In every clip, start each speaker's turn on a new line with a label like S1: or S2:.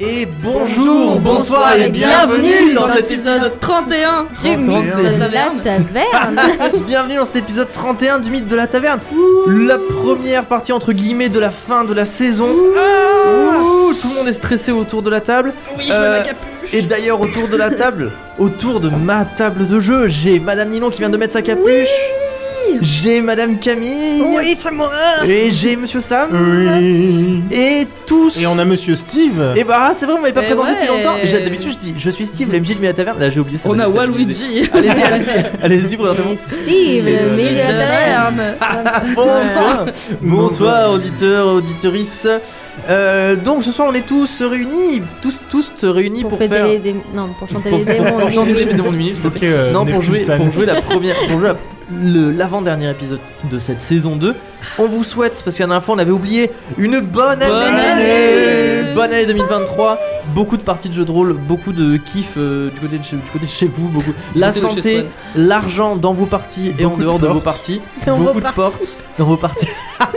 S1: Et bonjour, bonsoir et bienvenue dans cet épisode
S2: 31 du
S1: 31.
S2: mythe de la
S3: La
S2: taverne.
S3: taverne
S1: Bienvenue dans cet épisode 31 du mythe de la taverne. La première partie entre guillemets de la fin de la saison. Ah Ouh, tout le monde est stressé autour de la table.
S4: Oui,
S1: je mets ma
S4: capuche.
S1: Et d'ailleurs autour de la table, autour de ma table de jeu, j'ai Madame Ninon qui vient de mettre sa capuche. J'ai Madame Camille.
S3: c'est moi
S1: Et j'ai Monsieur Sam.
S5: Oui.
S1: Et tous.
S5: Et on a Monsieur Steve.
S1: Et bah c'est vrai, on m'avait pas
S2: Eh
S1: présenté depuis
S2: ouais.
S1: longtemps. J'ai- D'habitude je dis je suis Steve, le MJ de Mythe de la taverne. Là j'ai oublié ça.
S2: On
S1: m'a
S2: a
S1: déstabilisé.
S2: Waluigi.
S1: Allez-y, allez-y, allez-y, présentez-moi.
S3: Steve,
S5: Euh,
S3: le milieu de la taverne
S2: Ah,
S1: Bonsoir, bonsoir
S5: Bonsoir.
S1: auditeurs, auditrices. Euh, donc ce soir on est tous réunis, tous tous réunis pour,
S3: Pour fêter
S1: faire
S3: les démons... Non, pour chanter
S1: pour-
S3: les
S1: pour-
S3: démons
S1: pour chanter les
S3: oui.
S1: démons de minuit, tout à fait.
S5: Ok, euh,
S1: non pour
S5: Netflix
S1: jouer
S5: and-
S1: pour jouer la première pour jouer la- le- l'avant-dernier épisode de cette saison 2. On vous souhaite parce qu'à la dernière fois on avait oublié une bonne année.
S2: Bonne année.
S1: Bonne année 2023. Beaucoup de parties de jeux de rôle, beaucoup de kiff euh, du côté de chez, du côté de chez vous, beaucoup la
S2: côté de chez
S1: santé,
S2: Swan.
S1: l'argent dans vos parties et en
S5: Beaucoup de
S1: dehors de, vos
S5: portes.
S1: parties,
S3: Dans vos
S1: beaucoup de
S3: parties.
S1: portes dans vos parties.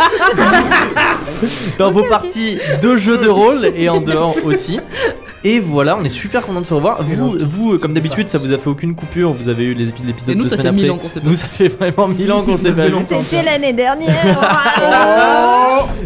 S1: dans vos parties de jeux de rôle et en dehors aussi. Et voilà, on est super content de se revoir. Vous, vous euh, comme d'habitude, ça vous a fait aucune coupure. Vous avez eu les épis- l'épisode
S2: Et nous,
S1: de
S2: ça
S1: semaine
S2: fait
S1: après.
S2: mille ans qu'on s'est pas
S1: Nous, ça fait vraiment mille ans qu'on s'est pas vu.
S3: C'était l'année dernière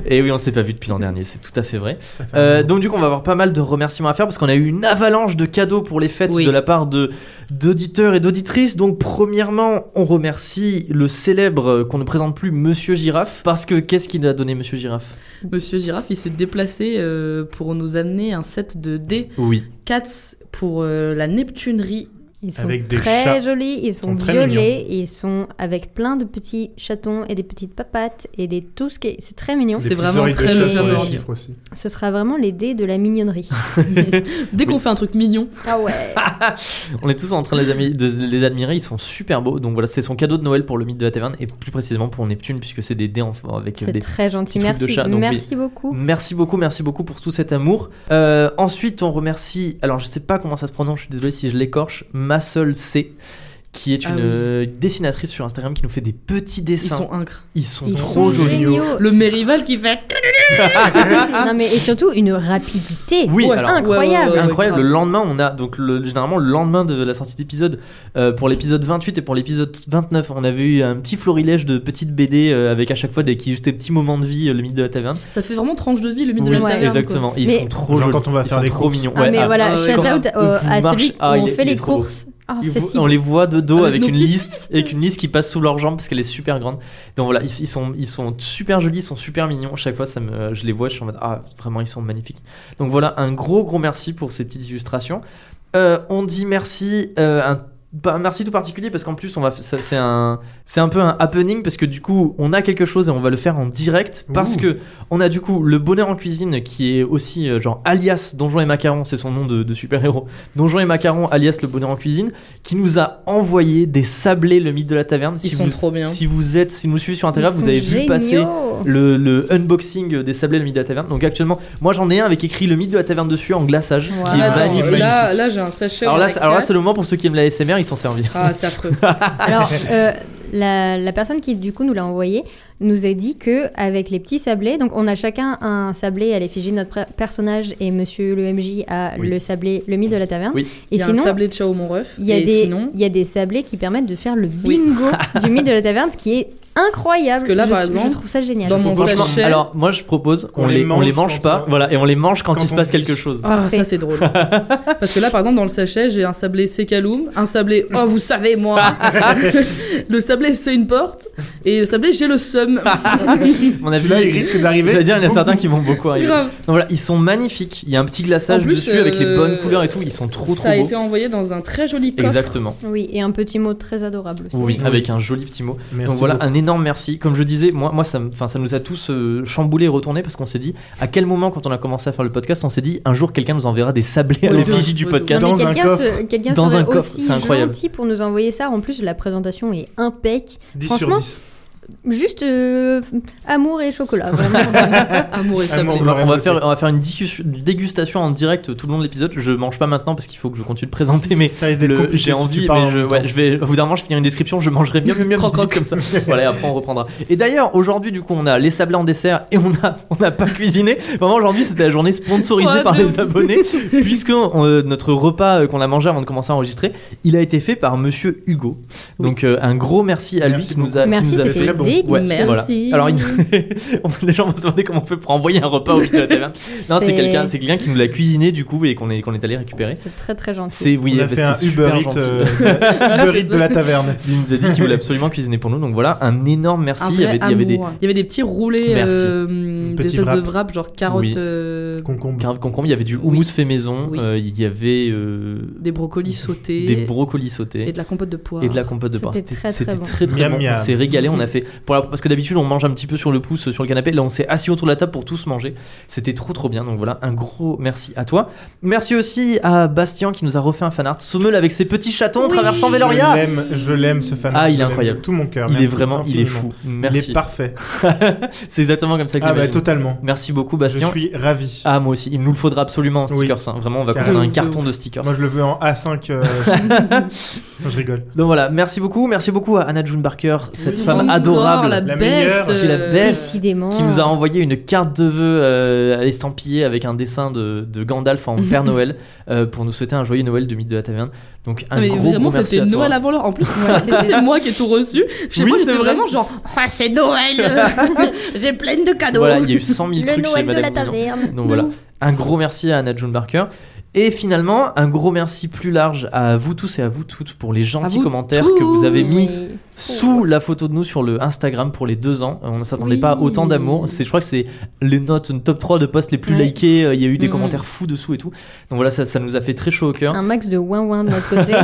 S1: Et oui, on s'est pas vu depuis l'an dernier, c'est tout à fait vrai.
S2: Ah
S1: Euh, donc du coup, on va avoir pas mal de remerciements à faire parce qu'on a eu une avalanche de cadeaux pour les fêtes
S2: Oui.
S1: de la part de d'auditeurs et d'auditrices. Donc premièrement, on remercie le célèbre euh, qu'on ne présente plus, Monsieur Girafe, parce que qu'est-ce qu'il a donné, Monsieur Girafe
S2: Monsieur Girafe, il s'est déplacé euh, pour nous amener un set de dés
S1: Oui.
S2: Cats pour euh, la Neptunerie.
S3: Ils sont
S5: Avec des
S3: très
S5: chats.
S3: jolis, ils sont,
S5: sont très
S3: violets, ils sont avec plein de petits chatons et des petites papates et des tout ce qui est... C'est très mignon.
S2: Des- c'est vraiment très
S3: le
S5: sur les
S3: genre.
S5: chiffres aussi.
S3: Ce sera vraiment les dés de la mignonnerie.
S2: Dès qu'on fait un truc mignon,
S3: ah ouais
S1: On est tous en train de les, ami- de les admirer, ils sont super beaux. Donc voilà, c'est son cadeau de Noël pour le mythe de la taverne et plus précisément pour Neptune puisque c'est des dés en- avec
S3: C'est
S1: des
S3: très gentil,
S1: petits trucs de
S3: merci.
S1: chat, donc oui.
S3: merci beaucoup.
S1: Merci beaucoup, merci beaucoup pour tout cet amour. Euh, ensuite, on remercie, alors je sais pas comment ça se prononce, je suis désolé si je l'écorche, ma seule C, qui est
S2: Ah
S1: une
S2: oui.
S1: euh, dessinatrice sur Instagram qui nous fait des petits
S2: ils
S1: dessins.
S2: sont incres.
S1: Ils sont,
S3: Ils
S1: trop
S3: sont
S1: jolis. Ah,
S3: géniaux.
S2: Le Mérival qui fait.
S3: Non mais et surtout une rapidité.
S1: Oui,
S2: Ouais,
S1: alors.
S3: incroyable.
S2: ouais, ouais, ouais,
S1: Incroyable,
S2: grave.
S1: le lendemain on a donc le, généralement le lendemain de la sortie d'épisode euh, pour l'épisode 28 et pour l'épisode 29 on avait eu un petit florilège de petites BD euh, avec à chaque fois des qui juste des petits moments de vie euh, le mythe de la taverne.
S2: Ça fait vraiment tranche de vie, le mythe de la
S1: Oui,
S2: taverne. quoi.
S1: exactement. Ils
S3: Mais-
S1: sont trop
S5: Genre
S1: jolis.
S5: quand on va
S1: Ils
S5: faire
S1: sont
S5: les
S1: trop
S5: courses.
S1: mignons.
S3: Ah
S1: Ouais,
S3: mais
S1: ah,
S3: voilà,
S2: ah, ouais.
S3: shout out
S1: Quand
S3: euh,
S1: vous
S3: à
S1: marchez-
S3: celui
S1: ah,
S3: où on
S1: il est-
S3: fait
S1: il est
S3: les
S1: trop beau.
S3: courses. Ah,
S1: Ils
S3: c'est
S1: vo-
S3: si
S1: on les voit de dos
S2: Avec
S1: avec,
S2: nos
S1: une
S2: petites
S1: liste,
S2: listes.
S1: avec une liste qui passe sous leurs jambes parce qu'elle est super grande. Donc voilà, ils, ils sont, ils sont super jolis, ils sont super mignons. Chaque fois, ça me, je les vois, je suis en mode ah vraiment ils sont magnifiques. Donc voilà, un gros gros merci pour ces petites illustrations. Euh, on dit merci, euh, un pas- un merci tout particulier parce qu'en plus on va, f- ça- c'est un, c'est un peu un happening parce que du coup on a quelque chose et on va le faire en direct parce
S5: Ouh.
S1: que on a du coup le bonheur en cuisine qui est aussi euh, genre alias Donjon et Macaron, c'est son nom de, de super héros. Donjon et Macaron alias le bonheur en cuisine qui nous a envoyé des sablés le mythe de la taverne.
S2: Ils
S1: si
S2: sont
S1: vous,
S2: trop bien.
S1: Si vous êtes, si vous nous suivez sur Instagram,
S3: Ils
S1: vous
S3: sont
S1: avez vu
S3: géniaux.
S1: passer le, le unboxing des sablés le mythe de la taverne. Donc actuellement, moi j'en ai un avec écrit le mythe de la taverne dessus en glaçage,
S3: Wow.
S1: qui est
S2: Attends,
S1: magnifique.
S2: là, là j'ai un sachet.
S1: alors là,
S2: avec
S1: c'est- alors là,
S2: quatre.
S1: c'est le moment pour ceux qui aiment la SMR, ils s'en serviront.
S2: Ah, c'est affreux.
S3: Alors euh, la, la personne qui du coup nous l'a envoyé nous a dit que avec les petits sablés, donc on a chacun un sablé à l'effigie de notre pr- personnage et Monsieur le MJ a
S1: Oui.
S3: le sablé le mythe de la taverne.
S1: Oui.
S3: Et
S2: il y a un
S3: sinon
S2: sablé de Ciao mon ref.
S3: il y, a
S2: et
S3: des,
S2: sinon,
S3: il y a des sablés qui permettent de faire le
S2: Oui.
S3: bingo du mythe de la taverne, ce qui est incroyable.
S2: Parce que là,
S3: Je-
S2: par
S3: je
S2: exemple,
S3: trouve ça génial.
S2: dans mon
S1: Franchement,
S2: sachet.
S1: alors moi je propose qu'on
S5: On
S1: les,
S5: les
S1: on les
S5: mange
S1: mange
S5: quand
S1: pas,
S5: on-
S1: voilà, et on les mange quand,
S5: quand
S1: il se
S5: on-
S1: passe quelque chose.
S2: Ah,
S3: Parfait.
S2: ça c'est drôle. Parce que là, par exemple, dans le sachet, j'ai un sablé C'est Caloum, un sablé Oh, vous savez, moi Le sablé C'est une porte, et le sablé J'ai le seum.
S1: On a vu
S5: Celui-là, il risque d'arriver.
S1: J'allais dire, il y en a certains qui vont beaucoup arriver.
S2: Grave.
S1: Donc voilà, ils sont magnifiques. Il y a un petit glaçage
S2: En plus,
S1: dessus avec les
S2: euh,
S1: bonnes couleurs et tout. Ils sont trop
S2: ça
S1: trop
S2: a
S1: beaux.
S2: été envoyé dans un très joli coffre.
S1: Exactement.
S3: Oui, et un petit mot très adorable. aussi.
S1: Oui,
S5: Oui.
S1: avec un joli petit mot.
S5: Merci
S1: Donc voilà,
S5: beaucoup.
S1: un énorme merci. Comme je disais, moi, moi ça, me- enfin, ça nous a tous chamboulé chamboulés et retournés parce qu'on s'est dit à quel moment, quand on a commencé à faire le podcast, on s'est dit un jour quelqu'un nous enverra des sablés à
S2: Ouais,
S1: l'effigie
S2: ouais,
S1: du
S2: ouais,
S1: podcast.
S3: Non, mais
S5: Dans un
S3: quelqu'un se-
S5: coffre.
S3: quelqu'un
S1: Dans
S3: serait
S1: un coffre,
S3: aussi
S1: c'est incroyable.
S3: gentil pour nous envoyer ça. En plus, la présentation est impec.
S5: 10 sur
S3: franchement,
S5: 10.
S3: juste euh, amour et chocolat. vraiment.
S2: Amour et
S5: Amour.
S2: sablé.
S1: On va, on va
S5: Lorraine
S1: faire,
S5: Bouquet.
S1: on va faire une, discussion- une dégustation en direct tout le long de l'épisode. Je mange pas maintenant parce qu'il faut que je continue de présenter, mais
S5: Ça risque d'être
S1: le-
S5: compliqué.
S1: j'ai
S5: si
S1: envie,
S5: tu parles
S1: mais
S5: en
S1: je,
S5: même
S1: ouais,
S5: temps.
S1: je vais, au bout d'un moment, je finis une description, je mangerai bien, bien, bien,
S2: Croc, croc.
S1: comme ça. voilà, et après on reprendra. Et d'ailleurs, aujourd'hui, du coup, on a les sablés en dessert et on a, on n'a pas cuisiné. Vraiment, aujourd'hui, c'était la journée sponsorisée
S2: Ouais,
S1: par
S2: de
S1: les
S2: ouf.
S1: abonnés, puisque euh, notre repas euh, qu'on a mangé avant de commencer à enregistrer, il a été fait par Monsieur Hugo. Donc, euh, un gros merci à lui
S5: Merci
S1: qui nous a, qui
S3: Merci,
S1: nous a
S5: c'est
S3: c'était
S1: fait
S5: très bon.
S3: délicieux.
S1: Ouais,
S2: Merci.
S1: voilà. Alors, il- on- les gens vont se demander comment on fait pour envoyer un repas au milieu de la taverne. Non, c'est
S3: C'est-
S1: quelqu'un, c'est quelqu'un qui nous l'a cuisiné du coup et qu'on est qu'on est allé récupérer.
S3: C'est très très gentil.
S1: C'est oui,
S5: on a
S1: bah,
S5: fait un
S1: c'est super
S5: Uber Eats,
S1: gentil.
S5: euh, Uber Eats de la taverne.
S1: Il nous a dit qu'il voulait absolument cuisiner pour nous, donc voilà, un énorme merci.
S2: Un
S1: il, y avait,
S2: vrai
S1: il y avait des
S2: amour. Il y avait des petits roulés,
S1: Merci.
S2: euh, des
S5: Petit
S2: espèces
S5: wrap.
S2: de wraps, genre carottes,
S1: Oui.
S2: euh,
S5: Concombre.
S1: carottes de concombre, il y avait du houmous
S2: Oui.
S1: fait maison,
S2: Oui.
S1: euh, il y avait euh,
S2: des brocolis sautés,
S1: des brocolis
S2: et
S1: sautés.
S2: de la compote de poire.
S1: Et de la compote de
S3: C'était
S1: porc. C'était
S3: très, très
S1: c'était
S3: bon.
S1: très très,
S5: Miam,
S1: bon.
S5: miam.
S1: On s'est régalé. On a fait pour la- parce que d'habitude on mange un petit peu sur le pouce, sur le canapé. Là on s'est assis autour de la table pour tous manger. C'était trop trop bien. Donc voilà un gros merci à toi. Merci aussi à Bastien qui nous a refait un fanart Sommel avec ses petits chatons traversant
S5: Je
S1: Veloria.
S5: l'aime, je l'aime ce fan.
S1: Ah, il est
S5: Je l'aime
S1: incroyable.
S5: de Tout mon cœur.
S1: Il est
S5: Merci
S1: vraiment, il est
S5: infiniment.
S1: fou. Merci.
S5: Il est parfait.
S1: C'est exactement comme ça que
S5: Ah bah
S1: j'imagine.
S5: totalement.
S1: Merci beaucoup
S5: Je
S1: Bastien.
S5: suis ravi.
S1: Ah moi aussi, il nous le faudra absolument en
S5: Oui.
S1: stickers. hein. Vraiment, on va
S5: Carrément.
S1: commander un
S2: De
S1: carton
S2: ouf.
S1: de stickers.
S5: Moi je le veux en A5. euh, je rigole.
S1: Donc voilà, merci beaucoup, merci beaucoup à Anna June Barker, cette
S5: Oui.
S1: femme
S2: Encore
S1: adorable.
S2: la,
S5: La meilleure.
S2: best.
S1: C'est la
S2: euh,
S1: best.
S3: Décidément.
S1: qui nous a envoyé une carte de vœux euh, estampillée avec un dessin de, de Gandalf en Père Noël euh, pour nous souhaiter un joyeux Noël de Mythe de la Taverne. Donc un
S2: Non, Ah, mais
S1: gros,
S2: vraiment,
S1: gros merci
S2: c'était
S1: à toi.
S2: Noël avant l'heure. En plus, c'est moi qui ai tout reçu. Chez
S1: Oui,
S2: moi,
S1: c'est
S2: j'étais
S1: vrai.
S2: vraiment genre, Ah, c'est Noël. J'ai plein de cadeaux.
S1: Voilà, il y a eu 100 000
S3: le
S1: trucs chez
S3: Noël de
S1: Madame
S3: la
S1: Bouillon.
S3: taverne.
S1: Donc voilà, un gros merci à Anna June Barker. Et finalement, un gros merci plus large à vous tous et à vous toutes pour les gentils
S2: vous
S1: commentaires que vous avez mis sous la photo de nous sur le Instagram pour les deux ans. Euh, On ne s'attendait
S2: Oui.
S1: pas à autant d'amour. C'est, je crois que c'est les notes une top 3 de posts les plus
S3: Ouais.
S1: likés. Euh, Il y a eu des
S2: Mm. Ah,
S1: commentaires fous dessous et tout. Donc voilà, ça, ça nous a fait très chaud au cœur.
S3: Un max de ouin-ouin de notre côté. pour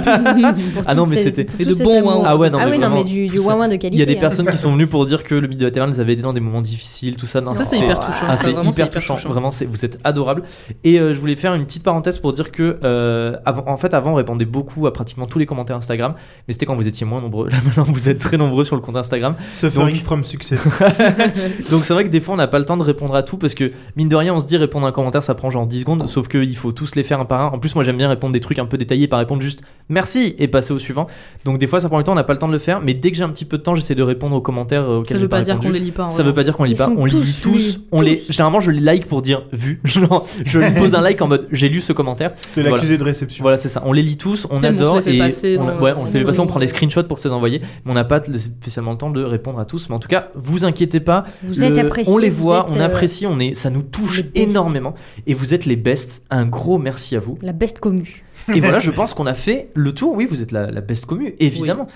S1: hein. Ah non,
S3: toutes
S1: mais
S3: ces-
S1: c'était-
S3: pour
S2: Et de
S3: tout cet
S2: bons
S3: amour.
S2: ouin-ouin.
S1: Ah ouais, non,
S3: ah
S1: mais
S3: oui, non,
S1: vraiment,
S3: mais du, du
S1: tout ça.
S3: ouin-ouin de qualité.
S1: Il y a des
S3: hein.
S1: personnes qui sont venues pour dire que le milieu de la taverne les avait aidés dans des moments difficiles, tout ça. Non,
S2: Ça, c'est
S1: c'est-
S2: hyper touchant.
S1: Ah,
S2: Ça,
S1: c'est
S2: vraiment,
S1: hyper touchant. Vraiment, c'est- vous êtes adorable. Et euh, je voulais faire une petite parenthèse pour dire que, euh, avant- en fait, avant, on répondait beaucoup à pratiquement tous les commentaires Instagram, mais c'était quand vous étiez moins nombreux. Là, maintenant, vous êtes très nombreux sur le compte Instagram.
S5: Suffering from success.
S1: Donc, c'est vrai que des fois, on n'a pas le temps de répondre à tout parce que, mine de rien, on se dit répondre à un commentaire, ça prend genre 10 secondes, sauf qu'il faut tous les faire un par un. En plus, moi, j'aime bien répondre des trucs un peu détaillés, pas répondre juste merci et passer au suivant. Donc, des fois, ça prend du temps, on n'a pas le temps de le faire, mais dès que j'ai un petit peu de temps, j'essaie de répondre aux commentaires euh, auxquels
S2: Ça
S1: j'ai
S2: veut pas dire
S1: répondu.
S2: qu'on les lit hein, pas. en
S1: Ça
S2: vrai.
S1: veut pas dire qu'on lit
S3: Ils
S1: pas,
S3: sont
S1: on lit
S3: tous
S1: tous,
S3: lus,
S1: on les
S3: tous.
S1: généralement je les like pour dire vu. Genre je lui pose un like en mode j'ai lu ce commentaire.
S5: C'est l'accusé de réception.
S1: Voilà, c'est ça. On les lit tous, on
S2: Même on
S1: adore
S2: se les fait
S1: et
S2: passer
S1: on,
S2: dans-
S1: ouais, on se les fait
S3: dans-
S1: passer, on prend des screenshots pour se les envoyer, mais on n'a pas spécialement le temps de répondre à tous, mais en tout cas, vous inquiétez pas,
S3: Vous
S1: le-
S3: êtes appréciés.
S1: on les
S3: vous
S1: voit,
S3: êtes,
S1: on
S3: euh,
S1: apprécie, on est ça nous touche
S3: les best.
S1: énormément et vous êtes les best. Un gros merci à vous.
S3: euh, La best commu.
S1: Et voilà, je pense qu'on a fait le tour. Oui, vous êtes la, la best commu, évidemment.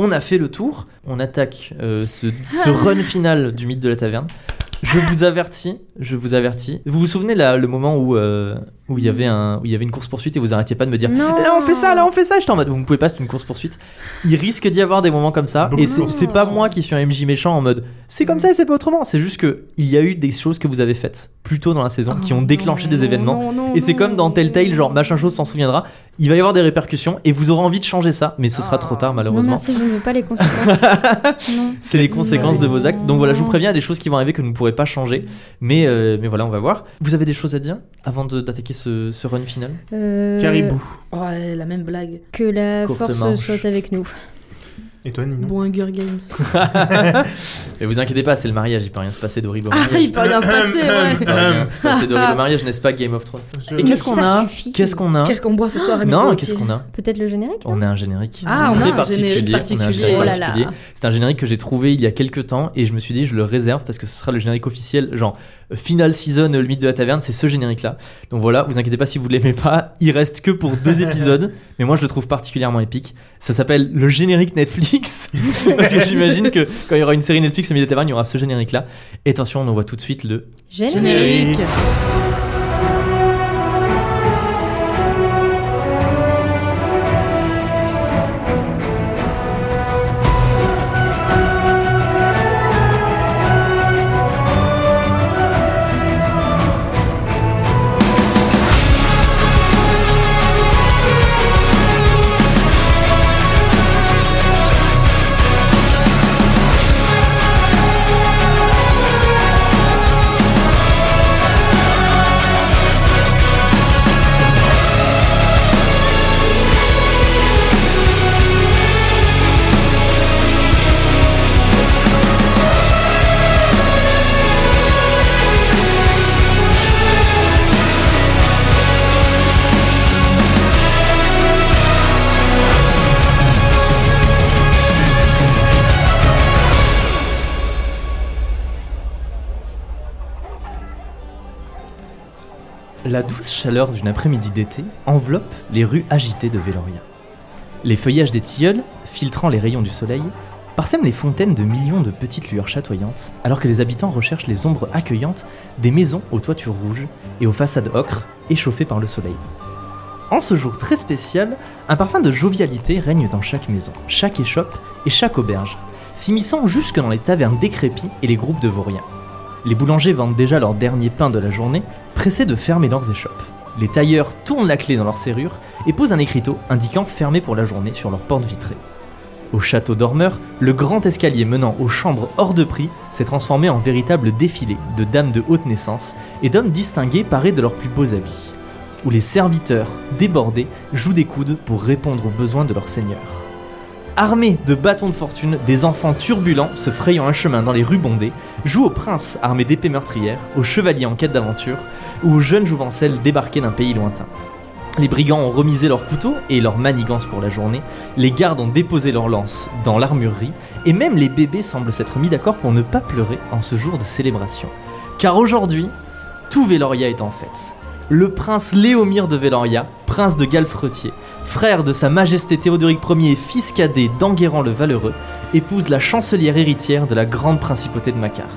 S1: On a fait le tour. On attaque euh, ce, ce run final du mythe de la taverne. Je vous avertis, je vous avertis. Vous vous souvenez là, le moment où euh, où il y avait un où il y avait une course poursuite et vous arrêtiez pas de me dire
S3: Non.
S1: là on fait ça, là on fait ça. J'étais en mode vous ne pouvez pas, c'est une course poursuite. Il risque d'y avoir des moments comme ça
S5: Beaucoup
S1: et
S5: de
S1: c'est
S5: courses
S1: c'est pas moi qui suis un MJ méchant en mode c'est comme ça et c'est pas autrement. C'est juste que il y a eu des choses que vous avez faites plus tôt dans la
S5: Oh
S1: saison qui ont déclenché des événements et c'est comme dans Telltale, genre machin chose s'en souviendra, il va y avoir des répercussions et vous aurez envie de changer ça, mais ce sera trop tard
S3: Non,
S1: malheureusement.
S3: merci, je ne veux pas les conséquences. non.
S1: C'est les conséquences de vos actes. Donc voilà, je vous préviens, il y a des choses qui vont arriver que vous ne pourrez pas changer, mais, euh, mais voilà, on va voir. Vous avez des choses à dire avant de- d'attaquer ce, ce run final
S3: Euh,
S5: Caribou.
S2: Ouais, la même blague.
S3: Que la
S1: Courte
S3: force
S1: manche.
S3: soit avec nous.
S5: Et toi, Ninon
S2: Bon Hunger Games.
S1: Mais vous inquiétez pas, c'est le mariage, il peut rien se passer d'horrible au
S2: Ah,
S1: mariage.
S2: il peut rien se passer,
S1: Il
S2: ouais.
S1: peut rien se passer d'horrible au mariage, n'est-ce pas Game of Thrones
S5: Je-
S1: Et qu'est-ce qu'on
S3: ça
S1: a
S3: suffit.
S1: Qu'est-ce qu'on a
S2: Qu'est-ce qu'on boit ce soir Rémi
S1: Hein Non,
S2: Gauthier
S1: qu'est-ce qu'on a
S3: Peut-être le générique non
S1: On a un générique
S2: Ah, on a
S1: très
S2: un
S1: particulier.
S2: générique
S1: On a un
S2: particulier.
S1: générique
S3: Oh là là.
S1: particulier. C'est un générique que j'ai trouvé il y a quelques temps et je me suis dit je le réserve parce que ce sera le générique officiel, genre euh, Final Season, euh, le mythe de la taverne, c'est ce générique-là. Donc voilà, vous inquiétez pas si vous l'aimez pas, il reste que pour deux épisodes, mais moi je le trouve particulièrement épique. Ça s'appelle le générique Netflix parce que j'imagine que quand il y aura une série Netflix, le mythe de la taverne, il y aura ce générique-là. Et attention, on envoie tout de suite le
S3: Générique.
S2: Générique.
S4: Thank
S1: La douce chaleur d'une après-midi d'été enveloppe les rues agitées de Véloria. Les feuillages des tilleuls, filtrant les rayons du soleil, parsèment les fontaines de millions de petites lueurs chatoyantes, alors que les habitants recherchent les ombres accueillantes des maisons aux toitures rouges et aux façades ocre échauffées par le soleil. En ce jour très spécial, un parfum de jovialité règne dans chaque maison, chaque échoppe et chaque auberge, s'immisçant jusque dans les tavernes décrépies et les groupes de vauriens. Les boulangers vendent déjà leur dernier pain de la journée, pressés de fermer leurs échoppes. Les tailleurs tournent la clé dans leur serrure et posent un écriteau indiquant fermé pour la journée sur leur porte vitrée. Au château dormeur, le grand escalier menant aux chambres hors de prix s'est transformé en véritable défilé de dames de haute naissance et d'hommes distingués parés de leurs plus beaux habits, où les serviteurs, débordés, jouent des coudes pour répondre aux besoins de leur seigneur. Armés de bâtons de fortune, des enfants turbulents se frayant un chemin dans les rues bondées jouent aux princes armés d'épées meurtrières, aux chevaliers en quête d'aventure ou aux jeunes jouvencelles débarquées d'un pays lointain. Les brigands ont remisé leurs couteaux et leurs manigances pour la journée, les gardes ont déposé leurs lances dans l'armurerie, et même les bébés semblent s'être mis d'accord pour ne pas pleurer en ce jour de célébration. Car aujourd'hui, tout Véloria est en fête. Le prince Léomir de Véloria, prince de Galfretier, frère de sa majesté Théodoric Ier et fils cadet d'Enguerrand le Valeureux, épouse la chancelière héritière de la grande principauté de Macar.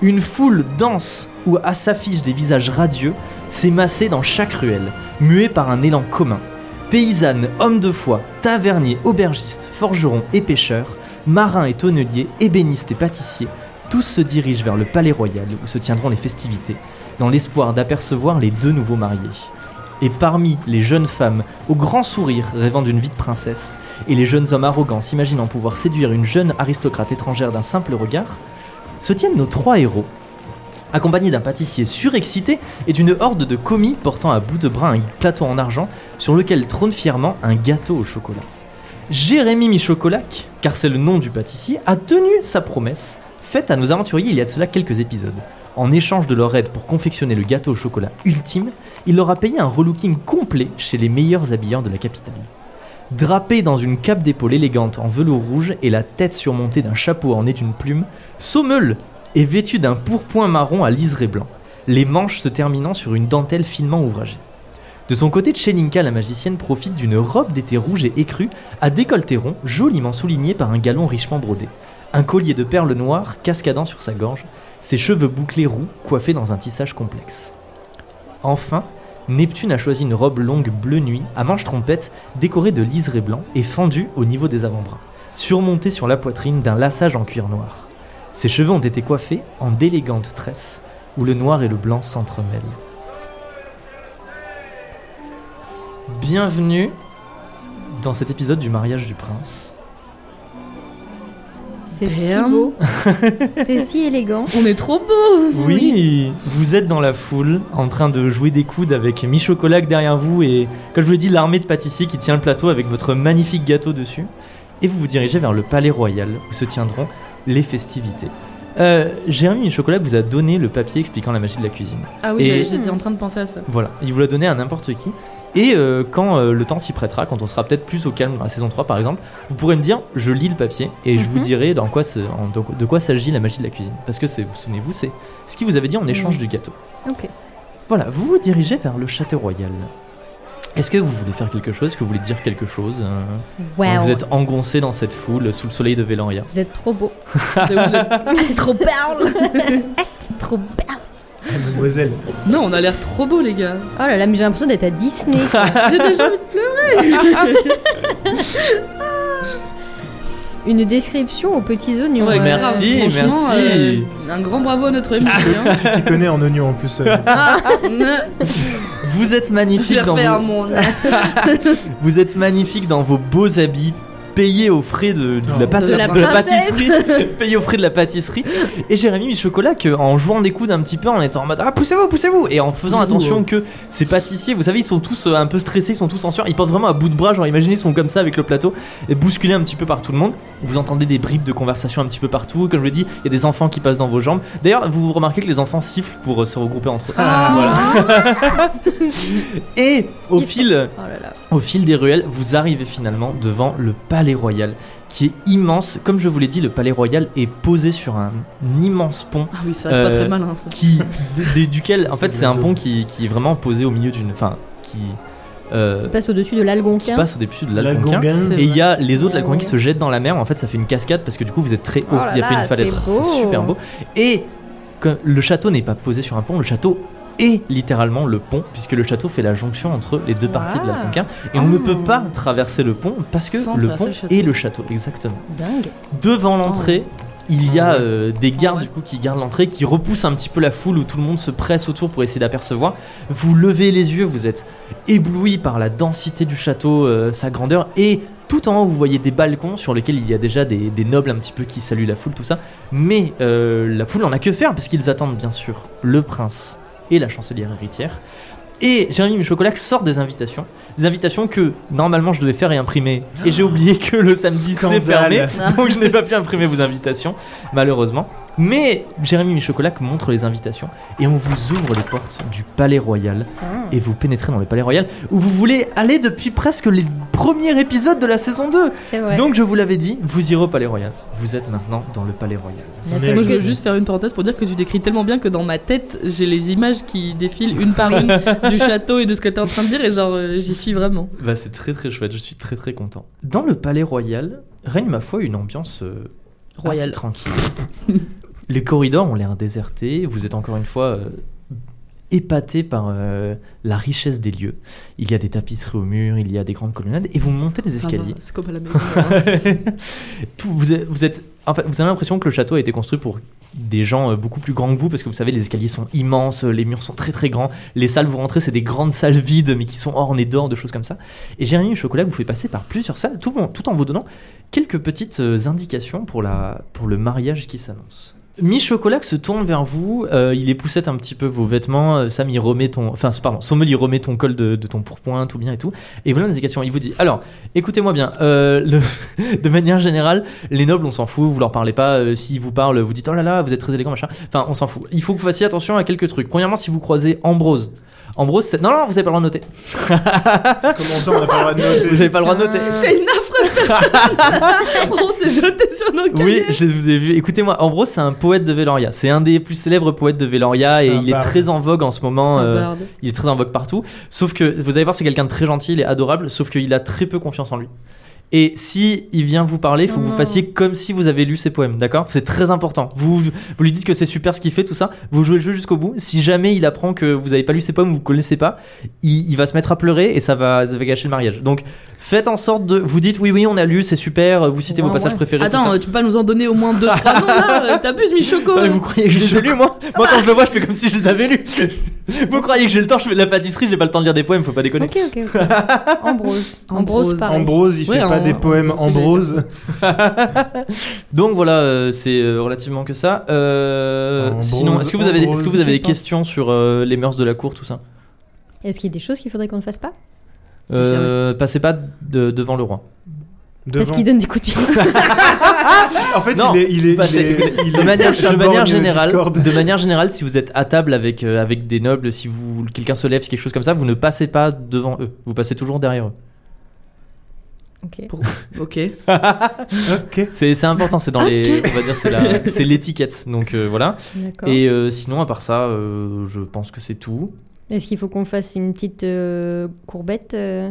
S1: Une foule danse où à s'affichent des visages radieux, s'est massée dans chaque ruelle, muée par un élan commun. Paysannes, hommes de foi, taverniers, aubergistes, forgerons et pêcheurs, marins et tonneliers, ébénistes et pâtissiers, tous se dirigent vers le palais royal où se tiendront les festivités, dans l'espoir d'apercevoir les deux nouveaux mariés. Et parmi les jeunes femmes, au grand sourire rêvant d'une vie de princesse, et les jeunes hommes arrogants s'imaginant pouvoir séduire une jeune aristocrate étrangère d'un simple regard, se tiennent nos trois héros, accompagnés d'un pâtissier surexcité et d'une horde de commis portant à bout de bras un plateau en argent sur lequel trône fièrement un gâteau au chocolat. Jérémy Michocolac, car c'est le nom du pâtissier, a tenu sa promesse faite à nos aventuriers il y a de cela quelques épisodes. En échange de leur aide pour confectionner le gâteau au chocolat ultime, il leur a payé un relooking complet chez les meilleurs habilleurs de la capitale. Drapé dans une cape d'épaule élégante en velours rouge et la tête surmontée d'un chapeau orné d'une plume, Sommeul est vêtu d'un pourpoint marron à liseré blanc, les manches se terminant sur une dentelle finement ouvragée. De son côté, Tchelinka, la magicienne, profite d'une robe d'été rouge et écrue à décolleté rond, joliment souligné par un galon richement brodé, un collier de perles noires cascadant sur sa gorge, ses cheveux bouclés roux coiffés dans un tissage complexe. Enfin, Neptune a choisi une robe longue bleu nuit à manches trompettes décorée de liseré blanc et fendue au niveau des avant-bras, surmontée sur la poitrine d'un lassage en cuir noir. Ses cheveux ont été coiffés en d'élégantes tresses où le noir et le blanc s'entremêlent. Bienvenue dans cet épisode du mariage du prince.
S3: C'est si
S2: Damn.
S3: beau. C'est si élégant.
S2: On est trop beau
S1: Oui, vous êtes dans la foule en train de jouer des coudes avec Michocolac derrière vous et, comme je vous l'ai dit, l'armée de pâtissiers qui tient le plateau avec votre magnifique gâteau dessus. Et vous vous dirigez vers le palais royal où se tiendront les festivités. Euh, Jérémy Michocolac vous a donné le papier expliquant la magie de la cuisine.
S2: Ah oui,
S1: Et-
S2: j'avais- j'étais en train de penser à ça.
S1: Voilà, il vous l'a donné à n'importe qui. Et euh, quand euh, le temps s'y prêtera, quand on sera peut-être plus au calme à saison 3 par exemple, vous pourrez me dire je lis le papier et je vous
S3: Mhm.
S1: dirai dans quoi se- en- dans- de quoi s'agit la magie de la cuisine. Parce que c'est, vous souvenez-vous, c'est ce qu'il vous avait dit en échange du gâteau.
S3: Mhm. Ok.
S1: Voilà, vous vous dirigez vers le château royal. Est-ce que vous voulez faire quelque chose Est-ce que vous voulez dire quelque chose Euh,
S3: Waouh.
S1: Vous êtes engoncé dans cette foule sous le soleil de Véloria.
S3: Vous êtes trop beau.
S2: Vous êtes-
S3: C'est trop perle. C'est trop perle.
S5: Mademoiselle.
S2: Non, on a l'air trop beau, les gars.
S3: Oh là là, mais j'ai l'impression d'être à Disney.
S2: J'ai déjà envie de pleurer.
S3: Une description aux petits oignons.
S2: Ouais,
S3: euh,
S1: merci,
S2: grave, franchement,
S1: merci.
S2: euh, un grand bravo à notre MJ. hein.
S5: Tu t'y connais en oignon en plus. euh.
S2: Ah,
S1: Vous êtes magnifique
S2: j'ai
S1: dans
S2: refait
S1: vos-
S2: un monde.
S1: Vous êtes magnifique dans vos beaux habits, payés aux frais de, de
S5: Oh.
S1: la, pat-
S2: De la
S1: de la
S3: princesse.
S1: pâtisserie. payés aux frais de la pâtisserie. Et Jérémy Michocolat, que, en jouant des coudes un petit peu, en étant en mode Ah, poussez-vous, poussez-vous Et en faisant
S5: Poussez-vous,
S1: attention
S5: ouais.
S1: que ces pâtissiers, vous savez, ils sont tous euh, un peu stressés, ils sont tous en sueur, ils portent vraiment à bout de bras, genre imaginez, ils sont comme ça avec le plateau, et bousculés un petit peu par tout le monde. Vous entendez des bribes de conversation un petit peu partout. Comme je le dis, il y a des enfants qui passent dans vos jambes. D'ailleurs, vous remarquez que les enfants sifflent pour euh, se regrouper entre eux. Et au
S3: Ils sont-
S1: fil.
S3: Oh là là. oh
S1: Au fil des ruelles, vous arrivez finalement devant le palais royal, qui est immense. Comme je vous l'ai dit, le palais royal est posé sur un immense pont
S2: Ah oui, ça reste pas
S1: Euh,
S2: très malin ça.
S1: qui du- du- duquel en
S5: C'est
S1: fait c'est un
S5: le
S1: pont
S5: dôme.
S1: qui, qui est vraiment posé au milieu d'une enfin qui euh,
S3: Qui passe au-dessus de
S1: qui
S3: l'Algonquin.
S1: passe au-dessus de
S5: La
S1: l'Algonquin
S5: Gongaine.
S2: C'est-
S1: et il y a les eaux de
S3: Ouais,
S1: l'Algonquin qui
S3: ouais.
S1: se jettent dans la mer en fait ça fait une cascade parce que du coup vous êtes très haut
S3: Oh là
S1: il y a fait
S3: là,
S1: une falaise
S3: c'est
S1: c'est
S3: beau.
S1: super beau et comme le château n'est pas posé sur un pont le château est littéralement le pont puisque le château fait la jonction entre les deux parties de
S2: Waouh.
S1: l'Algonquin et on ne
S2: Oh.
S1: peut
S3: Ah.
S1: pas traverser le pont parce que
S2: Sans
S1: le
S2: traverser
S1: pont
S2: le château.
S1: est le château exactement
S3: Dingue.
S1: devant l'entrée, il y a
S5: Oh, ouais.
S1: euh, des gardes
S2: Oh, ouais.
S1: du coup qui gardent l'entrée, qui repoussent un petit peu la foule où tout le monde se presse autour pour essayer d'apercevoir. Vous levez les yeux, vous êtes ébloui par la densité du château, euh, sa grandeur et tout en haut, vous voyez des balcons sur lesquels il y a déjà des, des nobles un petit peu qui saluent la foule, tout ça. Mais euh, la foule n'en a que faire parce qu'ils attendent bien sûr le prince et la chancelière héritière. Et Jérémy Michocolac sort des invitations. Des invitations que normalement je devais faire et imprimer. Et j'ai oublié que le samedi c'est fermé.
S5: Scandale.
S1: Donc je n'ai pas pu imprimer vos invitations, malheureusement. Mais Jérémy Michocolac montre les invitations et on vous ouvre les portes du Palais Royal
S3: Putain.
S1: et vous pénétrez dans le Palais Royal où vous voulez aller depuis presque les premiers épisodes de la saison 2.
S3: C'est vrai.
S1: Donc je vous l'avais dit, vous irez au Palais Royal. Vous êtes maintenant dans le Palais Royal.
S3: a
S5: Mais
S3: fait
S2: Moi,
S5: elle-
S2: je veux juste faire une parenthèse pour dire que tu décris tellement bien que dans ma tête, j'ai les images qui défilent une par une du château et de ce que t'es en train de dire, et genre, euh, j'y suis vraiment.
S1: Bah c'est très très chouette, je suis très très content. Dans le Palais Royal règne ma foi une ambiance euh,
S2: Royal.
S1: assez tranquille. Les corridors ont l'air désertés, vous êtes encore une fois euh, épaté par euh, la richesse des lieux. Il y a des tapisseries au mur, il y a des grandes colonnades, et vous montez les
S2: Ça va,
S1: escaliers.
S2: C'est comme à la maison. hein.
S1: Tout- vous, êtes, vous êtes- en fait, vous avez l'impression que le château a été construit pour des gens euh, beaucoup plus grands que vous, parce que vous savez, les escaliers sont immenses, euh, les murs sont très très grands, les salles, vous rentrez, c'est des grandes salles vides, mais qui sont ornées d'or, de choses comme ça. Et Jérémy Chocolat vous fait passer par plusieurs salles, tout, en- tout en vous donnant quelques petites euh, indications pour, la, pour le mariage qui s'annonce. Mi Chocolat se tourne vers vous, euh, il époussette un petit peu vos vêtements, euh, Sam il remet ton... Enfin, pardon, Sommel il remet ton col de, de ton pourpoint, tout bien et tout, et il vous donne des indications, il vous dit, alors, écoutez-moi bien, euh, le... de manière générale, les nobles, on s'en fout, vous leur parlez pas. euh, S'ils vous parlent, vous dites oh là là, vous êtes très élégant, machin. Enfin, on s'en fout. Il faut que vous fassiez attention à quelques trucs. Premièrement, si vous croisez Ambrose, Ambrose, c'est. Non, non, vous avez pas le droit de noter.
S5: Comment ça, on n'a pas le droit de noter
S1: Vous avez pas le droit de noter.
S3: Putain.
S2: T'es une affreuse personne On s'est jeté sur nos
S1: Oui,
S2: cahiers
S1: je vous ai vu. Écoutez-moi, Ambrose, c'est un poète de Véloria. C'est un des plus célèbres poètes de Véloria
S5: C'est
S1: et
S5: un
S1: il est
S5: barde.
S1: très en vogue en ce moment.
S2: Ça
S1: euh,
S2: barde.
S1: il est très en vogue partout. Sauf que, vous allez voir, c'est quelqu'un de très gentil, il est adorable, sauf qu'il a très peu confiance en lui. Et si il vient vous parler, il faut que vous
S3: Non.
S1: fassiez comme si vous avez lu ses poèmes, d'accord C'est très important. Vous, vous lui dites que c'est super ce qu'il fait, tout ça. Vous jouez le jeu jusqu'au bout. Si jamais il apprend que vous n'avez pas lu ses poèmes, vous ne connaissez pas, il, il va se mettre à pleurer et ça va, ça va gâcher le mariage. Donc, faites en sorte de. Vous dites oui, oui, on a lu, c'est super. Vous citez
S3: Ouais,
S1: vos passages
S3: ouais.
S1: préférés. tout
S2: Attends,
S1: ça.
S2: euh, tu peux pas nous en donner au moins deux, trois noms là euh, T'abuses, Michoko
S1: Ah, mais vous croyez que je les ai lus, moi Moi, quand je le vois, je fais comme si je les avais lus. vous croyez que j'ai le temps, je fais de la pâtisserie, j'ai pas le temps de lire des poèmes, faut pas déconner.
S3: Ok, ok, ok. Ambrose. Ambrose,
S2: Ambrose.
S3: pareil.
S5: Ambrose, il
S2: Ouais,
S5: fait pas
S2: en-
S5: des poèmes
S2: en-
S5: Ambrose.
S1: Donc voilà, euh, c'est euh, relativement que ça. Euh,
S5: Ambrose,
S1: sinon, est-ce que vous avez, est-ce que vous
S5: Ambrose,
S1: avez
S5: je
S1: des
S5: pense.
S1: questions sur euh, les mœurs de la cour, tout ça
S3: Est-ce qu'il y a des choses qu'il faudrait qu'on ne fasse pas
S1: euh, Passez pas de- devant le roi.
S3: Parce
S5: Devant.
S3: qu'il donne des coups de pied.
S5: En fait,
S1: Non,
S5: il est, il est,
S1: parce
S5: il est, il
S1: De
S5: est
S1: manière,
S5: proche à
S1: de manière
S5: Borgne
S1: générale,
S5: Discord.
S1: de manière générale, si vous êtes à table avec euh, avec des nobles, si vous quelqu'un se lève, si quelque chose comme ça, vous ne passez pas devant eux. Vous passez toujours derrière eux.
S3: Ok.
S2: Ok.
S5: Ok.
S1: C'est c'est important. C'est dans les, on va dire, c'est la- c'est l'étiquette. Donc euh, voilà.
S3: D'accord.
S1: Et euh, sinon, à part ça, euh, je pense que c'est tout.
S3: Est-ce qu'il faut qu'on fasse une petite euh, courbette euh,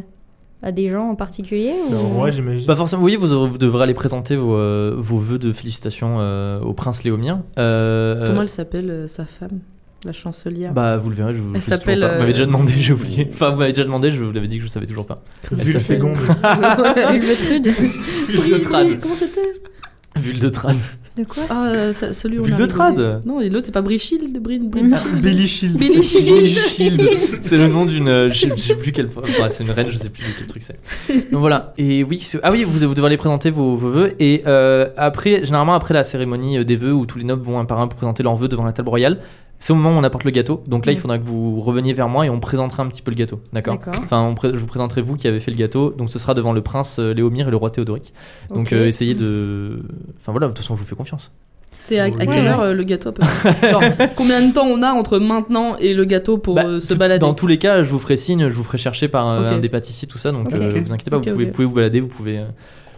S3: à des gens en particulier ou-
S5: Le roi, j'imagine.
S1: Bah forcément, vous voyez, vous, aurez- vous devrez aller présenter vos, euh, vos vœux de félicitations euh, au prince Léomir. Euh,
S2: Comment elle s'appelle euh, sa femme La chancelière
S1: Bah vous le verrez, je vous, je
S2: Elle
S1: sais toujours
S2: s'appelle,
S1: pas. Vous m'avez
S2: euh,
S1: déjà demandé, j'ai oublié. Enfin, vous m'avez déjà demandé, je vous l'avais dit que je savais toujours pas.
S5: Vu le
S1: bah, ça fait-
S5: fégonde.
S3: Ulvetrude
S1: Vulde de
S2: Oui,
S1: trad.
S2: Comment c'était
S1: Vulde de trad.
S3: De quoi
S2: Ah, euh, ça- celui où on a
S1: Vulde de
S2: rigolé.
S1: trad.
S2: Non, et l'autre, c'est pas Brichild Brin, Brin-
S5: Billy Shield.
S2: Billy Shield.
S1: Billy Shield. C'est le nom d'une. euh, je sais- je sais plus quelle. Enfin, c'est une reine, je sais plus quel truc c'est. Donc voilà. Et oui, ce- ah oui, vous, vous devez aller présenter vos, vos vœux. Et euh, après, généralement, après la cérémonie euh, des vœux où tous les nobles vont un par un présenter leurs vœux devant la table royale, c'est au moment où on apporte le gâteau. Donc là, il
S3: Mm.
S1: faudra que vous reveniez vers moi et on présentera un petit peu le gâteau. D'accord
S3: D'accord.
S1: Enfin, on pré- je vous présenterai vous qui avez fait le gâteau. Donc ce sera devant le prince euh, Léomir et le roi Théodoric. Donc
S3: Ok.
S1: euh, essayez de. Enfin voilà, de toute façon, je vous fais confiance.
S2: C'est à, à
S5: Oui.
S2: quelle heure euh, le gâteau à peu près Genre, combien de temps on a entre maintenant et le gâteau pour
S1: Bah,
S2: euh, se
S1: tout-
S2: balader
S1: Dans tous les cas, je vous ferai signe, je vous ferai chercher par euh,
S2: Ok.
S1: un des pâtissiers, tout ça. Donc
S3: Ok.
S1: euh, vous inquiétez pas,
S2: Ok,
S1: vous pouvez,
S2: ok.
S1: pouvez vous balader, vous pouvez. euh,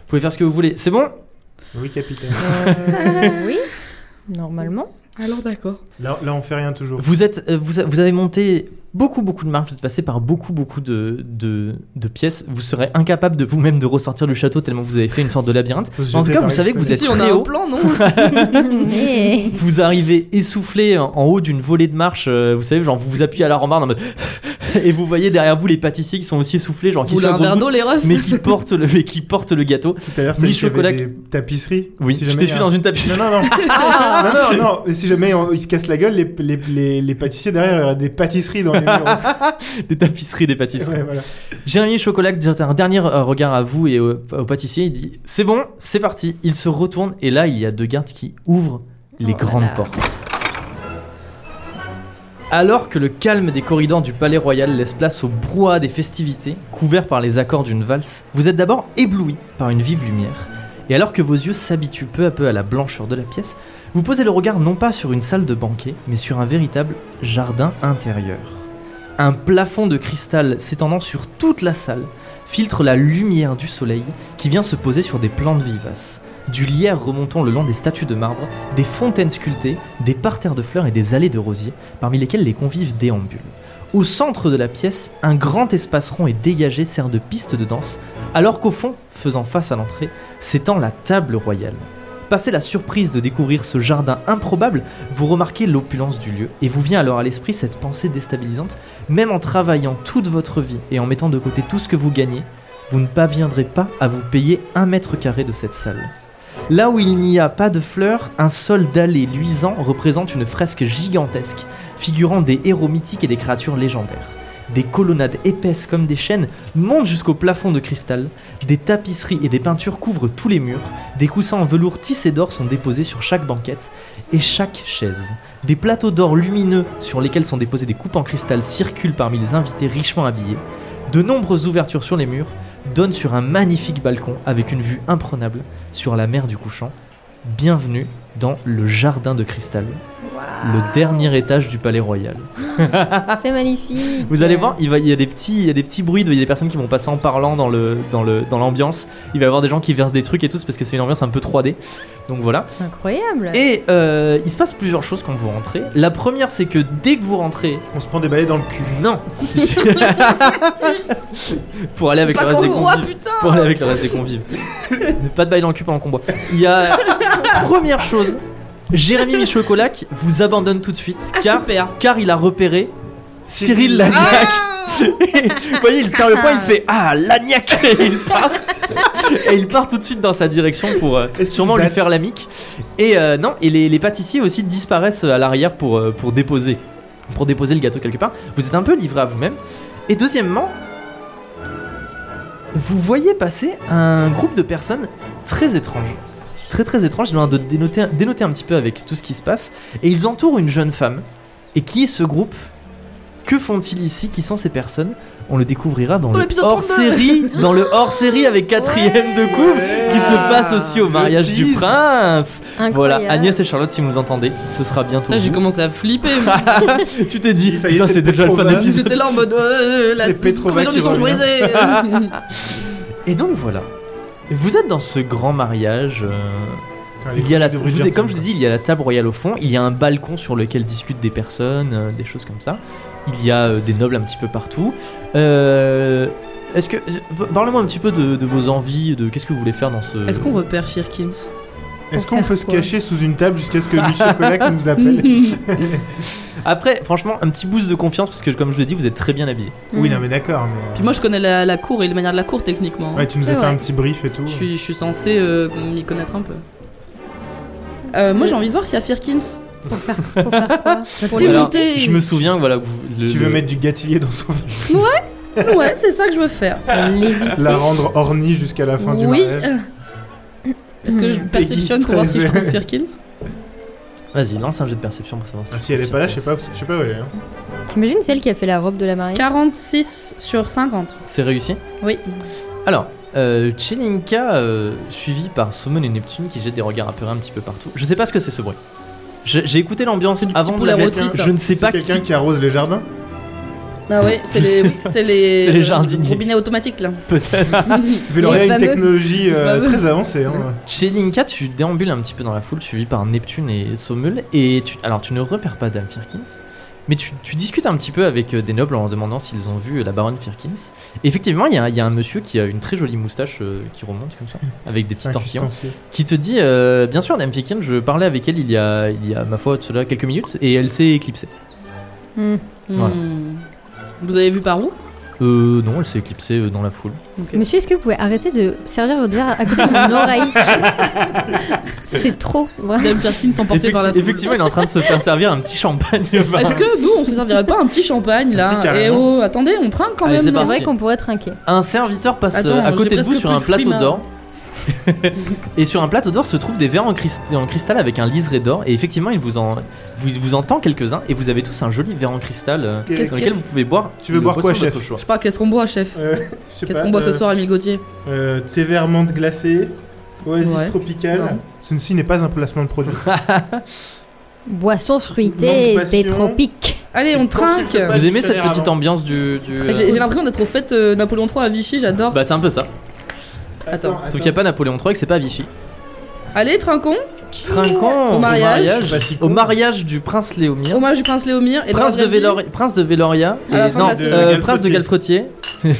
S1: pouvez faire ce que vous voulez. C'est bon
S5: Oui, capitaine.
S3: Euh, oui, normalement.
S2: Alors d'accord.
S5: Là, là, on fait rien toujours.
S1: Vous, êtes, euh, vous, a- vous avez monté beaucoup, beaucoup de marches, vous êtes passé par beaucoup, beaucoup de, de, de pièces. Vous serez incapable de vous-même de ressortir du château tellement vous avez fait une sorte de labyrinthe.
S5: Faut se
S1: En tout
S5: jeter
S1: cas,
S5: par
S1: vous savez que vous
S5: les
S1: êtes
S2: Si, on
S1: très
S2: a un
S1: haut.
S2: plan, non
S3: Mais-
S1: Vous arrivez essoufflé en, en haut d'une volée de marche, euh, vous savez, genre vous vous appuyez à la rambarde en mode et vous voyez derrière vous les pâtissiers qui sont aussi essoufflés, genre qui
S2: Vous
S1: sont
S2: voulez
S1: à
S2: un
S1: grosse
S2: verre d'eau, les refs
S1: goutte, mais qui portent le mais qui portent le gâteau.
S5: Tout à l'heure, t'as
S1: Mi
S5: dit qu'il y
S1: chocolat.
S5: avait des tapisseries.
S1: Oui,
S5: Si
S1: je
S5: jamais
S1: t'ai
S5: il y a
S1: fui
S5: un-
S1: dans une tapisserie.
S5: Non, non, non.
S1: Ah,
S5: non, non, non. Et si jamais on- ils se cassent la gueule, les, les, les, les pâtissiers derrière, il y aura des pâtisseries dans les murs. aussi.
S1: Des tapisseries, des pâtisseries.
S5: Ouais, voilà.
S1: Jérémy Chocolat jette un dernier euh, regard à vous et au, au pâtissier. Il dit C'est bon, c'est parti. Il se retourne et là, il y a deux gardes qui ouvrent les
S3: Oh
S1: grandes
S3: là là.
S1: portes. Alors que le calme des corridors du palais royal laisse place au brouhaha des festivités, couvert par les accords d'une valse, vous êtes d'abord ébloui par une vive lumière. Et alors que vos yeux s'habituent peu à peu à la blancheur de la pièce, vous posez le regard non pas sur une salle de banquet, mais sur un véritable jardin intérieur. Un plafond de cristal s'étendant sur toute la salle filtre la lumière du soleil qui vient se poser sur des plantes vivaces, du lierre remontant le long des statues de marbre, des fontaines sculptées, des parterres de fleurs et des allées de rosiers, parmi lesquelles les convives déambulent. Au centre de la pièce, un grand espace rond et dégagé sert de piste de danse, alors qu'au fond, faisant face à l'entrée, s'étend la table royale. Passé la surprise de découvrir ce jardin improbable, vous remarquez l'opulence du lieu et vous vient alors à l'esprit cette pensée déstabilisante, même en travaillant toute votre vie et en mettant de côté tout ce que vous gagnez, vous ne parviendrez pas à vous payer un mètre carré de cette salle. Là où il n'y a pas de fleurs, un sol dallé luisant représente une fresque gigantesque, figurant des héros mythiques et des créatures légendaires. Des colonnades épaisses comme des chaînes montent jusqu'au plafond de cristal, des tapisseries et des peintures couvrent tous les murs, des coussins en velours tissé d'or sont déposés sur chaque banquette et chaque chaise. Des plateaux d'or lumineux sur lesquels sont déposées des coupes en cristal circulent parmi les invités richement habillés. De nombreuses ouvertures sur les murs donnent sur un magnifique balcon avec une vue imprenable sur la mer du couchant. Bienvenue dans le jardin de cristal, le dernier étage du palais royal.
S3: C'est magnifique.
S1: Vous allez voir, il, va- il y a des petits, il y a des petits bruits, de- il y a des personnes qui vont passer en parlant dans le, dans le, dans l'ambiance. Il va y avoir des gens qui versent des trucs et tout c'est parce que c'est une ambiance un peu 3D. Donc voilà.
S3: C'est incroyable.
S1: Et euh, il se passe plusieurs choses quand vous rentrez. La première, c'est que dès que vous rentrez,
S5: On se prend des balais dans le cul.
S1: non, pour aller avec le
S2: Pas
S1: reste
S2: qu'on
S1: des
S2: voit,
S1: convives.
S2: putain
S1: Pour aller avec le reste des convives. pas de bail dans le cul pendant qu'on boit. Il y a première chose, Jérémy Michocolac vous abandonne tout de suite
S2: Ah,
S1: car
S2: super
S1: car il a repéré Cyril Lagnac. Vous voyez, il sert le poing, il fait Ah, Lagnac Et il part. Et il part tout de suite dans sa direction pour euh,
S5: qu'ils
S1: sûrement
S5: se
S1: lui
S5: battent
S1: faire la mique. Et euh, non, et les, les pâtissiers aussi disparaissent à l'arrière pour, euh, pour déposer pour déposer le gâteau quelque part. Vous êtes un peu livré à vous-même. Et deuxièmement, vous voyez passer un groupe de personnes très étranges. Très très étranges, j'ai besoin de dénoter, dénoter un petit peu avec tout ce qui se passe. Et ils entourent une jeune femme. Et qui est ce groupe Que font-ils ici Qui sont ces personnes On le découvrira dans,
S2: Dans
S1: le
S2: l'épisode
S1: hors
S2: 32.
S1: série, dans le hors série avec quatrième de couve qui se passe aussi au
S5: Le
S1: mariage du
S5: tease.
S1: prince.
S3: Incroyable.
S1: Voilà, Agnès et Charlotte, si vous entendez, ce sera bientôt.
S2: Putain, j'ai
S1: vous.
S2: commencé à flipper.
S1: tu t'es dit,
S5: Ça y est,
S1: putain,
S5: c'est
S1: c'est déjà le fin de
S5: Petrova.
S1: l'épisode.
S2: J'étais là en mode. Euh, la
S5: C'est
S2: combien de
S5: Petrova
S2: gens
S5: qui
S2: ils sont
S5: revient.
S2: joués, euh.
S1: Et donc voilà. Vous êtes dans ce grand mariage. euh,
S5: Putain, les
S1: il y a la,
S5: couilles de
S1: vous-
S5: Bridgerton,
S1: comme je vous
S5: quoi.
S1: ai dit, il y a la table royale au fond. Il y a un balcon sur lequel discutent des personnes, euh, des choses comme ça. Il y a euh, des nobles un petit peu partout. Euh, Est-ce que euh, parlez-moi un petit peu de, de vos envies, de qu'est-ce que vous voulez faire dans ce.
S2: Est-ce qu'on repère Firkins
S5: Est-ce
S3: Pour
S5: qu'on
S3: faire
S5: peut se
S3: quoi
S5: cacher sous une table jusqu'à ce que Michel Colac nous appelle
S1: Après, franchement, un petit boost de confiance parce que comme je vous l'ai dit, vous êtes très bien habillé.
S3: Hmm.
S5: Oui, non, mais d'accord. Mais... euh,
S2: Puis moi, je connais la, la cour et les manières de la cour techniquement.
S5: Ouais, tu nous
S3: C'est
S5: as fait
S3: vrai.
S5: un petit brief et tout.
S2: Je suis, je suis censé euh, m'y connaître un peu. Euh, moi, j'ai envie de voir s'il y a Firkins.
S3: Pour faire quoi Pour
S2: T'es
S3: les-
S1: Alors,
S2: monté
S1: Je me souviens, voilà. vous- le-
S5: Tu veux
S1: le-
S5: mettre du gâtillier dans son
S2: Ouais, c'est ça que je veux faire.
S3: pour l'éviter.
S5: la rendre ornie jusqu'à la fin du
S2: oui.
S5: mariage.
S2: Est-ce que je
S3: Peggy
S2: perceptionne pour voir si je
S5: 13.
S2: trouve Firkins
S1: Vas-y, lance un jet de perception pour savoir.
S5: Ah, si elle est pas là, je sais pas, je sais pas où elle est. hein.
S3: T'imagines celle qui a fait la robe de la mariée
S2: 46 sur 50.
S1: C'est réussi.
S2: Oui.
S1: Alors, euh, Chelinka, euh, suivi par Summon et Neptune qui jettent des regards apeurés un petit peu partout. Je sais pas ce que c'est ce bruit. Je- J'ai écouté l'ambiance
S2: C'est du petit
S1: avant de
S2: poulet
S1: la
S2: rôti,
S1: mettre.
S2: ça.
S1: Je ne sais
S5: C'est
S1: pas
S5: quelqu'un
S1: qui.
S5: qui arrose les jardins
S2: Ah oui, c'est les, oui, c'est les, euh,
S1: C'est les jardiniers.
S2: robinets automatiques là.
S1: Peut-être.
S5: Veloria a une
S3: fameux-
S5: technologie euh,
S2: fameux.
S5: très avancée. hein.
S1: Chez Linka, tu déambules un petit peu dans la foule, suivi par Neptune et Sommel. Et tu, alors, tu ne repères pas Dame Firkins, mais tu, tu discutes un petit peu avec euh, des nobles en leur demandant s'ils ont vu euh, la baronne Firkins. Et effectivement, il y, a- il y a un monsieur qui a une très jolie moustache euh, qui remonte comme ça, avec des petits
S5: C'est un
S1: tortillons.
S5: ustensiles.
S1: qui te dit euh, bien sûr Dame Fikin je parlais avec elle il y a il y a ma foi de cela quelques minutes et elle s'est éclipsée
S3: Hmm.
S1: Voilà.
S2: Hmm. Vous avez vu par où
S1: euh non elle s'est éclipsée euh, dans la foule
S3: Monsieur, est-ce que vous pouvez arrêter de servir votre verre à côté de mon oreille C'est trop, vraiment.
S2: Dame Perkins emportée par la
S1: Effecti-
S2: foule.
S1: effectivement il est en train de se faire servir un petit champagne
S2: Est-ce que nous on se servirait pas un petit champagne
S5: Si,
S2: là Eh
S5: carrément.
S2: oh, attendez, on trinque quand
S1: Allez,
S2: même.
S1: c'est
S3: C'est
S1: parti.
S3: vrai qu'on pourrait trinquer.
S1: un serviteur passe
S2: Attends,
S1: euh, à
S2: j'ai
S1: côté de vous
S2: presque
S1: sur
S2: plus
S1: un
S2: de
S1: plateau
S2: fruits,
S1: d'or et sur un plateau d'or se trouvent des verres en, crist- en cristal avec un liseré d'or et effectivement il vous en vous, il vous entend quelques-uns et vous avez tous un joli verre en cristal euh,
S5: Qu'est-
S1: dans lequel
S2: qu'est-ce-
S1: vous pouvez boire
S5: Tu veux
S1: le
S5: boire quoi,
S1: poisson de
S5: chef
S1: votre choix.
S2: Je sais pas, qu'est-ce qu'on boit, chef
S5: Euh, je sais
S2: Qu'est-ce
S5: pas,
S2: qu'on boit ce
S5: euh,
S2: soir, Émile Gauthier
S5: euh, Thé vert menthe glacée, oasis
S2: Ouais.
S5: tropicale.
S2: Non.
S5: Ceci n'est pas un placement de produit.
S3: Boisson
S5: Manque
S3: fruitée
S5: passion.
S3: des tropiques.
S2: Allez, on trinque
S5: consultes pas.
S1: vous
S5: Ouais,
S1: aimez
S5: ça a
S1: cette
S5: l'air
S1: petite
S5: avant.
S1: ambiance du, du, euh,
S2: J'ai j'ai l'impression d'être au fait euh, Napoléon III à Vichy, j'adore.
S1: bah c'est un peu ça
S2: Attends,
S1: sauf qu'il n'y a pas Napoléon III et que c'est pas Vichy
S2: Allez, trinquons
S1: Trinquons
S2: Au mariage.
S5: Je suis pas si
S1: au
S5: con.
S1: mariage du prince Léomir,
S2: Hommage du prince Léomir et
S1: prince,
S2: dans la
S1: de
S2: vraie vie-
S1: Vélor- prince de Véloria,
S2: À la
S1: et
S2: fin
S1: non,
S2: de la saison.
S1: euh,
S5: Galfrottier.
S1: prince de Galfrottier.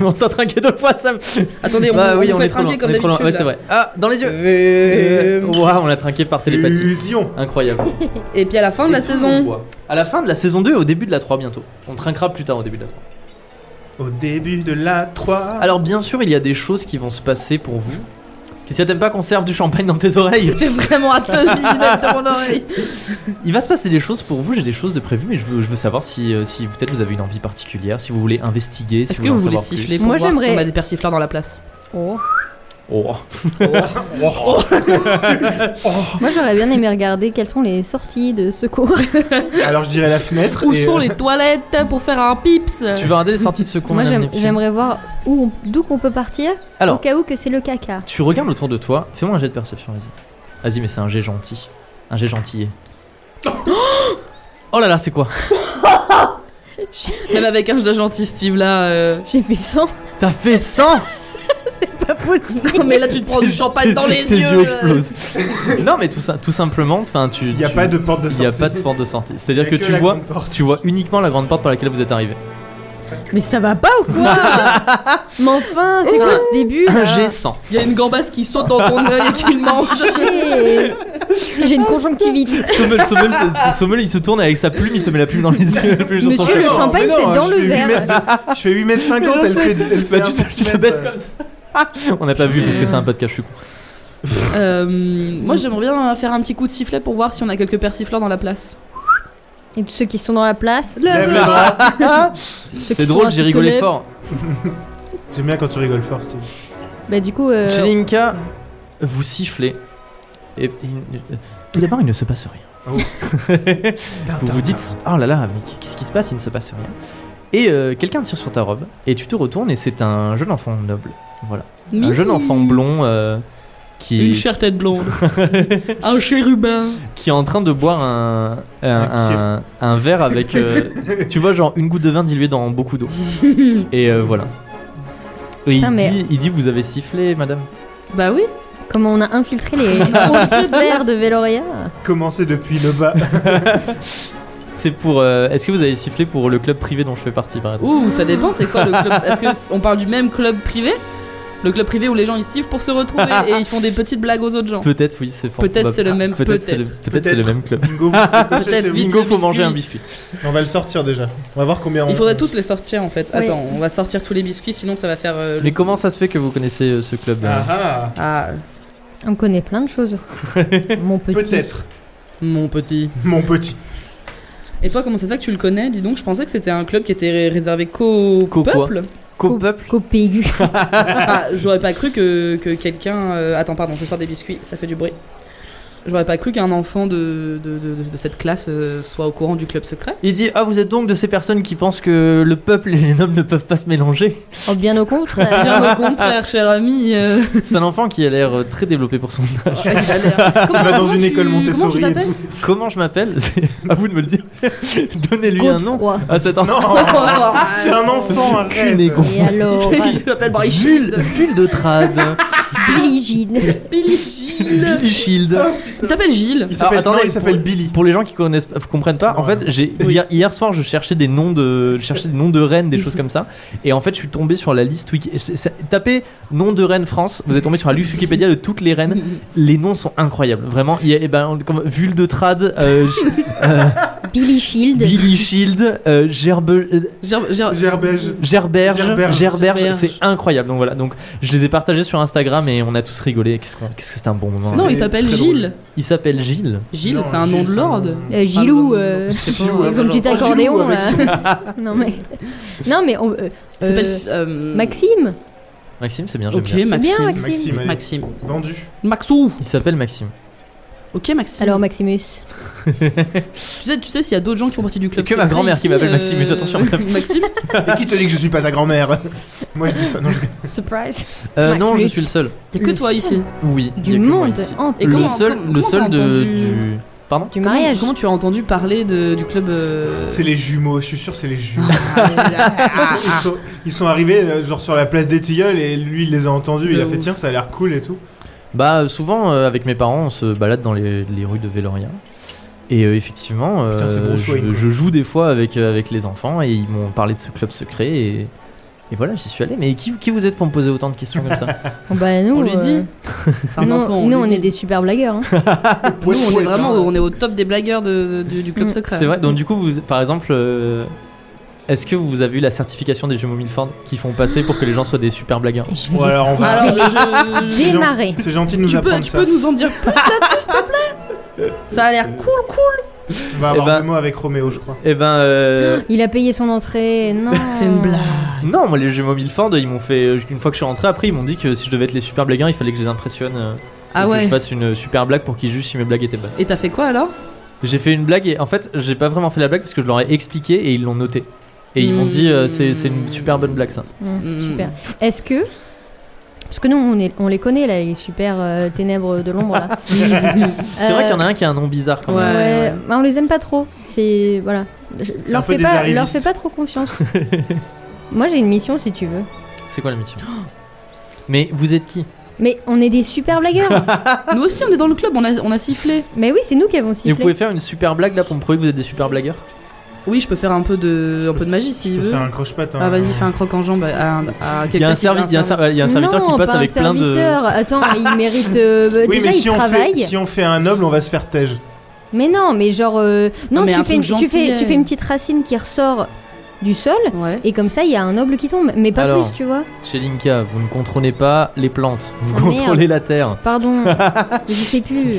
S1: on s'est trinqué deux fois, Sam.
S2: Attendez, on,
S1: Ah
S2: on
S1: oui,
S2: vous fait
S1: est trop loin,
S2: trinquer comme
S1: on est trop loin.
S2: d'habitude.
S1: Ouais, c'est vrai. Ah, dans les yeux. oh,
S2: Euh,
S1: Waouh, on l'a trinqué par télépathie.
S5: Fusion.
S1: Incroyable.
S2: Et puis à la fin de la saison,
S1: À la fin de la saison 2 et au début de la 3 bientôt. On trinquera plus tard au début de la 3.
S5: Au début de la 3.
S2: Ah.
S1: Alors bien sûr, il y a des choses qui vont se passer pour vous. Et si t'aimes pas qu'on serve du champagne dans tes oreilles,
S2: c'était vraiment à 2 mm de mon oreille.
S1: il va se passer des choses pour vous. J'ai des choses de prévues, mais je veux, je veux savoir si, euh, si peut-être vous avez une envie particulière, si vous voulez investiguer, si
S2: Est-ce que vous
S1: en
S2: voulez
S1: savoir plus.
S2: siffler
S3: pour
S2: pour
S3: Moi, voir si
S2: si
S3: j'aimerais-
S2: on
S3: on
S2: a
S3: a
S2: des persifleurs dans la place
S3: Oh.
S1: Oh.
S3: Moi, j'aurais bien aimé regarder quelles sont les sorties de secours.
S5: Alors, je dirais la fenêtre.
S2: Où
S5: et,
S2: sont
S5: euh,
S2: les toilettes hein, pour faire un pips
S1: Tu vas regarder les sorties de secours.
S3: Moi,
S1: Madame
S3: j'aime-
S1: Neptune.
S3: j'aimerais voir où on- d'où qu'on peut partir au
S1: Alors,
S3: cas où que c'est le caca.
S1: tu regardes autour de toi. Fais-moi un jet de perception, vas-y. Vas-y, mais c'est un jet gentil. Un jet gentil. Oh là là, c'est quoi
S2: Même avec un jeu gentil, Steve là. euh,
S3: J'ai fait 100.
S1: T'as fait 100
S3: Pas possible.
S2: Non mais là tu te prends du
S1: Tes-
S2: champagne dans
S1: tes-
S2: les
S1: tes
S2: yeux.
S1: yeux explosent. non, mais tout, ça, tout simplement, enfin, tu.
S5: Il n'y a
S1: tu-
S5: pas de porte de
S1: Il
S5: sortie.
S1: n'y a pas de porte de sortie. C'est-à-dire
S5: Il
S1: que
S5: y a
S1: tu
S5: la
S1: vois,
S5: grande porte.
S1: tu vois uniquement la grande porte par laquelle vous êtes arrivé.
S3: Mais ça va pas ou quoi Mais enfin, c'est quoi ce début
S1: Un
S3: là
S1: jet 100.
S2: Il y a une gambasse qui saute dans ton œil et qui le mange.
S3: J'ai- J'ai une conjonctivite.
S1: Sommel, Sommel, Sommel, il se tourne avec sa plume, il te met la plume dans les yeux. la plume sur son
S2: Eh,
S3: Monsieur,
S1: cheveu.
S3: le champagne,
S5: mais
S3: c'est
S5: non,
S3: dans
S5: je
S3: le
S5: fais huit
S3: verre.
S5: mètres de- Je fais 8 mètres 50,
S1: Mais non,
S5: elle
S1: c'est-
S5: fait, elle fait
S1: Bah, tu,
S5: un
S1: te- tu te
S5: centimètre,
S1: baisses
S5: euh,
S1: comme ça. On n'a pas vu parce que c'est un podcast, je suis con.
S2: Euh, moi j'aimerais bien faire un petit coup de sifflet pour voir si on a quelques persifleurs dans la place.
S3: Et tous ceux qui sont dans la place,
S5: Lève le bras.
S3: ceux
S1: C'est
S3: qui sont
S1: drôle, j'ai rigolé
S3: assolés.
S1: fort.
S5: J'aime bien quand tu rigoles fort, Steve.
S3: Bah du coup, euh,
S1: Chelinka, vous sifflez. Et, et- euh, tout d'abord, il ne se passe rien. vous vous dites, oh là là, mais qu'est-ce qui se passe Il ne se passe rien. Et euh, quelqu'un tire sur ta robe, et tu te retournes, et c'est un jeune enfant noble. Voilà. Un jeune enfant blond euh, qui,
S2: Une
S1: est,
S2: chère tête blonde. un chérubin.
S1: qui est en train de boire un, un,
S5: Un
S1: un- un verre avec, euh, tu vois, genre une goutte de vin diluée dans beaucoup d'eau. Et euh, voilà. Et il,
S3: Putain, mais-
S1: dit, il dit, vous avez sifflé, madame.
S2: Bah oui.
S3: comment on a infiltré les honteux verres de Veloria
S5: Commencer depuis le bas.
S1: C'est pour. euh, Est-ce que vous avez sifflé pour le club privé dont je fais partie, par exemple
S2: Ouh, ça dépend, c'est quoi le club Est-ce que c- on parle du même club privé Le club privé où les gens ils sifflent pour se retrouver et ils font des petites blagues aux autres gens.
S1: Peut-être, oui, c'est fort.
S2: Peut-être
S1: probable.
S2: c'est le même-
S1: Peut-être c'est le,
S2: peut-être.
S1: peut-être c'est le même club.
S5: Bingo, vous faites cocher,
S2: Peut-être
S5: c'est
S2: vite.
S5: bon.
S1: Bingo,
S2: le
S1: faut
S2: biscuit.
S1: manger un biscuit.
S5: On va le sortir déjà. On va voir combien on.
S2: Il faudrait tous les sortir en fait.
S3: Oui.
S2: Attends, on va sortir tous les biscuits sinon ça va faire. euh, le-
S1: Mais comment ça se fait que vous connaissez euh, ce club euh,
S5: Ah ah.
S2: Ah,
S3: On connaît plein de choses. Mon petit.
S5: Peut-être,
S2: mon petit.
S5: mon petit.
S2: Et toi, comment ça se fait que tu le connais Dis donc, je pensais que c'était un club qui était ré- réservé qu'au
S1: Qu'au quoi
S2: peuple.
S1: Qu'au peuple
S3: Copégu.
S2: Ah, j'aurais pas cru que, que quelqu'un. euh, Attends, pardon, je sors des biscuits, ça fait du bruit. J'aurais pas cru qu'un enfant de, de, de- de cette classe euh, soit au courant du club secret.
S1: Il dit Ah, vous êtes donc de ces personnes qui pensent que le peuple et les nobles ne peuvent pas se mélanger
S3: Oh, bien au contraire.
S2: Bien au contraire, cher ami. euh,
S1: C'est un enfant qui a l'air euh, très développé pour son âge.
S2: il a l'air- Comment-
S5: On va dans
S2: comment
S5: une
S2: tu-
S5: école
S2: comment tu
S5: Montessori et
S2: t'appelles
S5: tout.
S1: Comment je m'appelle C'est à vous de me le dire. Donnez-lui un nom
S3: Godefroy.
S1: à cet enfant.
S5: Non,
S2: Oh,
S5: c'est un enfant, arrête.
S1: Cunégon.
S3: Et alors,
S2: Il l'appelle Barry
S1: Jules,
S2: Shield.
S1: Jules de Trade,
S3: Billie Jean.
S2: Billy Gilles.
S1: Billy Shield.
S2: Il s'appelle Gilles.
S5: Il Ah, s'appelle
S1: Alors, attendez,
S5: non, il s'appelle
S1: pour-
S5: Billy.
S1: Pour les gens qui connaissent, comprennent pas, en
S5: Ouais.
S1: fait, j'ai hier, hier soir, je cherchais des noms de, je cherchais des noms de reines, des choses comme ça, et en fait, je suis tombé sur la liste wiki. c'est- c'est- Tapez nom de reine France, vous êtes tombé sur la liste Wikipédia de toutes les reines. Les noms sont incroyables, vraiment. Il y a, eh ben, comme Vul de Trade, euh, J- euh,
S3: Billy Shield.
S1: Billy Shield, euh, Gerbe, euh,
S2: Ger- Ger-
S5: Gerbège.
S1: Gerberge,
S5: Gerberge.
S1: Gerberge,
S2: Gerberge.
S1: c'est incroyable. Donc voilà, donc je les ai partagés sur Instagram et on a tous rigolé. Qu'est-ce qu'on- qu'est-ce que c'était un bon moment. hein.
S2: Non,
S5: C'était
S2: il s'appelle
S5: très
S2: Gilles.
S1: Il s'appelle Gilles.
S2: Gilles,
S5: Non,
S2: c'est un nom de
S5: Gilles,
S2: lord.
S5: c'est
S3: Euh, Gilou, euh,
S2: C'est pas-
S5: Oh, Gilou,
S2: ils ont
S5: avec
S2: le petit
S5: son-
S3: accordéon,
S5: Gilou avec
S3: là.
S5: son-
S3: non mais, non mais, on- euh,
S2: Il s'appelle
S3: euh,
S2: euh,
S3: Maxime.
S1: Maxime, c'est bien, j'aime
S2: Ok,
S1: bien.
S3: Bien,
S2: Maxime.
S3: Maxime.
S5: Maxime, allez.
S2: Maxime.
S5: vendu.
S2: Maxou.
S1: Il s'appelle Maxime.
S2: Ok, Maxime.
S3: Alors Maximus.
S2: tu sais, tu sais s'il y a d'autres gens qui font partie du club.
S1: Et que ma
S2: secret
S1: grand-mère qui
S2: ici,
S1: m'appelle
S2: euh,
S1: Maxime, mais attention.
S2: Maxime.
S5: Et qui te dit que je suis pas ta grand-mère Moi je dis ça. Non, je...
S3: Surprise.
S1: Euh,
S3: Max
S1: non, je
S3: Luth.
S1: suis le seul.
S2: Il y a que
S3: Le
S2: toi
S3: seul.
S2: ici.
S1: Oui. il y a
S3: Du
S1: que moi
S3: monde
S1: ici.
S3: entier.
S2: Et
S1: le
S2: comment-
S1: seul,
S2: comment-
S1: le
S2: comment
S1: seul
S2: t'as
S1: de,
S2: entendu-
S1: du. Pardon.
S3: Du mariage.
S2: Comment tu as entendu parler de- du club euh, Ah,
S5: C'est les jumeaux, je suis sûr, c'est les jumeaux. Ils sont, ils sont arrivés euh, genre sur la place des Tilleuls et lui il les a entendus. Il
S2: De
S5: a fait
S2: ouf.
S5: tiens, ça a l'air cool et tout.
S1: Bah souvent euh, avec mes parents, on se balade dans les, les rues de Véloria. Et euh, effectivement, euh,
S5: Putain, c'est bon choix,
S1: je,
S5: Nico.
S1: je joue des fois avec, euh, avec les enfants et ils m'ont parlé de ce club secret et, et voilà, j'y suis allé. Mais qui, qui vous êtes pour me poser autant de questions comme ça
S3: Bon, bah nous.
S2: On lui
S3: euh,
S2: dit. C'est un
S3: nous,
S2: enfant.
S3: nous, on
S2: lui
S3: est
S2: dit.
S3: des super blagueurs. hein.
S2: Nous, on est
S5: Pouet,
S2: vraiment,
S5: hein.
S2: on est au top des blagueurs de- de- du club
S3: Mm.
S2: secret.
S1: C'est vrai. Donc du coup, vous, par exemple, euh, est-ce que vous avez eu la certification des jumeaux Milford qui font passer pour que les gens soient des super hein blagueurs
S5: Bon, alors on va.
S2: Alors, je-
S5: C'est gen-
S3: Démarrer.
S5: C'est gentil de nous
S2: tu peux,
S5: apprendre
S2: tu
S5: ça.
S2: peux nous en dire plus là-dessus, s'il te plaît Ça a l'air cool, cool.
S5: On va
S1: Eh
S5: avoir
S1: ben-
S5: deux mots avec Roméo, je crois.
S1: Eh ben, euh,
S3: Il a payé son entrée. Non.
S2: C'est une blague.
S1: Non, moi les jumeaux Milford, ils m'ont fait. euh, Une fois que je suis rentré, après, ils m'ont dit que si je devais être les super blagueurs, il fallait que je les impressionne. euh, et
S2: Ah
S1: Que je
S2: ouais.
S1: fasse une super blague pour qu'ils jugent si mes blagues étaient bonnes.
S2: Et t'as fait quoi alors
S1: J'ai fait une blague et en fait, j'ai pas vraiment fait la blague parce que je leur ai expliqué et ils l'ont noté. Et ils m'ont dit, euh, c'est c'est une super bonne blague ça.
S3: Mmh,
S2: Mm.
S3: Super. Est-ce que. Parce que nous, on, est, on les connaît, là, les super euh, ténèbres de l'ombre. là.
S1: C'est vrai
S3: Euh,
S1: qu'il y en a un qui a un nom bizarre quand
S2: ouais.
S1: même.
S3: Ouais, bah, on les aime pas trop. C'est. Voilà. Je-
S5: un
S3: leur,
S5: peu
S3: fais
S5: des
S3: pas,
S5: arrivistes.
S3: leur fais pas trop confiance. Moi, j'ai une mission si tu veux.
S1: C'est quoi la mission Mais vous êtes qui
S3: Mais on est des super blagueurs.
S2: Mm. Nous aussi, on est dans le club, on a, on a sifflé.
S3: Mais oui, c'est nous qui avons
S1: Et vous
S3: sifflé.
S1: pouvez faire une super blague là pour me prouver que vous êtes des super blagueurs
S2: Oui, je peux faire un peu de, un peu de magie s'il
S5: Je vais
S2: veut.
S5: faire un croche-patte. hein.
S2: Ah, vas-y, fais un croc en jambe à,
S1: Il
S2: un- à
S1: y a
S2: quelqu'un.
S1: un,
S2: qui fait
S1: servi- il y a un
S2: serveur.
S1: ser- il y a un serviteur
S3: non,
S1: qui passe
S3: pas
S1: avec
S3: un
S1: plein de.
S3: serviteur. Attends, il mérite. euh, bah,
S5: Oui,
S3: déjà,
S5: mais
S3: il
S5: si on,
S3: travaille.
S5: fait, si on fait un noble, on va se faire tège.
S3: Mais non, mais genre. euh,
S2: Non,
S3: Non,
S2: mais un
S3: tu, fais une,
S2: truc
S3: tu, fais,
S2: gentil,
S3: tu
S2: euh.
S3: fais une petite racine qui ressort du sol.
S2: Ouais.
S3: Et comme ça, il y a un noble qui tombe. Mais pas
S1: Alors.
S3: plus, tu vois.
S1: Chez Linka, vous ne contrôlez pas les plantes, vous
S3: Ah, merde.
S1: contrôlez la terre.
S3: Pardon. je sais plus.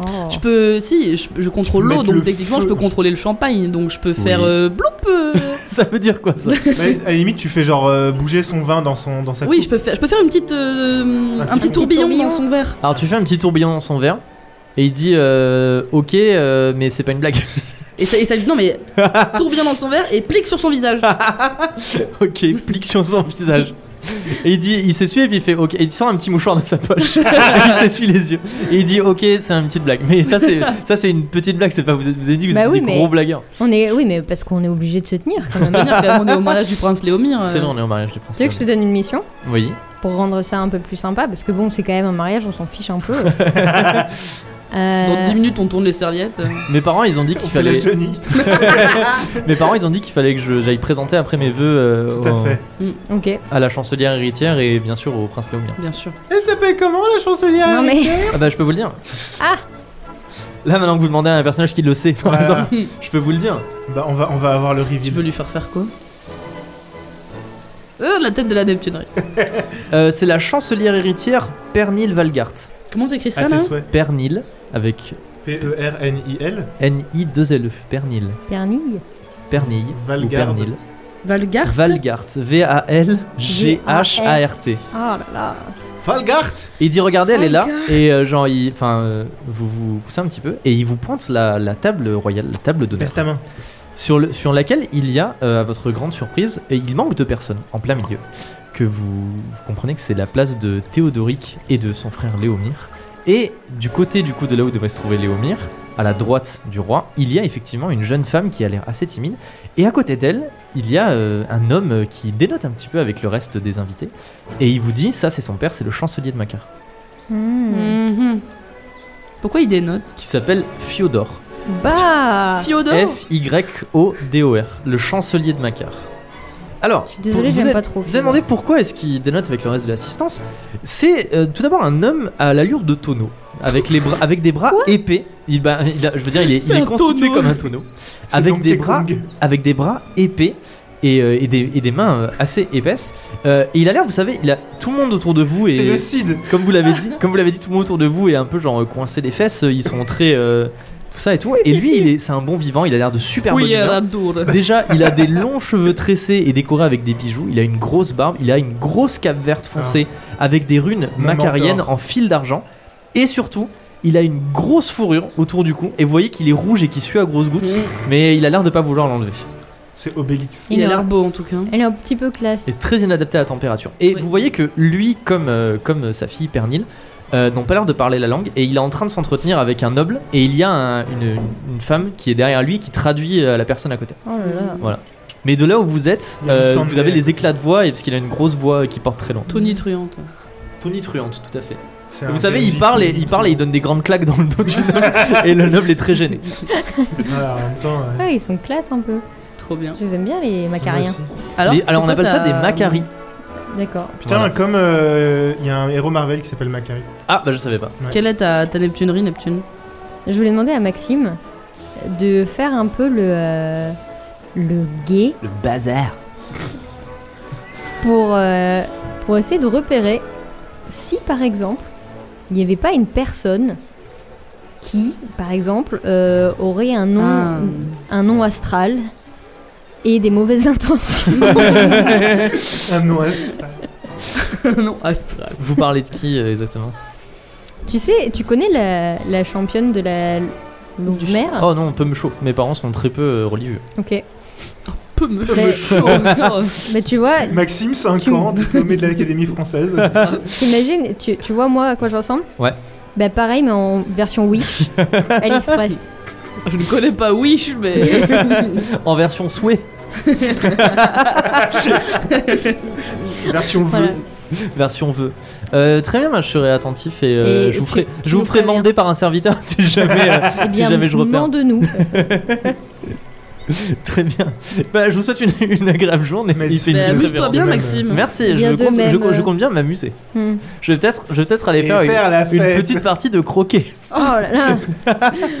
S3: Oh.
S2: Je peux, si, je, je contrôle l'eau,
S5: Mettre
S2: donc
S5: le
S2: techniquement,
S5: feu.
S2: je peux contrôler le champagne, donc je peux faire euh, bloup. euh.
S1: Ça veut dire quoi ça
S5: Bah, à la limite, tu fais genre euh, bouger son vin dans, son, dans sa
S2: Oui,
S5: coupe.
S2: je peux faire, je peux faire une petite, euh,
S5: Ah, c'est
S2: un petit
S5: bon.
S2: tourbillon,
S3: Tourbillon.
S2: dans son verre.
S1: Alors tu fais un petit tourbillon dans son verre et il dit euh, ok euh, mais c'est pas une blague.
S2: Et ça, et ça, non mais tourbillon dans son verre et plique sur son visage.
S1: ok, plique sur son visage. Et il dit, il s'essuie et puis il fait ok. Et il sort un petit mouchoir de sa poche. Et il s'essuie les yeux. Et il dit ok, c'est une petite blague. Mais ça c'est ça c'est une petite blague. C'est pas vous, êtes- vous avez dit que vous
S3: Bah
S1: étiez
S3: oui,
S1: des
S3: mais-
S1: gros blagueurs.
S3: On est, oui, mais parce qu'on est obligé de se tenir. quand même.
S2: Je veux dire, quand même, on est au mariage du prince Léomir. euh,
S1: C'est vrai, on est au mariage, je pense.
S3: Tu sais que je te donne une mission
S1: Oui.
S3: pour rendre ça un peu plus sympa, parce que bon, c'est quand même un mariage, on s'en fiche un peu. Euh,
S2: Dans 10 minutes, on tourne les serviettes. euh,
S1: Mes parents ils ont dit qu'il
S5: On fait la
S1: fallait.
S5: Johnny.
S1: Mes parents ils ont dit qu'il fallait que je- j'aille présenter après mes vœux euh,
S5: Tout à
S1: au-
S5: fait.
S3: ok.
S1: à la chancelière héritière et bien sûr au prince Léomir.
S2: Bien sûr.
S5: Elle s'appelle comment la chancelière
S3: Non mais
S1: Ah bah je peux vous le dire.
S3: Ah.
S1: Là maintenant que vous demandez à un personnage qui le sait, par
S5: Voilà.
S1: exemple, je peux vous le dire.
S5: Bah, on va, on va avoir le
S2: Tu
S5: reveal.
S2: veux lui faire faire quoi Euh, la tête de la Neptunerie.
S1: Euh, c'est la chancelière héritière Pernil Valgart.
S2: Comment t'écris ça
S5: À
S1: Ah,
S2: là
S5: tes souhaits.
S1: Pernil avec
S5: P-E-R-N-I-l.
S1: N-I-2-L-E. E. Pernil.
S3: Pernille.
S1: Pernil.
S5: Valgarde.
S1: Ou Pernil.
S2: Valgar
S1: Valgart. V-A-L-G-H-A-R-T.
S3: Oh là là.
S5: Valgart
S1: Il dit Regardez, elle est là.
S2: Valgard.
S1: Et euh, genre, il- enfin, euh, vous vous poussez un petit peu. Et il vous pointe la, la table royale, la table d'honneur.
S5: Laisse ta main.
S1: sur, le- sur laquelle il y a, euh, à votre grande surprise, et il manque deux personnes en plein milieu. Que vous, vous comprenez que c'est la place de Théodoric et de son frère Léomir. Et du côté du coup de là où devrait se trouver Léomir, à la droite du roi, il y a effectivement une jeune femme qui a l'air assez timide. Et à côté d'elle, il y a euh, un homme euh, qui dénote un petit peu avec le reste des invités. Et il vous dit, ça c'est son père, c'est le chancelier de Macar,
S3: Mmh.
S2: Mhm. Pourquoi il dénote
S1: qui s'appelle Fiodor. Ah.
S3: Bah
S2: Fiodor
S1: F-Y-O-D-O-R, le chancelier de Macar. Alors,
S3: Je suis désolée,
S1: vous- vous
S3: j'aime
S1: êtes-
S3: pas trop.
S1: Vous avez demandé pourquoi est-ce qu'il dénote avec le reste de l'assistance C'est euh, tout d'abord un homme à l'allure de tonneau, avec, les bras, avec des bras épais. Il, bah, il a- je veux dire, il est, il
S2: C'est
S1: est
S2: un
S1: constitué
S2: tonneau.
S1: comme un tonneau,
S5: C'est
S1: avec
S5: Donkey
S1: des, bras,
S5: Kong.
S1: avec des bras épais et, euh, et des, et des mains euh, assez épaisses. Euh, et il a l'air, vous savez, il a tout le monde autour de vous
S5: C'est
S1: et
S5: le Cid.
S1: comme vous l'avez dit, comme vous l'avez dit, tout le monde autour de vous est un peu genre euh, coincé des fesses. euh, Ils sont très euh, tout ça et tout. Et lui, il est, c'est un bon vivant. Il a l'air de super bon
S2: Oui,
S1: vivant.
S2: elle adore.
S1: Déjà, il a des longs cheveux tressés et décorés avec des bijoux. Il a une grosse barbe. Il a une grosse cape verte foncée avec des runes
S5: Mon
S1: macariennes
S5: mentor.
S1: en fil d'argent. Et surtout, il a une grosse fourrure autour du cou. Et vous voyez qu'il est rouge et qu'il sue à grosses gouttes. Mais il a l'air de pas vouloir l'enlever.
S5: C'est Obélix.
S2: Il a
S3: Il
S2: l'air
S3: aura-
S2: beau en tout cas.
S3: Elle est un petit peu classe.
S1: est très inadapté à la température. Et
S2: Oui.
S1: vous voyez que lui, comme, euh, comme sa fille Pernil, euh, n'ont pas l'air de parler la langue et il est en train de s'entretenir avec un noble et il y a un- une, une femme qui est derrière lui qui traduit euh, à la personne à côté.
S3: Oh là là.
S1: Voilà. Mais de là où vous êtes,
S5: Il y a du
S1: euh,
S5: sang de
S1: vous avez
S5: verre.
S1: les éclats de voix et parce qu'il a une grosse voix qui porte très longtemps.
S2: Tony Truante.
S1: Tony Truante, tout à fait. Et
S5: C'est un
S1: vous savez, il
S5: Belgique.
S1: parle et il parle et il donne des grandes claques dans le dos du noble et le noble est très gêné.
S5: Voilà, en même temps. ouais.
S3: Ah, ils sont classe un peu.
S2: Trop bien.
S3: Je les aime bien les
S5: Moi
S3: macariens.
S5: aussi.
S1: Les-
S2: c'est
S1: on
S2: quoi
S1: appelle ça
S2: ta-
S1: des macaris.
S3: D'accord.
S5: Putain,
S1: Voilà.
S5: comme euh, il y a un héros Marvel qui s'appelle Macari.
S1: Ah bah je savais pas.
S2: Quelle est ta, ta Neptunerie, Neptune
S3: Je voulais demander à Maxime de faire un peu le euh, le gay
S1: Le bazar.
S3: pour euh, pour essayer de repérer si par exemple il n'y avait pas une personne qui par exemple euh, aurait un nom
S2: Ah.
S3: un nom astral et des mauvaises intentions.
S5: Un Noël.
S2: non, Astral.
S1: Vous parlez de qui euh, exactement
S3: tu sais, tu connais la, la championne de la
S2: Du-
S3: mer
S1: Oh non, on peut me chaud. Mes parents sont très peu euh, religieux.
S3: OK.
S2: Peu me
S3: Mais-
S2: chaud encore.
S3: Mais tu vois,
S5: Maxime, 5
S3: Tu-
S5: ans, diplômé de l'Académie française.
S3: T'imagines, tu, tu vois moi à quoi je ressemble
S1: Ouais.
S3: Bah pareil mais en version Wish, AliExpress. Eh
S2: Je ne connais pas Wish, mais.
S1: En version souhait,
S5: Version vœu.
S3: Voilà.
S1: version vœu. Euh, très bien, moi, je serai attentif et, euh,
S3: Et
S1: je vous
S3: tu-
S1: ferai,
S3: tu
S1: je vous
S3: nous
S1: ferai
S3: préviens.
S1: mander par un serviteur si jamais, euh,
S3: Eh
S1: si
S3: bien,
S1: jamais je repère.
S3: de nous.
S1: Très bien. Bah, je vous souhaite une, une agréable journée.
S5: Mais-
S1: Il fait une
S3: Bah
S2: mais
S1: petite
S2: amuse-toi
S1: référence.
S2: bien,
S5: même.
S2: Maxime.
S1: Merci. Je
S3: Bien de
S1: compte, je,
S3: même.
S2: euh.
S1: je compte bien m'amuser.
S3: Hmm.
S1: Je vais peut-être, je vais peut-être aller
S5: Et
S1: faire, une-
S5: faire la
S1: une,
S5: fête.
S1: petite partie de croquet.
S3: Oh là là,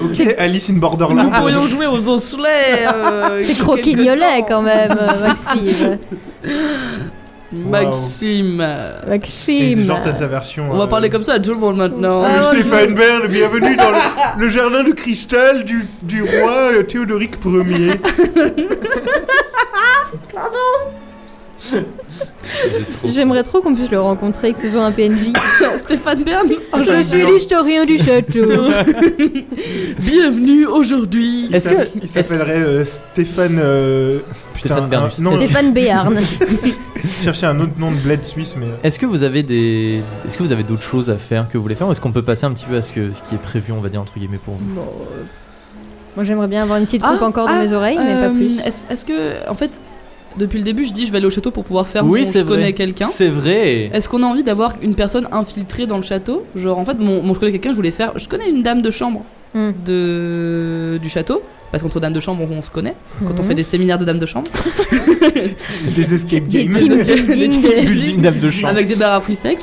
S5: Ok,
S3: C'est-
S5: Alice in
S2: Nous
S5: Borderland.
S2: pourrions jouer aux osselets. euh,
S3: c'est
S2: quelque
S3: croquignolet
S2: temps.
S3: quand même, euh, Maxime.
S2: Maxime.
S5: Et c'est
S3: Maxime.
S5: genre t'as sa version.
S2: On va
S5: euh,
S2: parler comme ça à tout le monde maintenant.
S3: Ah, ouais,
S5: Stéphane Bern, bienvenue dans le, le jardin de cristal du, du roi euh, Théodoric Ier.
S3: J'aimerais trop qu'on puisse le rencontrer, que ce soit un PNJ.
S2: Stéphane Bern.
S3: Oh, je suis l'historien du château.
S2: Bienvenue aujourd'hui.
S5: Il
S1: Est-ce
S5: s'appelle-
S1: que-
S5: il s'appellerait euh, Stéphane euh, putain,
S1: Stéphane Bernus.
S5: un- non, je
S3: Stéphane Béarn.
S5: cherchais un autre nom de bled suisse mais
S1: Est-ce que vous avez des, est-ce que vous avez d'autres choses à faire que vous voulez faire, ou est-ce qu'on peut passer un petit peu à ce que, ce qui est prévu, on va dire entre guillemets pour vous.
S3: Bon, euh, Moi j'aimerais bien avoir une petite coupe
S2: Ah,
S3: encore dans
S2: ah,
S3: mes oreilles, mais pas
S2: Euh,
S3: plus.
S2: Est-ce est-ce que, en fait, depuis le début, je dis je vais aller au château pour pouvoir faire
S1: Oui,
S2: mon
S1: c'est
S2: je connais
S1: vrai.
S2: quelqu'un.
S1: C'est vrai. et-
S2: Est-ce qu'on a envie d'avoir une personne infiltrée dans le château Genre, en fait, mon, mon je connais quelqu'un, je voulais faire. Je connais une dame de chambre
S3: Hmm.
S2: de, du château. Parce qu'entre dames de chambre, on, on se connaît. Quand
S3: Hmm. Mhm.
S2: on fait des séminaires de dames de chambre.
S5: euh, des escape
S3: Des
S5: games.
S3: team
S2: Des
S3: building.
S2: team
S3: de-
S1: Building d'âme de champ.
S2: avec des barres à fruits secs.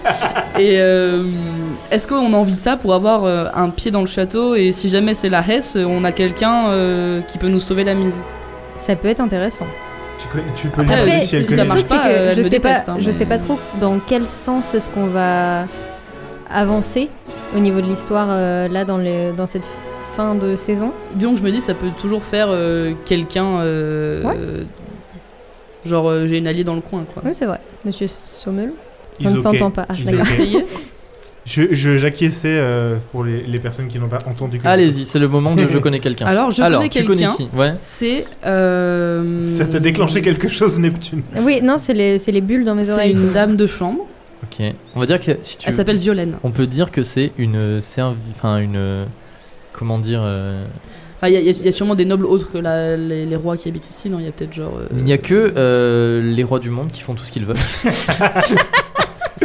S2: Et euh, est-ce qu'on a envie de ça pour avoir euh, un pied dans le château Et si jamais c'est la Hesse, on a quelqu'un euh, qui peut nous sauver la mise.
S3: Ça peut être intéressant.
S5: Tu, connais- tu peux
S2: Après,
S5: lui demander
S2: si
S5: si elle
S2: ça
S5: connaît.
S3: le
S2: marche
S3: truc, c'est
S2: pas,
S3: que
S2: euh, elle
S3: je
S2: me
S3: sais
S2: déteste,
S3: pas,
S2: hein,
S3: je
S2: mais-
S3: sais pas trop dans quel sens est-ce qu'on va avancer au niveau de l'histoire euh, là dans les, dans cette fin de saison.
S2: Disons que je me dis, ça peut toujours faire euh, quelqu'un. euh,
S3: Ouais.
S2: euh, genre, euh, j'ai une alliée dans le coin, quoi.
S3: Oui, c'est vrai. Monsieur Sommel,
S5: Ils
S3: ça ne
S5: ok.
S3: s'entend pas. Ah, je
S5: Ils
S3: d'accord.
S5: ok.
S2: Essayez.
S5: Je, je- j'acquiesçais euh, pour les, les personnes qui n'ont pas entendu. que-
S1: Allez-y, c'est le moment de je connais quelqu'un.
S2: Alors, je connais
S1: tu
S2: quelqu'un.
S1: connais qui Ouais.
S2: C'est. euh,
S5: Ça t'a déclenché quelque chose Neptune.
S3: Oui, non, c'est les, c'est les bulles dans mes
S2: C'est
S3: oreilles.
S2: une dame de chambre.
S1: Ok. On va dire que si tu.
S2: Elle s'appelle Violaine.
S1: On peut dire que c'est euh, une servi... enfin une comment dire euh,
S2: Enfin, il y, a- il y a- il y a sûrement des nobles autres que la- les, les rois qui habitent ici, non Il y a peut-être genre. euh,
S1: Il n'y a que euh, les rois du monde qui font tout ce qu'ils veulent.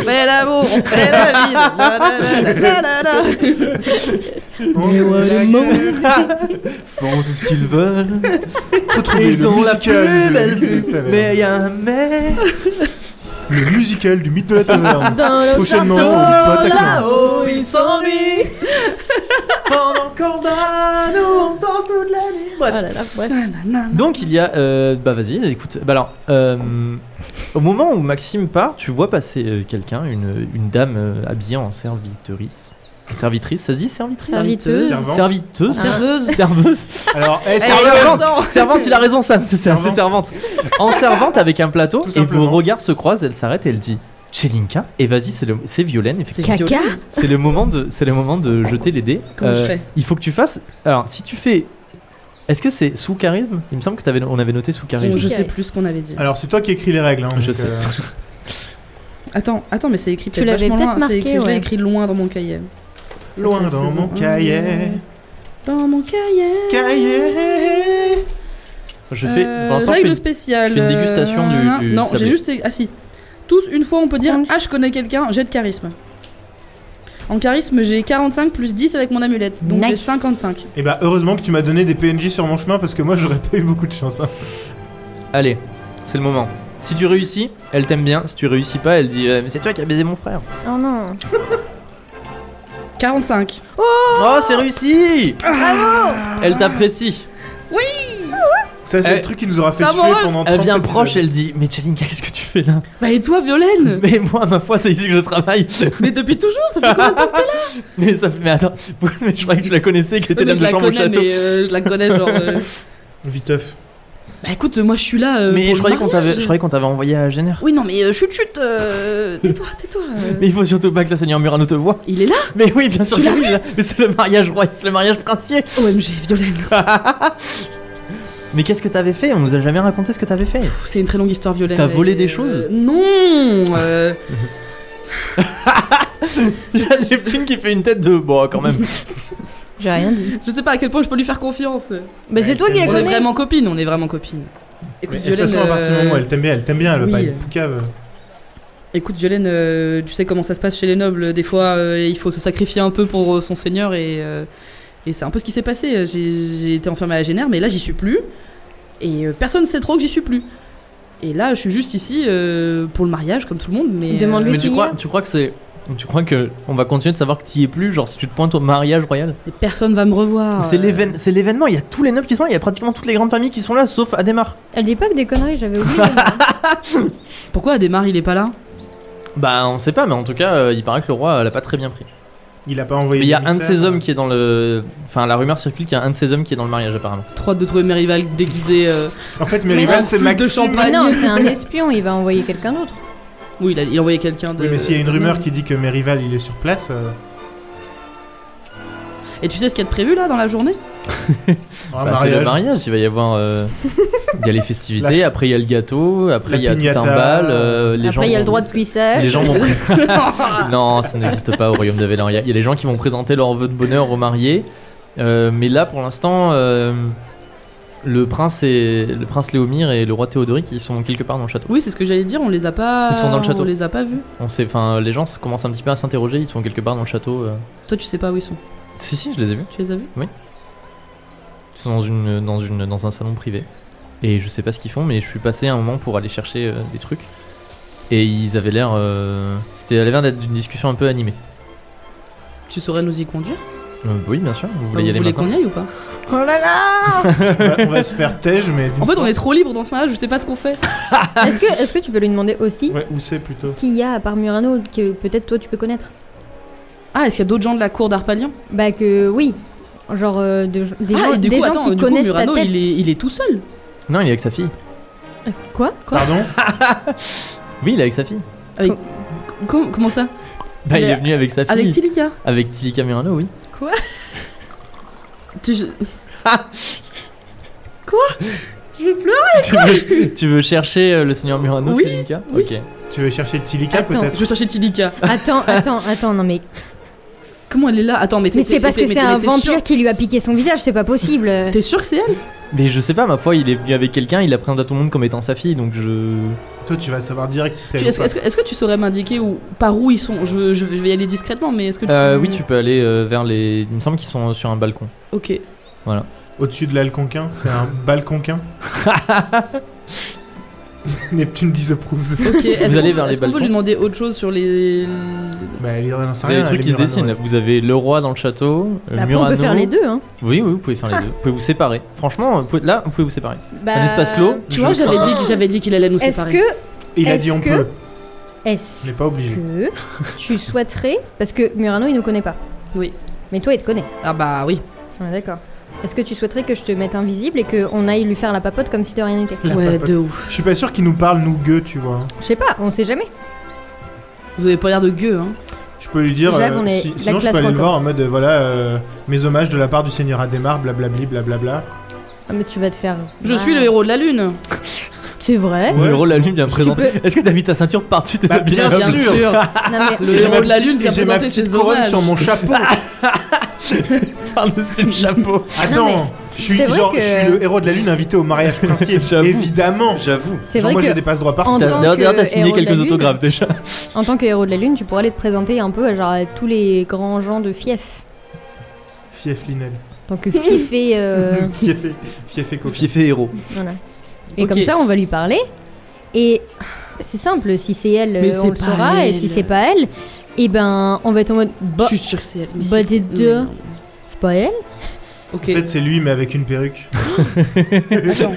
S2: Fais l'amour, on fait la vie. la, la, la, la, la, la.
S5: Mais ouais,
S2: la
S1: font tout ce qu'ils veulent.
S5: Retrouvez
S1: Ils
S5: le
S1: ont la
S5: musical
S1: plus
S5: de
S1: belle
S5: Mythe de
S1: vue.
S5: la Taverne.
S1: Mais il y a un mais.
S5: Le musical du mythe de la taverne.
S2: Dans le
S5: Prochainement,
S2: château,
S5: on est pas attaquant.
S2: là-haut, il s'ennuie.
S1: Pendant qu'on danse, on danse toute la
S3: Ah,
S1: nuit.
S2: Oh là là, bref.
S1: Donc il y a, euh, bah vas-y, écoute. Bah alors, euh, au moment où Maxime part, tu vois passer euh, quelqu'un, une, une dame euh, habillée en servitrice, servitrice, ça se dit servitrice,
S3: Serviteuse.
S5: Servante.
S1: serviteuse,
S2: Serveuse.
S1: serveuse,
S5: Alors, eh,
S2: Ah. Elle
S5: servante.
S2: est
S1: servante,
S2: innocente.
S1: servante, il a raison Sam, c'est ça, c'est
S5: Servante.
S1: servante. En servante avec un plateau
S5: Tout
S1: et vos
S5: simplement.
S1: regards se croisent, elle s'arrête et elle dit. Chelinka et vas-y c'est le c'est Violaine effectivement.
S3: Caca
S1: c'est le moment de c'est le moment de jeter les dés Euh,
S2: Comment je fais
S1: il faut que tu fasses alors si tu fais est-ce que c'est sous charisme il me semble que t'avais- on avait noté sous charisme
S2: Bon, je sais plus ce qu'on avait dit.
S5: Alors, c'est toi qui écris les règles. hein,
S1: Je
S5: donc,
S1: sais.
S5: euh,
S2: Attends, attends, mais c'est écrit
S3: Tu
S2: peut-être
S3: l'avais
S2: vachement loin.
S3: peut-être
S2: C'est écrit,
S3: marqué,
S2: Je l'ai
S3: ouais.
S2: écrit loin dans mon cahier. Ça,
S5: Loin
S2: c'est
S5: dans
S2: saison
S5: mon
S2: un.
S5: cahier.
S2: Dans mon cahier.
S5: Cahier.
S1: Je fais.
S2: Euh,
S1: pour l'instant, je fais
S2: règle
S1: une-
S2: spéciale.
S1: je fais une dégustation du-
S2: euh,
S1: du
S2: Non,
S1: sablé.
S2: j'ai juste. Ah si. Tous, une fois, on peut dire
S3: Crunch.
S2: Ah, je connais quelqu'un, j'ai de charisme. En charisme, j'ai 45 plus 10 avec mon amulette. Donc j'ai
S3: Nice.
S2: 55.
S5: Et bah, heureusement que tu m'as donné des PNJ sur mon chemin parce que moi, j'aurais pas eu beaucoup de chance. hein.
S1: Allez, c'est le moment. Si tu réussis, elle t'aime bien. Si tu réussis pas, elle dit euh, Mais c'est toi qui as baisé mon frère.
S3: Oh non
S2: 45.
S1: Oh, c'est réussi Elle t'apprécie.
S5: Ça, c'est
S1: Eh,
S5: le truc qui nous aura fait
S2: ça
S5: suer
S2: m'envole.
S5: pendant 30
S1: Elle vient
S5: épisodes.
S1: proche, elle dit Mais Chelinka, qu'est-ce que tu fais là
S2: Bah et toi, Violaine
S1: Mais moi, ma foi, c'est ici que je travaille.
S2: Mais depuis toujours, ça fait combien de temps
S1: mais ça fait. Mais attends, mais je croyais que tu la connaissais, que t'étais
S2: Mais
S1: dame
S2: Je
S1: de
S2: la
S1: chambre au
S2: connais,
S1: château.
S2: mais euh, je la connais genre. euh,
S5: Viteuf.
S2: Bah écoute, moi je suis là. euh,
S1: Mais
S2: pour
S1: je
S2: le
S1: croyais qu'on t'avait,
S2: mariage.
S1: je croyais qu'on t'avait envoyé à Génère.
S2: Oui, non, mais euh, chut, chut, euh, tais-toi, tais-toi. euh.
S1: Mais il faut surtout pas que le Seigneur Murano te voie.
S2: Il est là
S1: Mais oui, bien sûr
S2: Tu
S1: que
S2: l'as
S1: oui, Mais c'est le mariage roi, c'est le mariage princier.
S2: OMG, Violaine.
S1: Mais qu'est-ce que t'avais fait On nous a jamais raconté ce que t'avais fait.
S2: Pff, C'est une très longue histoire, Violaine.
S1: T'as volé
S2: Et,
S1: des
S2: euh,
S1: choses
S2: Non euh,
S1: Il y a Neptune qui fait une tête de. Bon, quand même.
S3: J'ai rien dit.
S2: Je sais pas à quel point je peux lui faire confiance.
S3: Bah c'est
S5: Ouais,
S3: toi qui la
S5: Elle
S2: On est
S3: connais
S2: vraiment copines, on est vraiment copines. Écoute, euh,
S5: Mais de toute façon, à partir du moment où elle t'aime bien, elle t'aime bien, elle va
S2: oui.
S5: pas être poucave.
S2: Écoute, Violaine, euh, tu sais comment ça se passe chez les nobles. Des fois, euh, il faut se sacrifier un peu pour euh, son seigneur et, euh, et c'est un peu ce qui s'est passé. J'ai- J'ai été enfermée à la Génère, mais là, j'y suis plus. Et euh, personne ne sait trop que j'y suis plus. Et là, je suis juste ici euh, pour le mariage, comme tout le monde. Mais euh,
S3: Demande-lui
S1: Mais tu
S3: Qui
S1: crois,
S3: est
S1: tu crois que c'est. Tu crois que on va continuer de savoir que t'y es plus Genre si tu te pointes au mariage royal
S2: mais personne va me revoir.
S1: C'est
S2: euh.
S1: l'éven- c'est l'événement, il y a tous les nobles qui sont là, il y a pratiquement toutes les grandes familles qui sont là sauf Adémar.
S3: Elle dit pas que des conneries, j'avais oublié.
S2: Euh, Pourquoi Adémar, il est pas là
S1: Bah on sait pas, mais en tout cas euh, il paraît que le roi euh, l'a pas très bien pris.
S5: Il a pas envoyé.
S1: Mais il y a un de
S5: d'émissaire.
S1: ces hommes qui est dans le. Enfin la rumeur circule qu'il y a un de ces hommes qui est dans le mariage apparemment.
S2: Trop hâte de trouver mes rivales déguisés. euh.
S5: En fait, mes
S3: Mais
S5: rivales,
S2: non,
S5: c'est
S2: flûte de
S5: Maxime.
S2: champagne.
S3: Mais non, c'est un espion, il va envoyer quelqu'un d'autre.
S2: Oui, il a, il a envoyé quelqu'un de.
S5: Oui, mais s'il y a une rumeur qui dit que mes rivales, il est sur place, euh,
S2: Et tu sais ce qu'il y a de prévu là dans la journée
S5: un
S1: Bah, c'est le mariage, il va y avoir. euh, Il y a les festivités,
S5: La-
S1: après il y a le gâteau, après
S5: La
S1: il y a tout un
S5: piñata.
S1: bal. euh, les gens
S3: Après, il y a le
S1: vont-
S3: droit de cuissage.
S1: Les gens vont. non, ça n'existe pas au royaume de Véloria. Il y a des gens qui vont présenter leur vœu de bonheur aux mariés. Euh, mais là, pour l'instant, euh, le prince et le prince Léomir et le roi Théodoric, ils sont quelque part dans le château.
S2: Oui, c'est ce que j'allais dire. On les a pas.
S1: Ils sont dans le château.
S2: On les a pas vus.
S1: On sait, enfin, les gens se- commencent un petit peu à s'interroger. Ils sont quelque part dans le château. euh.
S2: Toi, tu sais pas où ils sont.
S1: Si, si, je les ai vus.
S2: Tu les as vus
S1: Ils sont dans une, dans une, dans un salon privé. Et je sais pas ce qu'ils font, mais je suis passé un moment pour aller chercher euh, des trucs. Et ils avaient l'air, euh, c'était à l'air d'être d'une discussion un peu animée.
S2: Tu saurais nous y conduire
S1: Euh, oui, bien sûr. Vous
S2: Enfin,
S1: voulez y aller
S2: voulez
S1: maintenant
S2: qu'on y aille ou pas
S3: Oh là là
S5: On va- on va se faire tège, mais. d'une
S2: En fait,
S5: fois-
S2: on est trop libre dans ce mariage. Je sais pas ce qu'on fait.
S3: Est-ce que, est-ce que tu peux lui demander aussi
S5: Ouais, où c'est plutôt
S3: qui y a à part Murano que peut-être toi tu peux connaître
S2: Ah, est-ce qu'il y a d'autres gens de la cour d'Arpalion
S3: Bah que oui, genre euh, de- des
S2: Ah,
S3: gens,
S2: et du
S3: des
S2: coup,
S3: gens
S2: attends, du
S3: qui
S2: coup,
S3: connaissent
S2: Murano,
S3: ta tête.
S2: Il, est, il est tout seul.
S1: Non, il est avec sa fille.
S3: Quoi
S2: Quoi
S5: Pardon
S1: Oui, il est avec sa fille.
S2: Com- comment ça
S1: Bah, il
S2: Il
S1: est
S2: est
S1: venu avec sa fille.
S2: Avec Tilika.
S1: Avec Tilly Murano, oui.
S2: Tu... Quoi Je vais pleurer.
S1: tu, veux, tu veux chercher euh, le Seigneur Murano,
S2: Oui,
S1: Tilika
S2: oui.
S1: Ok.
S5: Tu veux chercher Tilika
S3: Attends.
S5: peut-être
S2: Je vais chercher Tilika.
S3: Attends, attends, attends, non mais
S2: Comment elle est là Attends, mais t'es
S3: Mais c'est
S2: t'es-
S3: parce
S2: t'es-
S3: que
S2: mais
S3: c'est
S2: t'es-
S3: un
S2: t'es sûr-
S3: vampire qui lui a piqué son visage, c'est pas possible.
S2: T'es sûr que c'est elle
S1: Mais je sais pas, ma foi, il est venu avec quelqu'un, il appréhenda tout le monde comme étant sa fille, donc je.
S5: Toi, tu vas savoir direct si c'est
S2: Tu-
S5: elle ou
S2: Est-ce que-
S5: pas.
S2: est-ce que, est-ce que tu saurais m'indiquer où, par où ils sont je, je- je vais y aller discrètement, mais est-ce que tu.
S1: Euh, oui, tu peux aller euh, vers les. Il me semble qu'ils sont euh, sur un balcon.
S2: Ok.
S5: Au-dessus de l'Alconquin, c'est un balconquin. Neptune disapprouve.
S2: Ok. Est-ce
S1: allez
S2: qu'on-
S1: vers les
S2: est-ce qu'on peut lui
S1: balcons
S2: demander autre chose sur les.
S5: Bah, il en sait
S1: Vous avez
S5: rien.
S1: des trucs
S5: elle
S1: qui
S5: est
S1: se dessinent. là.
S5: Murano.
S1: Vous avez le roi dans le château, le
S3: Bah, Après, on
S1: Murano.
S3: peut faire les deux. Hein.
S1: Oui, oui, vous pouvez faire les deux. Vous pouvez vous séparer. Franchement, vous pouvez- là, vous pouvez vous séparer.
S3: Bah,
S1: un espace clos.
S2: Tu vois, j'avais dit, que- j'avais dit qu'il allait nous
S3: Est-ce
S2: séparer.
S3: que,
S5: Il a
S3: Est-ce
S5: dit on
S3: que-
S5: peut,
S3: Bah, est-ce
S5: mais pas obligé.
S3: que tu souhaiterais, parce que Murano il nous connaît pas.
S2: Oui.
S3: Mais toi il te connaît.
S2: Ah bah oui.
S3: On est d'accord. Est-ce que tu souhaiterais que je te mette invisible et qu'on aille lui faire la papote comme si de rien n'était
S5: La
S2: ouais,
S5: papote.
S2: de ouf.
S5: Je suis pas sûr qu'il nous parle, nous gueux, tu vois.
S3: Je sais pas, on sait jamais.
S2: Vous avez pas l'air de gueux, hein.
S5: Je peux lui dire.
S3: J'avoue,
S5: euh,
S3: on est
S5: si-
S3: la
S5: sinon, je
S3: classe
S5: peux aller le
S3: encore.
S5: voir en mode euh, voilà, euh, mes hommages de la part du seigneur Adhémar, blablabli, blablabla.
S3: Ah, mais tu vas te faire.
S2: Je
S3: Ah.
S2: suis le héros de la lune.
S3: C'est vrai.
S5: Ouais,
S1: le roi
S5: je-
S1: la lune bien présent.
S3: peux-
S1: Est-ce que t'as mis ta ceinture par-dessus tes
S5: Bah,
S1: habits
S5: bien
S2: Bien
S5: sûr.
S2: sûr.
S3: Non, mais-
S2: Le
S5: Et j'ai ma
S2: héros de la
S5: petite-
S2: lune qui
S5: et
S2: a
S5: j'ai ma
S2: présenté
S5: petite
S2: ses
S5: couronne
S2: hommages.
S5: sur mon chapeau.
S1: par-dessus le chapeau
S5: Attends,
S3: mais
S5: je suis
S3: c'est vrai
S5: genre,
S3: que-
S5: je suis le héros de la lune invité au mariage princier.
S1: J'avoue.
S5: Évidemment.
S1: J'avoue.
S3: C'est
S5: Genre,
S3: vrai
S5: moi,
S3: que
S5: j'ai des passe-droits
S3: en
S5: partout.
S1: T'as-
S3: tant
S1: D'ailleurs,
S3: que
S1: d'ailleurs, t'as signé
S3: héros de la
S1: quelques
S3: Lune-
S1: autographes déjà.
S3: En tant que héros de la lune, tu pourrais aller te présenter un peu genre, à tous les grands gens de fief.
S5: Fief Linel.
S3: En tant que fief et. euh,
S5: Fief et- Fief et Coco.
S1: Fief et héros.
S3: voilà. Et
S2: Ok.
S3: comme ça, on va lui parler. Et c'est simple, si c'est elle,
S2: Mais
S3: euh,
S2: c'est
S3: on le
S2: pas
S3: saura. Et
S2: elle.
S3: si c'est pas elle, et ben, on va être en mode. Bah,
S2: Je suis sûr que c'est elle. mais
S3: Bah,
S2: si c'est-
S3: des deux.
S2: Non, non.
S3: c'est pas elle.
S2: Ok.
S5: En fait, c'est lui, mais avec une perruque.
S2: Attends.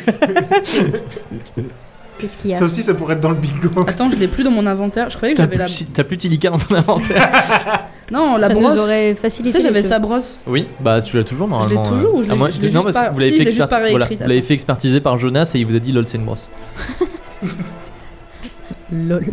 S3: Qu'est-ce qu'il y a
S5: Ça aussi, ça pourrait être dans le bingo.
S2: Attends, je l'ai plus dans mon inventaire. Je croyais que
S1: T'as
S2: j'avais la.
S1: plus, t'as plus Tilika dans ton inventaire.
S2: Non, la
S3: Ça
S2: brosse.
S3: nous aurait
S2: Tu
S3: facilité.
S2: sais,
S3: les
S2: j'avais
S3: choses.
S2: sa brosse.
S1: Oui, bah tu l'as toujours normalement. Ah,
S2: l'ai toujours ou je l'ai-
S1: moi,
S2: je l'ai
S1: non,
S2: juste
S1: parce
S2: pas-
S1: que vous l'avez
S2: si,
S1: fait,
S2: je l'ai juste
S1: expert-
S2: pas réécrite,
S1: voilà, vous l'avez
S2: attends.
S1: fait expertiser par Jonas et il vous a dit lol c'est une brosse.
S3: Lol.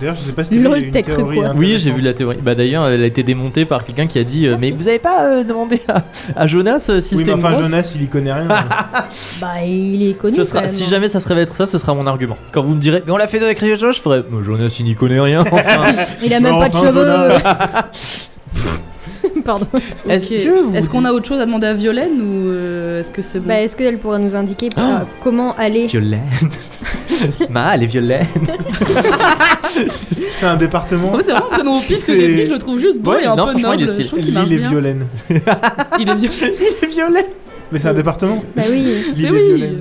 S5: D'ailleurs, je sais pas si t'as
S3: Lol,
S5: vu, il y a
S3: t'as
S5: une
S3: cru
S5: théorie.
S3: quoi
S1: Oui, j'ai
S5: intéressante.
S1: vu la théorie. Bah d'ailleurs, elle a été démontée par quelqu'un qui a dit euh, mais vous avez pas euh, demandé à, à Jonas euh, si
S5: Oui,
S1: c'était
S5: mais
S1: une
S5: enfin,
S1: brosse
S5: Jonas, il y connaît rien.
S3: Bah, il est connu.
S1: Ce
S3: quand
S1: sera-
S3: même,
S1: si
S3: hein.
S1: jamais ça se révèle être ça, ce sera mon argument. Quand vous me direz, mais on l'a fait avec quelque chose, je ferai, mais Jonas il n'y connaît rien. enfin.
S3: Il a
S5: Mais
S3: même pas de
S5: enfin,
S3: cheveux. Pardon.
S1: Est-ce
S2: Ok.
S1: que vous-
S2: Est-ce qu'on a autre chose à demander à Violaine ou euh, est-ce que c'est bon
S3: Bah, est-ce qu'elle pourrait nous indiquer euh, comment aller
S1: Violaine. Ma, elle est violaine.
S5: C'est un département.
S2: En fait, Oh, c'est vraiment un prénom au pif que j'ai
S5: C'est-
S2: pris. Je le trouve juste beau
S1: Ouais,
S2: et un
S1: non,
S2: peu
S1: franchement,
S2: noble.
S1: il est stylé.
S2: Je trouve qu'il marche
S5: L'île est
S2: bien.
S5: violaine.
S2: Il est violent.
S1: Elle est violaine.
S5: Mais c'est un département.
S3: Bah oui.
S5: L'île
S2: Mais
S5: est
S2: oui.
S5: violaine.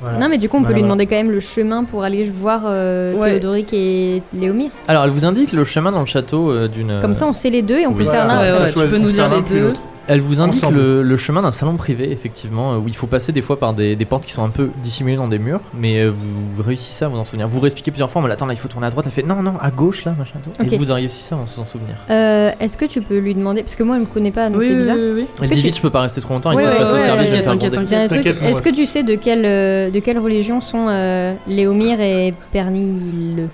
S5: Voilà.
S3: Non, mais du coup, on peut
S5: Voilà,
S3: lui
S5: voilà.
S3: demander quand même le chemin pour aller voir euh,
S2: Ouais.
S3: Théodoric et Léomir.
S1: Alors, elle vous indique le chemin dans le château euh, d'une.
S3: Comme ça, on sait les deux et on peut
S1: oui.
S3: faire
S5: Voilà,
S2: l'un, ouais, ouais,
S5: on
S3: l'un.
S5: peut
S2: tu
S5: choisir
S2: peux nous
S5: de faire
S2: dire les
S5: l'un puis
S2: deux.
S5: l'autre.
S1: Elle vous indique
S5: Ensemble.
S1: le, le chemin d'un salon privé, effectivement, euh, où il faut passer des fois par des, des portes qui sont un peu dissimulées dans des murs, mais euh, vous, vous réussissez à vous en souvenir. Vous réexpliquez plusieurs fois, mais attends, là il faut tourner à droite, elle fait non, non, à gauche là, machin, tout. Et
S3: Ok.
S1: vous réussissez à vous en souvenir.
S3: Euh, Est-ce que tu peux lui demander Parce que moi, elle me connaît pas, donc c'est bizarre.
S2: oui.
S1: Elle
S3: que
S1: dit
S3: tu-
S1: vite, je peux pas rester trop longtemps, il
S3: Ouais,
S1: faut que je
S3: ouais,
S1: fasse le
S3: ouais,
S1: service, je vais me
S3: ouais,
S1: faire
S2: t'inquiète,
S1: bander.
S3: Il y a un truc.
S5: T'inquiète, moi.
S3: Est-ce que tu sais de quelle, euh, de quelle religion sont euh, Léomir et Pernille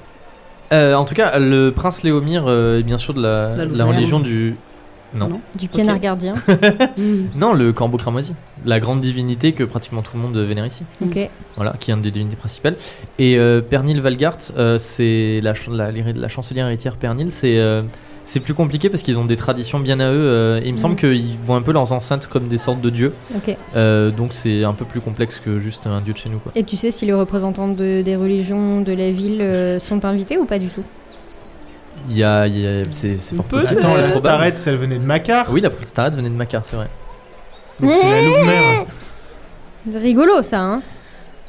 S1: Euh, en tout cas, le prince Léomir euh, est bien sûr de la,
S2: La
S1: la
S2: Louve-Mère.
S1: religion du. Non.
S2: Non.
S1: non.
S3: Du canard
S2: Ok.
S3: gardien.
S1: le corbeau cramoisi. La grande divinité que pratiquement tout le monde vénère ici.
S3: ok.
S1: Voilà, qui est une des divinités principales. Et euh, Pernil Valgart, euh, c'est la, ch- la, l'héritière- la chancelière héritière Pernil, c'est. euh, c'est plus compliqué parce qu'ils ont des traditions bien à eux. euh, et il me semble qu'ils voient un peu leurs enceintes comme des sortes de dieux.
S3: Ok.
S1: Euh, donc c'est un peu plus complexe que juste un dieu de chez nous. Quoi.
S3: Et tu sais si les représentants de- des religions de la ville euh, sont invités ou pas du tout
S1: Il y a, il y a- c'est, c'est fort
S2: Peut-être.
S1: possible.
S5: Attends,
S1: c'est
S5: la
S1: probable.
S5: starette, elle venait de Macar.
S1: Oui, la starette venait de Macar, c'est vrai.
S5: Donc c'est la louve-mère.
S3: Rigolo ça, hein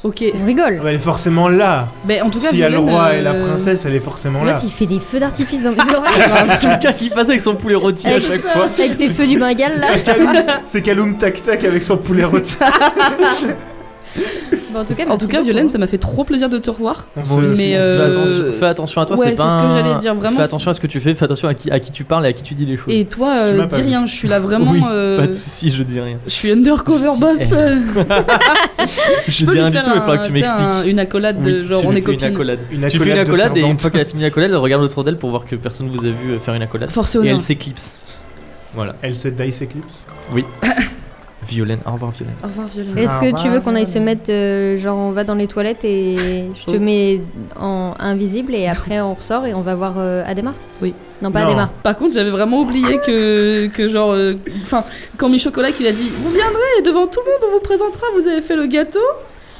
S2: Ok.
S3: On rigole.
S5: Ah bah, Elle est forcément là.
S2: Mais en tout cas,
S5: S'il y a le
S2: Violaine,
S5: roi
S2: euh,
S5: et la princesse, elle est forcément
S3: Là,
S5: là.
S3: tu fais des feux d'artifice dans mes oreilles.
S1: Quelqu'un qui passe avec son poulet rôti à
S3: Avec,
S1: chaque fois.
S3: avec ses feux du Bengale là.
S5: C'est Kaloum Tac Tac avec son poulet rôti.
S3: Bah, en tout cas,
S2: En
S3: merci
S2: tout cas,
S3: beaucoup.
S2: Violaine, ça m'a fait trop plaisir de te revoir.
S5: On
S1: Moi
S5: se-
S1: aussi,
S2: Mais,
S1: fais,
S2: euh,
S1: attention, fais attention à toi,
S2: ouais,
S1: c'est pas.
S2: c'est ce que
S1: un-
S2: j'allais dire, vraiment.
S1: Fais attention à ce que tu fais, fais attention à qui, à qui tu parles et à qui tu dis les choses.
S2: Et toi, euh,
S5: Tu m'as pas
S2: dis
S5: vu.
S2: rien. Je suis là vraiment.
S1: Oui,
S2: euh,
S1: Pas de soucis, je dis rien.
S2: Je suis undercover
S1: Je dis-
S2: boss. euh,
S1: Je
S2: peux
S1: dis
S2: lui
S1: rien du
S2: faire
S1: tout, il faudra que tu
S2: un- tu sais, un-
S1: m'expliques.
S2: une accolade de
S1: Oui,
S2: genre
S1: tu
S2: on
S1: lui
S2: est
S1: fais une
S2: copines.
S1: accolade.
S5: Une
S1: Tu fais une
S5: de
S1: accolade et une
S5: servante.
S1: fois qu'elle a fini l'accolade, elle regarde autour d'elle pour voir que personne vous a vu faire une accolade.
S2: Force et
S1: Et elle
S2: honneur.
S1: s'éclipse. Voilà.
S5: Elle se dice Eclipse.
S1: Violaine, au revoir Violaine.
S2: Au revoir, Violaine.
S3: Est-ce
S5: Ah,
S3: que tu
S5: bah,
S3: veux qu'on aille
S5: bah,
S3: se
S5: bah.
S3: mettre, euh, genre on va dans les toilettes et je te
S1: Oh.
S2: Chaud.
S3: mets en invisible et après on ressort et on va voir euh, Adema
S2: Oui.
S3: Non, pas
S5: Non.
S3: Adema.
S2: Par contre, j'avais vraiment oublié que, que genre, euh, enfin, quand Michocolat il a dit, vous viendrez devant tout le monde, on vous présentera, vous avez fait le gâteau.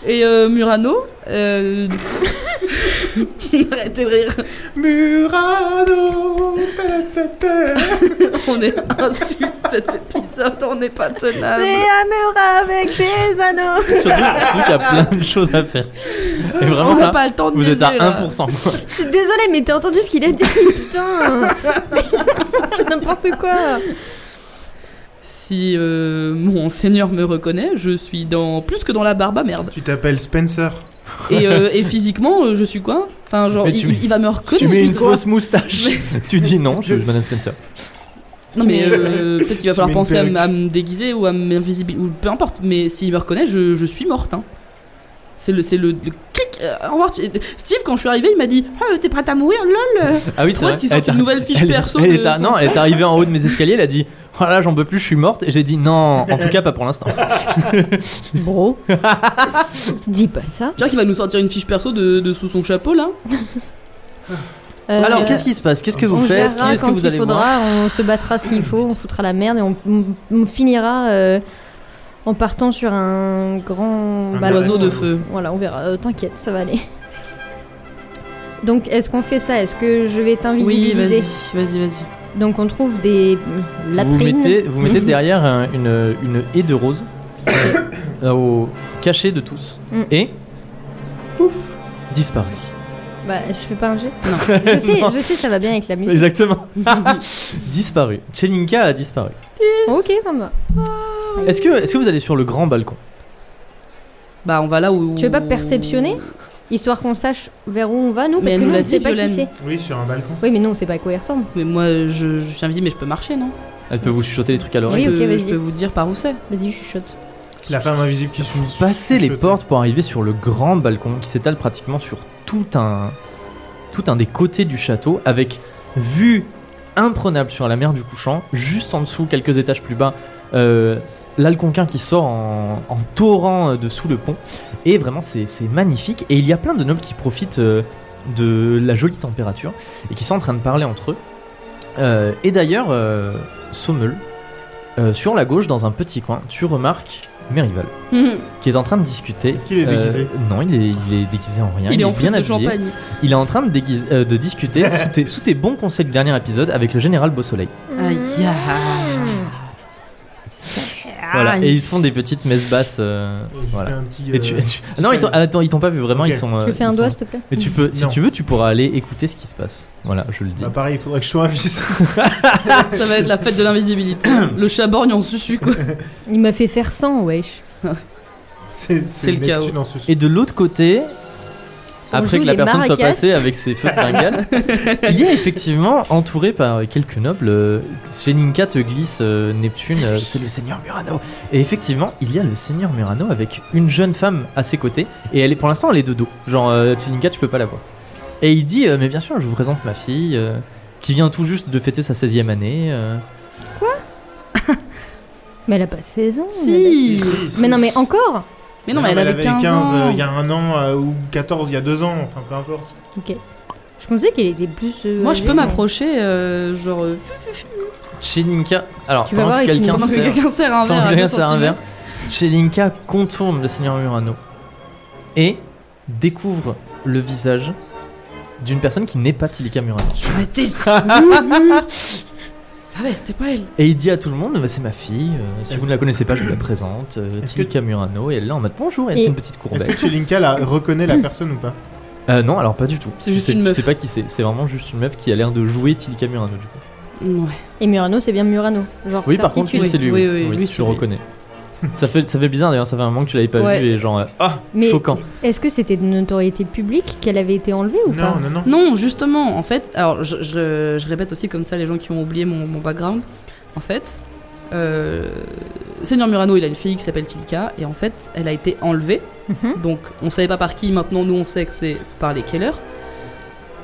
S2: Et euh, Murano, euh... arrêtez de rire,
S5: Murano ta, ta, ta, ta.
S2: on est insulte cet épisode, on n'est pas tenable.
S5: Euh,
S3: Amura avec des anneaux
S1: Surtout, surtout qu'il y a plein de choses à faire. Et
S2: On
S1: vraiment,
S2: n'a
S1: ça,
S2: pas le temps de
S1: vous êtes à
S2: niaiser, là.
S1: 1%.
S3: Je suis désolée, mais t'as entendu ce qu'il a dit Putain N'importe quoi
S2: Si euh, mon seigneur me reconnaît, je suis dans plus que dans la barbe à merde.
S5: Tu t'appelles Spencer.
S2: Et, euh, et physiquement, euh, je suis quoi Enfin, genre,
S1: Mais
S2: il,
S1: tu mets-
S2: il va me
S1: tu
S2: reconnaître.
S1: mets une
S2: quoi.
S1: fausse moustache. tu dis non, je, je Madame Spencer.
S2: Non mais
S3: Mais,
S2: euh, peut-être qu'il va
S5: tu
S2: falloir
S5: mets une
S2: penser à, m-
S5: perruque.
S2: à me déguiser ou à m'invisibiliser ou peu importe. Mais s'il me reconnaît, je, je suis morte. Hein. C'est le c'est le, le clic. euh, au revoir. tu- Steve, quand je suis arrivé, il m'a dit Ah, t'es prête à mourir lol.
S1: Ah oui, c'est
S2: Je crois
S1: vrai.
S2: qu'ils
S1: Elle
S2: sortent
S1: était-
S2: une nouvelle fiche
S1: elle-
S2: perso.
S1: elle
S2: de
S1: est à-
S2: son
S1: non, elle
S2: site.
S1: est arrivée en haut de mes escaliers, elle a dit Voilà, j'en peux plus, je suis morte. Et j'ai dit Non, en tout
S3: Euh,
S1: cas, pas pour l'instant.
S3: Bro Dis pas ça
S2: Tu vois qu'il va nous sortir une fiche perso de, de sous son chapeau là.
S3: Euh,
S1: Alors, qu'est-ce qui se passe Qu'est-ce que
S3: on
S1: vous faites Qui
S3: gérera
S1: est-ce que
S3: quand
S1: vous
S3: il
S1: allez
S3: faudra,
S1: voir
S3: on se battra s'il faut, on foutra la merde et on, on- on finira euh, en partant sur un grand
S5: Un
S1: Bah,
S3: ballon.
S2: L'oiseau de
S5: ouais.
S2: feu.
S3: Voilà, on verra. Euh, T'inquiète, ça va aller. Donc, est-ce qu'on fait ça Est-ce que je vais
S2: Oui,
S3: t'invisibiliser
S2: vas-y, vas-y, vas-y.
S3: Donc, on trouve des euh,
S1: Vous
S3: latrines.
S1: mettez, vous
S3: Mm-hmm.
S1: mettez derrière euh, une, une haie de roses, euh, au cachet de tous.
S3: Mm.
S1: Et. Pouf Disparaît.
S3: Bah, je fais pas un jet. Je sais,
S1: Non.
S3: je sais, ça va bien avec la musique.
S1: Exactement. disparu. Chelinka a disparu.
S3: Ok, ça me va.
S1: Est-ce que, est que vous allez sur le grand balcon
S2: Bah on va là où.
S3: Tu veux pas perceptionner Histoire qu'on sache vers où on va, nous,
S2: Mais
S3: parce
S2: elle
S3: que
S2: nous
S3: nous,
S2: l'a
S3: on sait
S2: dit,
S3: pas qui
S2: Violaine.
S3: c'est.
S5: Oui, sur un balcon.
S3: Oui, mais non, on sait pas à quoi il ressemble.
S2: Mais moi je, je suis invisible mais je peux marcher non
S1: Elle peut vous chuchoter des trucs à
S3: Oui,
S1: l'oreille.
S2: Je
S3: ok,
S2: peux- Je
S3: vas-y.
S2: peux vous dire par où c'est.
S3: Vas-y, chuchote.
S5: La femme invisible qui se
S1: Vous passez les
S5: chuchote.
S1: portes pour arriver sur le grand balcon qui s'étale pratiquement sur tout un, tout un des côtés du château avec vue imprenable sur la mer du couchant, juste en dessous, quelques étages plus bas, euh, l'Alconquin qui sort en, en torrent euh, de sous le pont. Et vraiment, c'est c'est magnifique. Et il y a plein de nobles qui profitent euh, de la jolie température et qui sont en train de parler entre eux. Euh, et d'ailleurs, euh, Sommel, euh, sur la gauche, dans un petit coin, tu remarques Merival qui est en train de discuter. Euh,
S5: Est-ce qu'il est déguisé
S1: Non, il est, il est déguisé en rien.
S2: Il est en
S1: bien
S2: flûte de
S1: habillé.
S2: champagne.
S1: Il est en train de, déguis- euh, de discuter sous, tes, sous tes bons conseils du dernier épisode avec le général Beau Soleil.
S3: Mmh.
S2: Aïe.
S3: Euh,
S1: Voilà.
S2: Aïe.
S1: Et ils se font des petites messes basses. euh,
S5: Je fais
S1: voilà.
S5: un petit,
S1: Et tu,
S5: euh,
S1: tu- Ah Non, ils t'ont, attends, ils t'ont pas vu vraiment.
S5: Ok.
S1: Ils sont. euh,
S3: Tu me fais un
S1: ils
S3: doigt,
S1: sont-
S3: s'il te plaît
S1: Mais tu peux, si
S5: Non.
S1: tu veux, tu pourras aller écouter ce qui se passe. Voilà, je le dis.
S5: Bah pareil, il faudrait que je sois invisible.
S2: Ça va être la fête de l'invisibilité. Le chaborgne en susu quoi.
S3: Il m'a fait faire 100, wesh.
S2: C'est le chaos.
S5: Neptune en ce-
S1: Et de l'autre côté,
S3: On
S1: après
S3: joue
S1: que la
S3: les
S1: personne soit
S3: maracas.
S1: passée avec ses feux de bengale, il est effectivement entouré par quelques nobles. euh, Sheninka te glisse euh, Neptune, euh, c'est le seigneur Murano. Et effectivement, il y a le seigneur Murano avec une jeune femme à ses côtés. Et elle est pour l'instant, elle est de dos. Genre, euh, Sheninka, tu peux pas la voir. Et il dit, euh, mais bien sûr, je vous présente ma fille, euh, qui vient tout juste de fêter sa 16e année. euh.
S3: Mais elle a pas 16 ans. elle
S2: Si
S5: Si, si,
S3: a- Mais non,
S5: si.
S3: mais encore
S2: Mais non, mais elle, avait 15,
S5: euh,
S2: ans.
S5: il y a un an euh, ou 14 il y a deux ans, enfin peu importe.
S3: Ok. Je pensais qu'elle était plus. euh,
S2: Moi, je peux
S3: âgée,
S2: m'approcher, euh, genre. euh,
S1: Sheninka, alors,
S3: Tu vas
S1: pendant
S3: voir
S1: que
S3: avec une
S1: quelqu'un
S2: pendant que
S1: sert-
S2: quelqu'un sert un verre. à deux
S1: c'est un verre.
S2: centimètres.
S1: Chelinka contourne le seigneur Murano et découvre le visage d'une personne qui n'est pas Tilika Murano.
S2: Je me déteste. Ça va, c'était pas elle.
S1: Et il dit à tout le monde, Bah, c'est ma fille, euh, si
S5: Est-ce-
S1: vous ne la connaissez pas, je vous la présente, euh,
S5: Est-ce
S1: Tilika Murano, et elle est là en mode bonjour, elle
S3: Et-
S1: fait une petite
S5: Est-ce que
S1: courbette.
S5: Chelinka la reconnaît la personne ou pas
S1: Euh, non, alors pas du tout.
S2: C'est juste
S1: Tu sais-
S2: une meuf.
S1: Tu sais pas qui c'est, c'est vraiment juste une meuf qui a l'air de jouer Tilika Murano du coup.
S2: Ouais.
S3: Et Murano, c'est bien Murano. Genre,
S1: Oui,
S3: sa
S1: par contre,
S3: petite
S1: lui,
S3: tuile.
S1: c'est lui.
S2: Oui, oui, lui,
S1: tu
S2: c'est
S1: le
S2: lui.
S1: reconnais. ça, fait, ça fait bizarre d'ailleurs, ça fait un moment que tu l'avais pas
S2: Ouais.
S1: vu, et genre, euh, ah,
S3: Mais-
S1: choquant.
S3: Est-ce que c'était de notoriété publique qu'elle avait été enlevée ou pas
S5: Non, non, non.
S2: Non, justement, en fait, alors je, je- je répète aussi comme ça les gens qui ont oublié mon, mon background. En fait, euh, Seigneur Murano, il a une fille qui s'appelle Tilka, et en fait, elle a été enlevée.
S3: Mhm.
S2: Donc, on savait pas par qui, maintenant, nous, on sait que c'est par les Keller.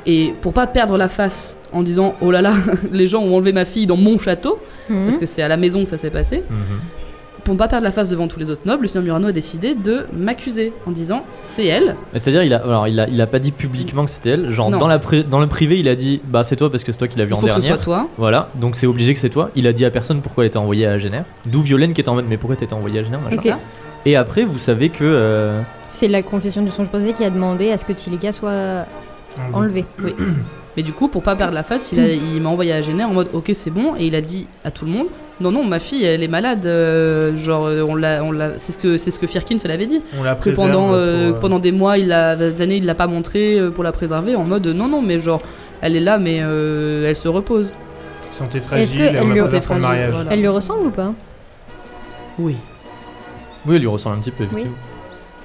S2: Et pour pas perdre la face en disant Oh là là, les gens ont enlevé ma fille dans mon château,
S3: Mhm.
S2: parce que c'est à la maison que ça s'est passé,
S1: Mhm.
S2: pour ne pas perdre la face devant tous les autres nobles, le seigneur Murano a décidé de m'accuser en disant c'est elle.
S1: Mais C'est-à-dire, il a, alors, il, a, il a pas dit publiquement que c'était elle. Genre,
S2: Non.
S1: dans, la pri- dans le privé, il a dit Bah, c'est toi parce que c'est toi qui l'as vu
S2: Il
S1: en
S2: faut que ce
S1: dernière.
S2: soit toi.
S1: Voilà, donc c'est obligé que c'est toi. Il a dit à personne pourquoi elle était envoyée à Genève. D'où Violaine qui était en mode Mais pourquoi t'étais envoyée à Genève machin.
S3: Ok.
S1: Et après, vous savez que. euh,
S3: C'est la confession du songe posé qui a demandé à ce que Tilika soit enlevée.
S2: Mais du coup, pour pas perdre la face, il, a- il m'a envoyé à Géner en mode ok c'est bon et il a dit à tout le monde non non ma fille elle est malade euh, genre euh, on l'a on l'a c'est ce que c'est ce que Firkin se l'avait dit
S5: On l'a
S2: que
S5: préserve
S2: pendant
S5: pour,
S2: euh,
S5: euh,
S2: que pendant des mois il l'a des années il l'a pas montré euh, pour la préserver en mode non non mais genre elle est là mais euh, elle se repose
S5: Santé
S3: Est-ce
S5: fragile,
S3: que elle
S5: on
S3: lui-
S5: la préserve pour le mariage.
S2: voilà.
S3: Elle lui ressemble ou pas
S2: oui
S1: Oui, elle lui ressemble un petit peu,
S3: Oui.
S1: effectivement.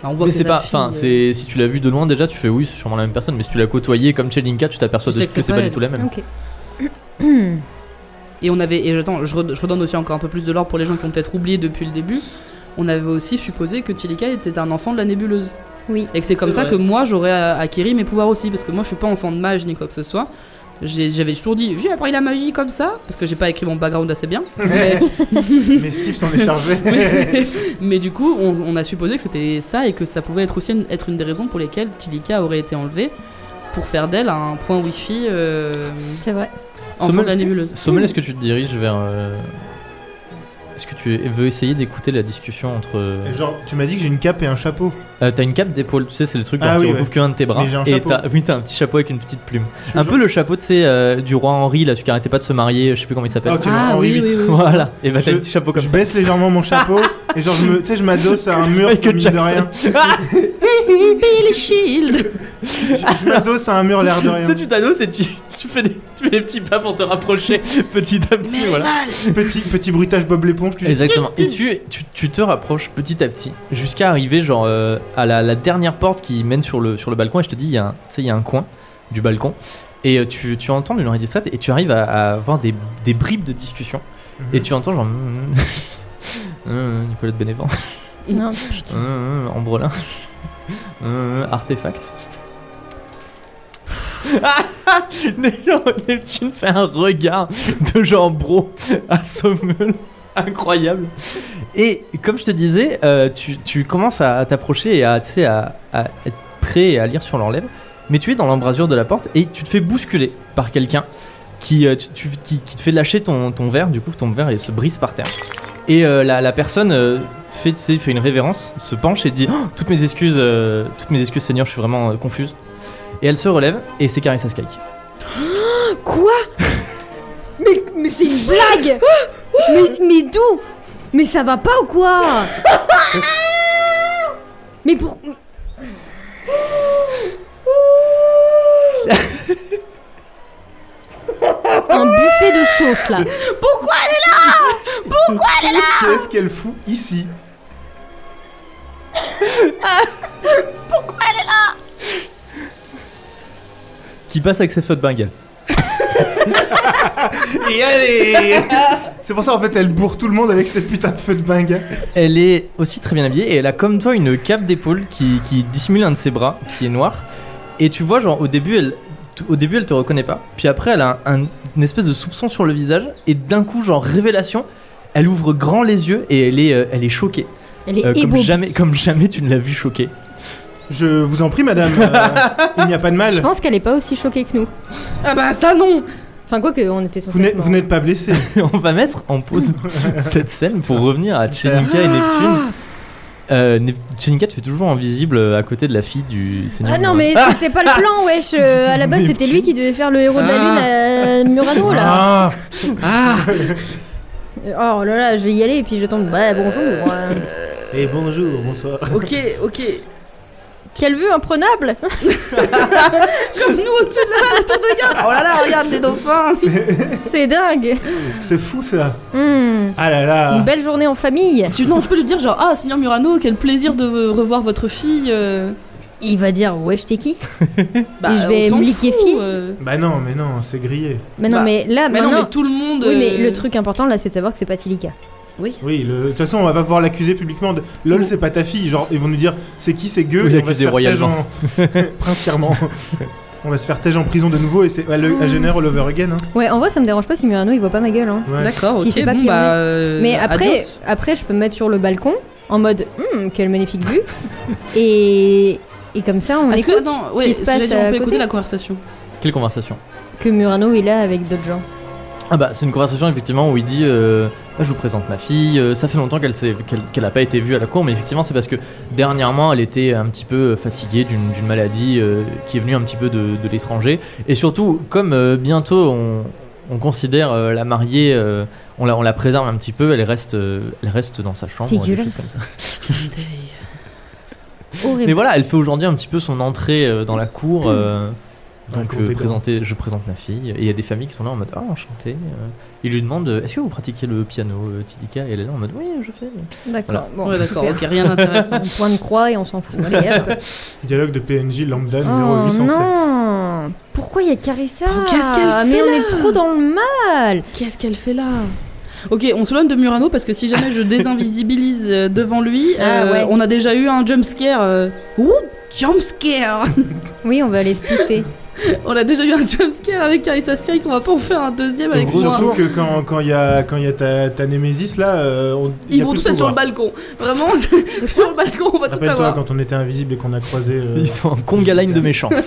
S2: on voit
S1: Mais
S2: que
S1: c'est
S2: la
S1: pas.
S2: fille,
S1: Enfin,
S2: euh,
S1: c'est si tu l'as vu de loin déjà, tu fais Oui, c'est sûrement la même personne. Mais si tu l'as côtoyée comme chez Linka, tu t'aperçois
S2: Tu
S1: de
S2: sais
S1: que,
S2: que c'est
S1: c'est
S2: pas
S1: pas du
S2: elle.
S1: tout la même.
S3: Ok. Hmm.
S2: Et on avait, et attends, je, re- je redonne aussi encore un peu plus de l'or pour les gens qui ont peut-être oublié depuis le début. On avait aussi supposé que Tilika était un enfant de la nébuleuse.
S3: oui.
S2: Et que c'est comme
S1: C'est
S2: ça
S1: vrai.
S2: que moi j'aurais euh, acquéri mes pouvoirs aussi, parce que moi je suis pas enfant de mage ni quoi que ce soit. J'ai- J'avais toujours dit, j'ai appris la magie comme ça, parce que j'ai pas écrit mon background assez bien. Mais,
S5: Mais Steve s'en est chargé.
S2: mais- mais du coup, on, on a supposé que c'était ça et que ça pouvait être aussi une, être une des raisons pour lesquelles Tilika aurait été enlevée pour faire d'elle un point wifi euh,
S3: C'est vrai.
S2: enfant
S1: Sommel-
S2: de la nébuleuse.
S1: Sommel, est-ce que tu te diriges vers. euh, Est-ce que tu veux essayer d'écouter la discussion entre.
S5: Genre, tu m'as dit que j'ai une cape et un chapeau.
S1: Euh, t'as une cape d'épaule, tu sais, c'est le truc
S5: Ah
S1: genre,
S5: oui,
S1: tu recouvres
S5: ouais.
S1: qu'un de tes bras.
S5: Mais j'ai un
S1: et
S5: chapeau.
S1: t'as, oui, t'as un petit chapeau avec une petite plume.
S5: Je suis
S1: Un
S5: genre-
S1: peu le chapeau, tu sais, euh, du roi Henri, là, celui qui arrêtait pas de se marier, euh, je sais plus comment il s'appelle.
S5: Ah, ok, Henri VIII.
S1: Voilà, et bah t'as
S5: Je-
S1: un petit chapeau comme
S5: je
S1: ça.
S5: baisse légèrement mon chapeau et genre je me, tu sais, je m'adosse à un mur
S1: Michael
S5: comme mine de
S1: Jackson.
S5: rien.
S2: Billy Shield
S5: Je, je m'adosse à un mur l'air de
S1: Tu sais,
S5: rien.
S1: tu t'annonces et tu, tu fais des, tu fais des petits pas pour te rapprocher petit à petit, voilà.
S5: Petit petit bruitage Bob l'éponge. Tu dis,
S1: Exactement. Et tu, tu, tu te rapproches petit à petit jusqu'à arriver genre euh, à la, la dernière porte qui mène sur le, sur le balcon. Et je te dis, il y a un- tu sais, il y a un coin du balcon. Et euh, tu, tu entends une oreille distraite et tu arrives à, à avoir des, des bribes de discussion.
S5: Mhm.
S1: Et tu entends genre. Mm, mm, mm, Nicolas de Bénévent.
S3: Non, putain.
S1: Mm, mm, Ambrelin. Mm, mm, Artefact. Ah, ah, Neptune- Neptune fait un regard de genre bro à Sommel. Incroyable. Et comme je te disais, euh, tu, tu commences à, à t'approcher et à, tu sais, à, à être prêt et à lire sur leurs lèvres. Mais tu es dans l'embrasure de la porte et tu te fais bousculer par quelqu'un qui, euh, tu- tu- qui, qui te fait lâcher ton, ton verre. Du coup, ton verre il se brise par terre. Et euh, la, la personne euh, fait, tu sais, fait une révérence, se penche et dit Oh, Toutes mes excuses, euh, toutes mes excuses, Seigneur, je suis vraiment euh, confuse. Et elle se relève et c'est Carissa Skyke.
S3: Quoi Mais, mais c'est une blague Mais, mais d'où Mais ça va pas ou quoi Mais pour. Un buffet de sauce là
S5: Qu'est-ce qu'elle fout ici
S1: Qui passe avec ses feux de bengale.
S5: Et allez C'est pour ça en fait elle bourre tout le monde avec cette putain de feu de bengale.
S1: Elle est aussi très bien habillée et elle a comme toi une cape d'épaule qui, qui dissimule un de ses bras qui est noir. Et tu vois, genre au début, elle, t- au début, elle te reconnaît pas. Puis après, elle a un- un- une espèce de soupçon sur le visage et d'un coup, genre révélation, elle ouvre grand les yeux et elle est, euh, elle est choquée.
S3: Elle est
S1: Euh, comme
S3: ébobie.
S1: jamais, comme jamais tu ne l'as vue choquée.
S5: Je vous en prie madame, euh, il n'y a pas de
S3: Je
S5: mal.
S3: pense qu'elle est pas aussi choquée que nous.
S2: Ah bah ça non
S3: Enfin, quoi que, on était
S5: Vous
S3: censés.
S5: n'êtes- vous n'êtes pas blessé.
S1: On va mettre en pause cette scène pour revenir à
S5: Super.
S1: Chenika et Neptune.
S3: Ah
S1: Euh, Nep- Chenika, tu es toujours invisible euh, à côté de la fille du Seigneur.
S3: Ah non, mais c'est pas le plan, wesh euh, À la base, c'était lui qui devait faire le héros de la lune à Murano là
S5: Ah,
S2: Ah
S3: Oh là là, je vais y aller et puis je tombe. Bah bonjour. euh.
S5: Et bonjour, bonsoir.
S2: Ok, ok.
S3: Quelle vue imprenable
S2: Comme nous au-dessus de la, la tour de garde. Oh là là, regarde les dauphins.
S3: C'est dingue
S5: C'est fou ça.
S3: Hmm.
S5: Ah là là.
S3: Une belle journée en famille
S2: Tu, non, tu peux lui dire genre ah, Seigneur Murano, quel plaisir de revoir votre fille. euh.
S3: Il va dire wesh t'es qui
S2: Bah,
S3: Et je vais
S2: on s'en
S3: me liquéfier.
S2: fout, euh.
S5: Bah non, mais non, c'est grillé.
S3: Mais Ah, non
S2: Bah,
S3: mais là
S2: Mais non,
S3: maintenant.
S2: mais tout le monde.
S3: Oui mais
S2: euh,
S3: le truc important là c'est de savoir que c'est pas Tilika.
S5: Oui, le- de toute façon, on va pas pouvoir l'accuser publiquement de lol, c'est pas ta fille. Genre, ils vont nous dire c'est qui, c'est gueux.
S1: Oui,
S5: et on va
S1: l'accuser
S5: se faire tâche
S1: royalement.
S5: en- Princièrement. On va se faire tège en prison de nouveau et c'est à
S2: Hmm.
S5: le- à Jenner all over again. hein.
S3: Ouais, en vrai, ça me dérange pas si Murano il voit pas ma gueule. Hein.
S5: Ouais.
S2: D'accord,
S3: Si
S2: ok,
S3: c'est pas
S2: bon
S3: clair,
S2: bah.
S3: oui.
S2: euh,
S3: Mais après,
S2: adios.
S3: après, je peux me mettre sur le balcon en mode Hum, quelle magnifique vue. et, et comme ça, on
S2: Est-ce que
S3: écoute
S2: non,
S3: ce
S2: ouais,
S3: qui se
S2: cela
S3: passe
S2: dit,
S3: à
S2: on peut
S3: côté
S2: écouter la conversation.
S1: Quelle conversation
S3: que Murano il a avec d'autres gens.
S1: Ah bah c'est une conversation effectivement où il dit euh, Ah, je vous présente ma fille, euh, ça fait longtemps qu'elle s'est- qu'elle qu'elle a pas été vue à la cour mais effectivement c'est parce que dernièrement elle était un petit peu euh, fatiguée d'une d'une maladie euh, qui est venue un petit peu de, de l'étranger et surtout comme euh, bientôt on, on considère euh, la mariée euh, on, la, on la préserve un petit peu elle reste, euh, elle reste dans sa chambre des
S3: Dégueulasse.
S1: choses comme ça.
S3: Horrible.
S1: Mais voilà elle fait aujourd'hui un petit peu son entrée euh, dans la cour euh,
S5: Dans le
S1: donc
S5: cours
S1: euh,
S5: des
S1: présenter, je présente ma fille et il y a des familles qui sont là en mode ah enchanté. euh. Il lui demande euh, est-ce que vous pratiquez le piano euh, Tidika et elle est là en mode oui je fais.
S3: Euh, D'accord. Bon,
S2: Ouais, d'accord,
S3: super.
S2: ok, rien d'intéressant.
S3: On point de croix et on s'en fout. Allez, hop.
S5: Dialogue de PNJ lambda numéro
S3: Oh
S5: 807.
S3: non Pourquoi il y a Carissa
S2: Oh, qu'est-ce qu'elle
S3: Ah,
S2: fait
S3: Mais on
S2: là
S3: est trop dans le mal
S2: Qu'est-ce qu'elle fait là Ok, on se loigne de Murano parce que si jamais je désinvisibilise euh, devant lui,
S3: Ah
S2: euh,
S3: ouais.
S2: on a déjà eu un jump scare. euh, Ouh, jump scare
S3: Oui, on va aller se pousser.
S2: On a déjà eu un jump scare avec Carissa Sky, qu'on va pas en faire un deuxième avec hein.
S5: Gros,
S2: Murano.
S5: surtout que quand quand il y a quand il y a ta, ta némésis là, euh, on, il y
S2: Ils
S5: a
S2: vont
S5: plus de
S2: tous être sur
S5: pouvoir.
S2: le balcon. Vraiment, sur le balcon, on va tout
S5: Rappelle-toi
S2: avoir.
S5: quand on était invisible et qu'on a croisé. euh,
S1: Ils sont en conga line de méchants.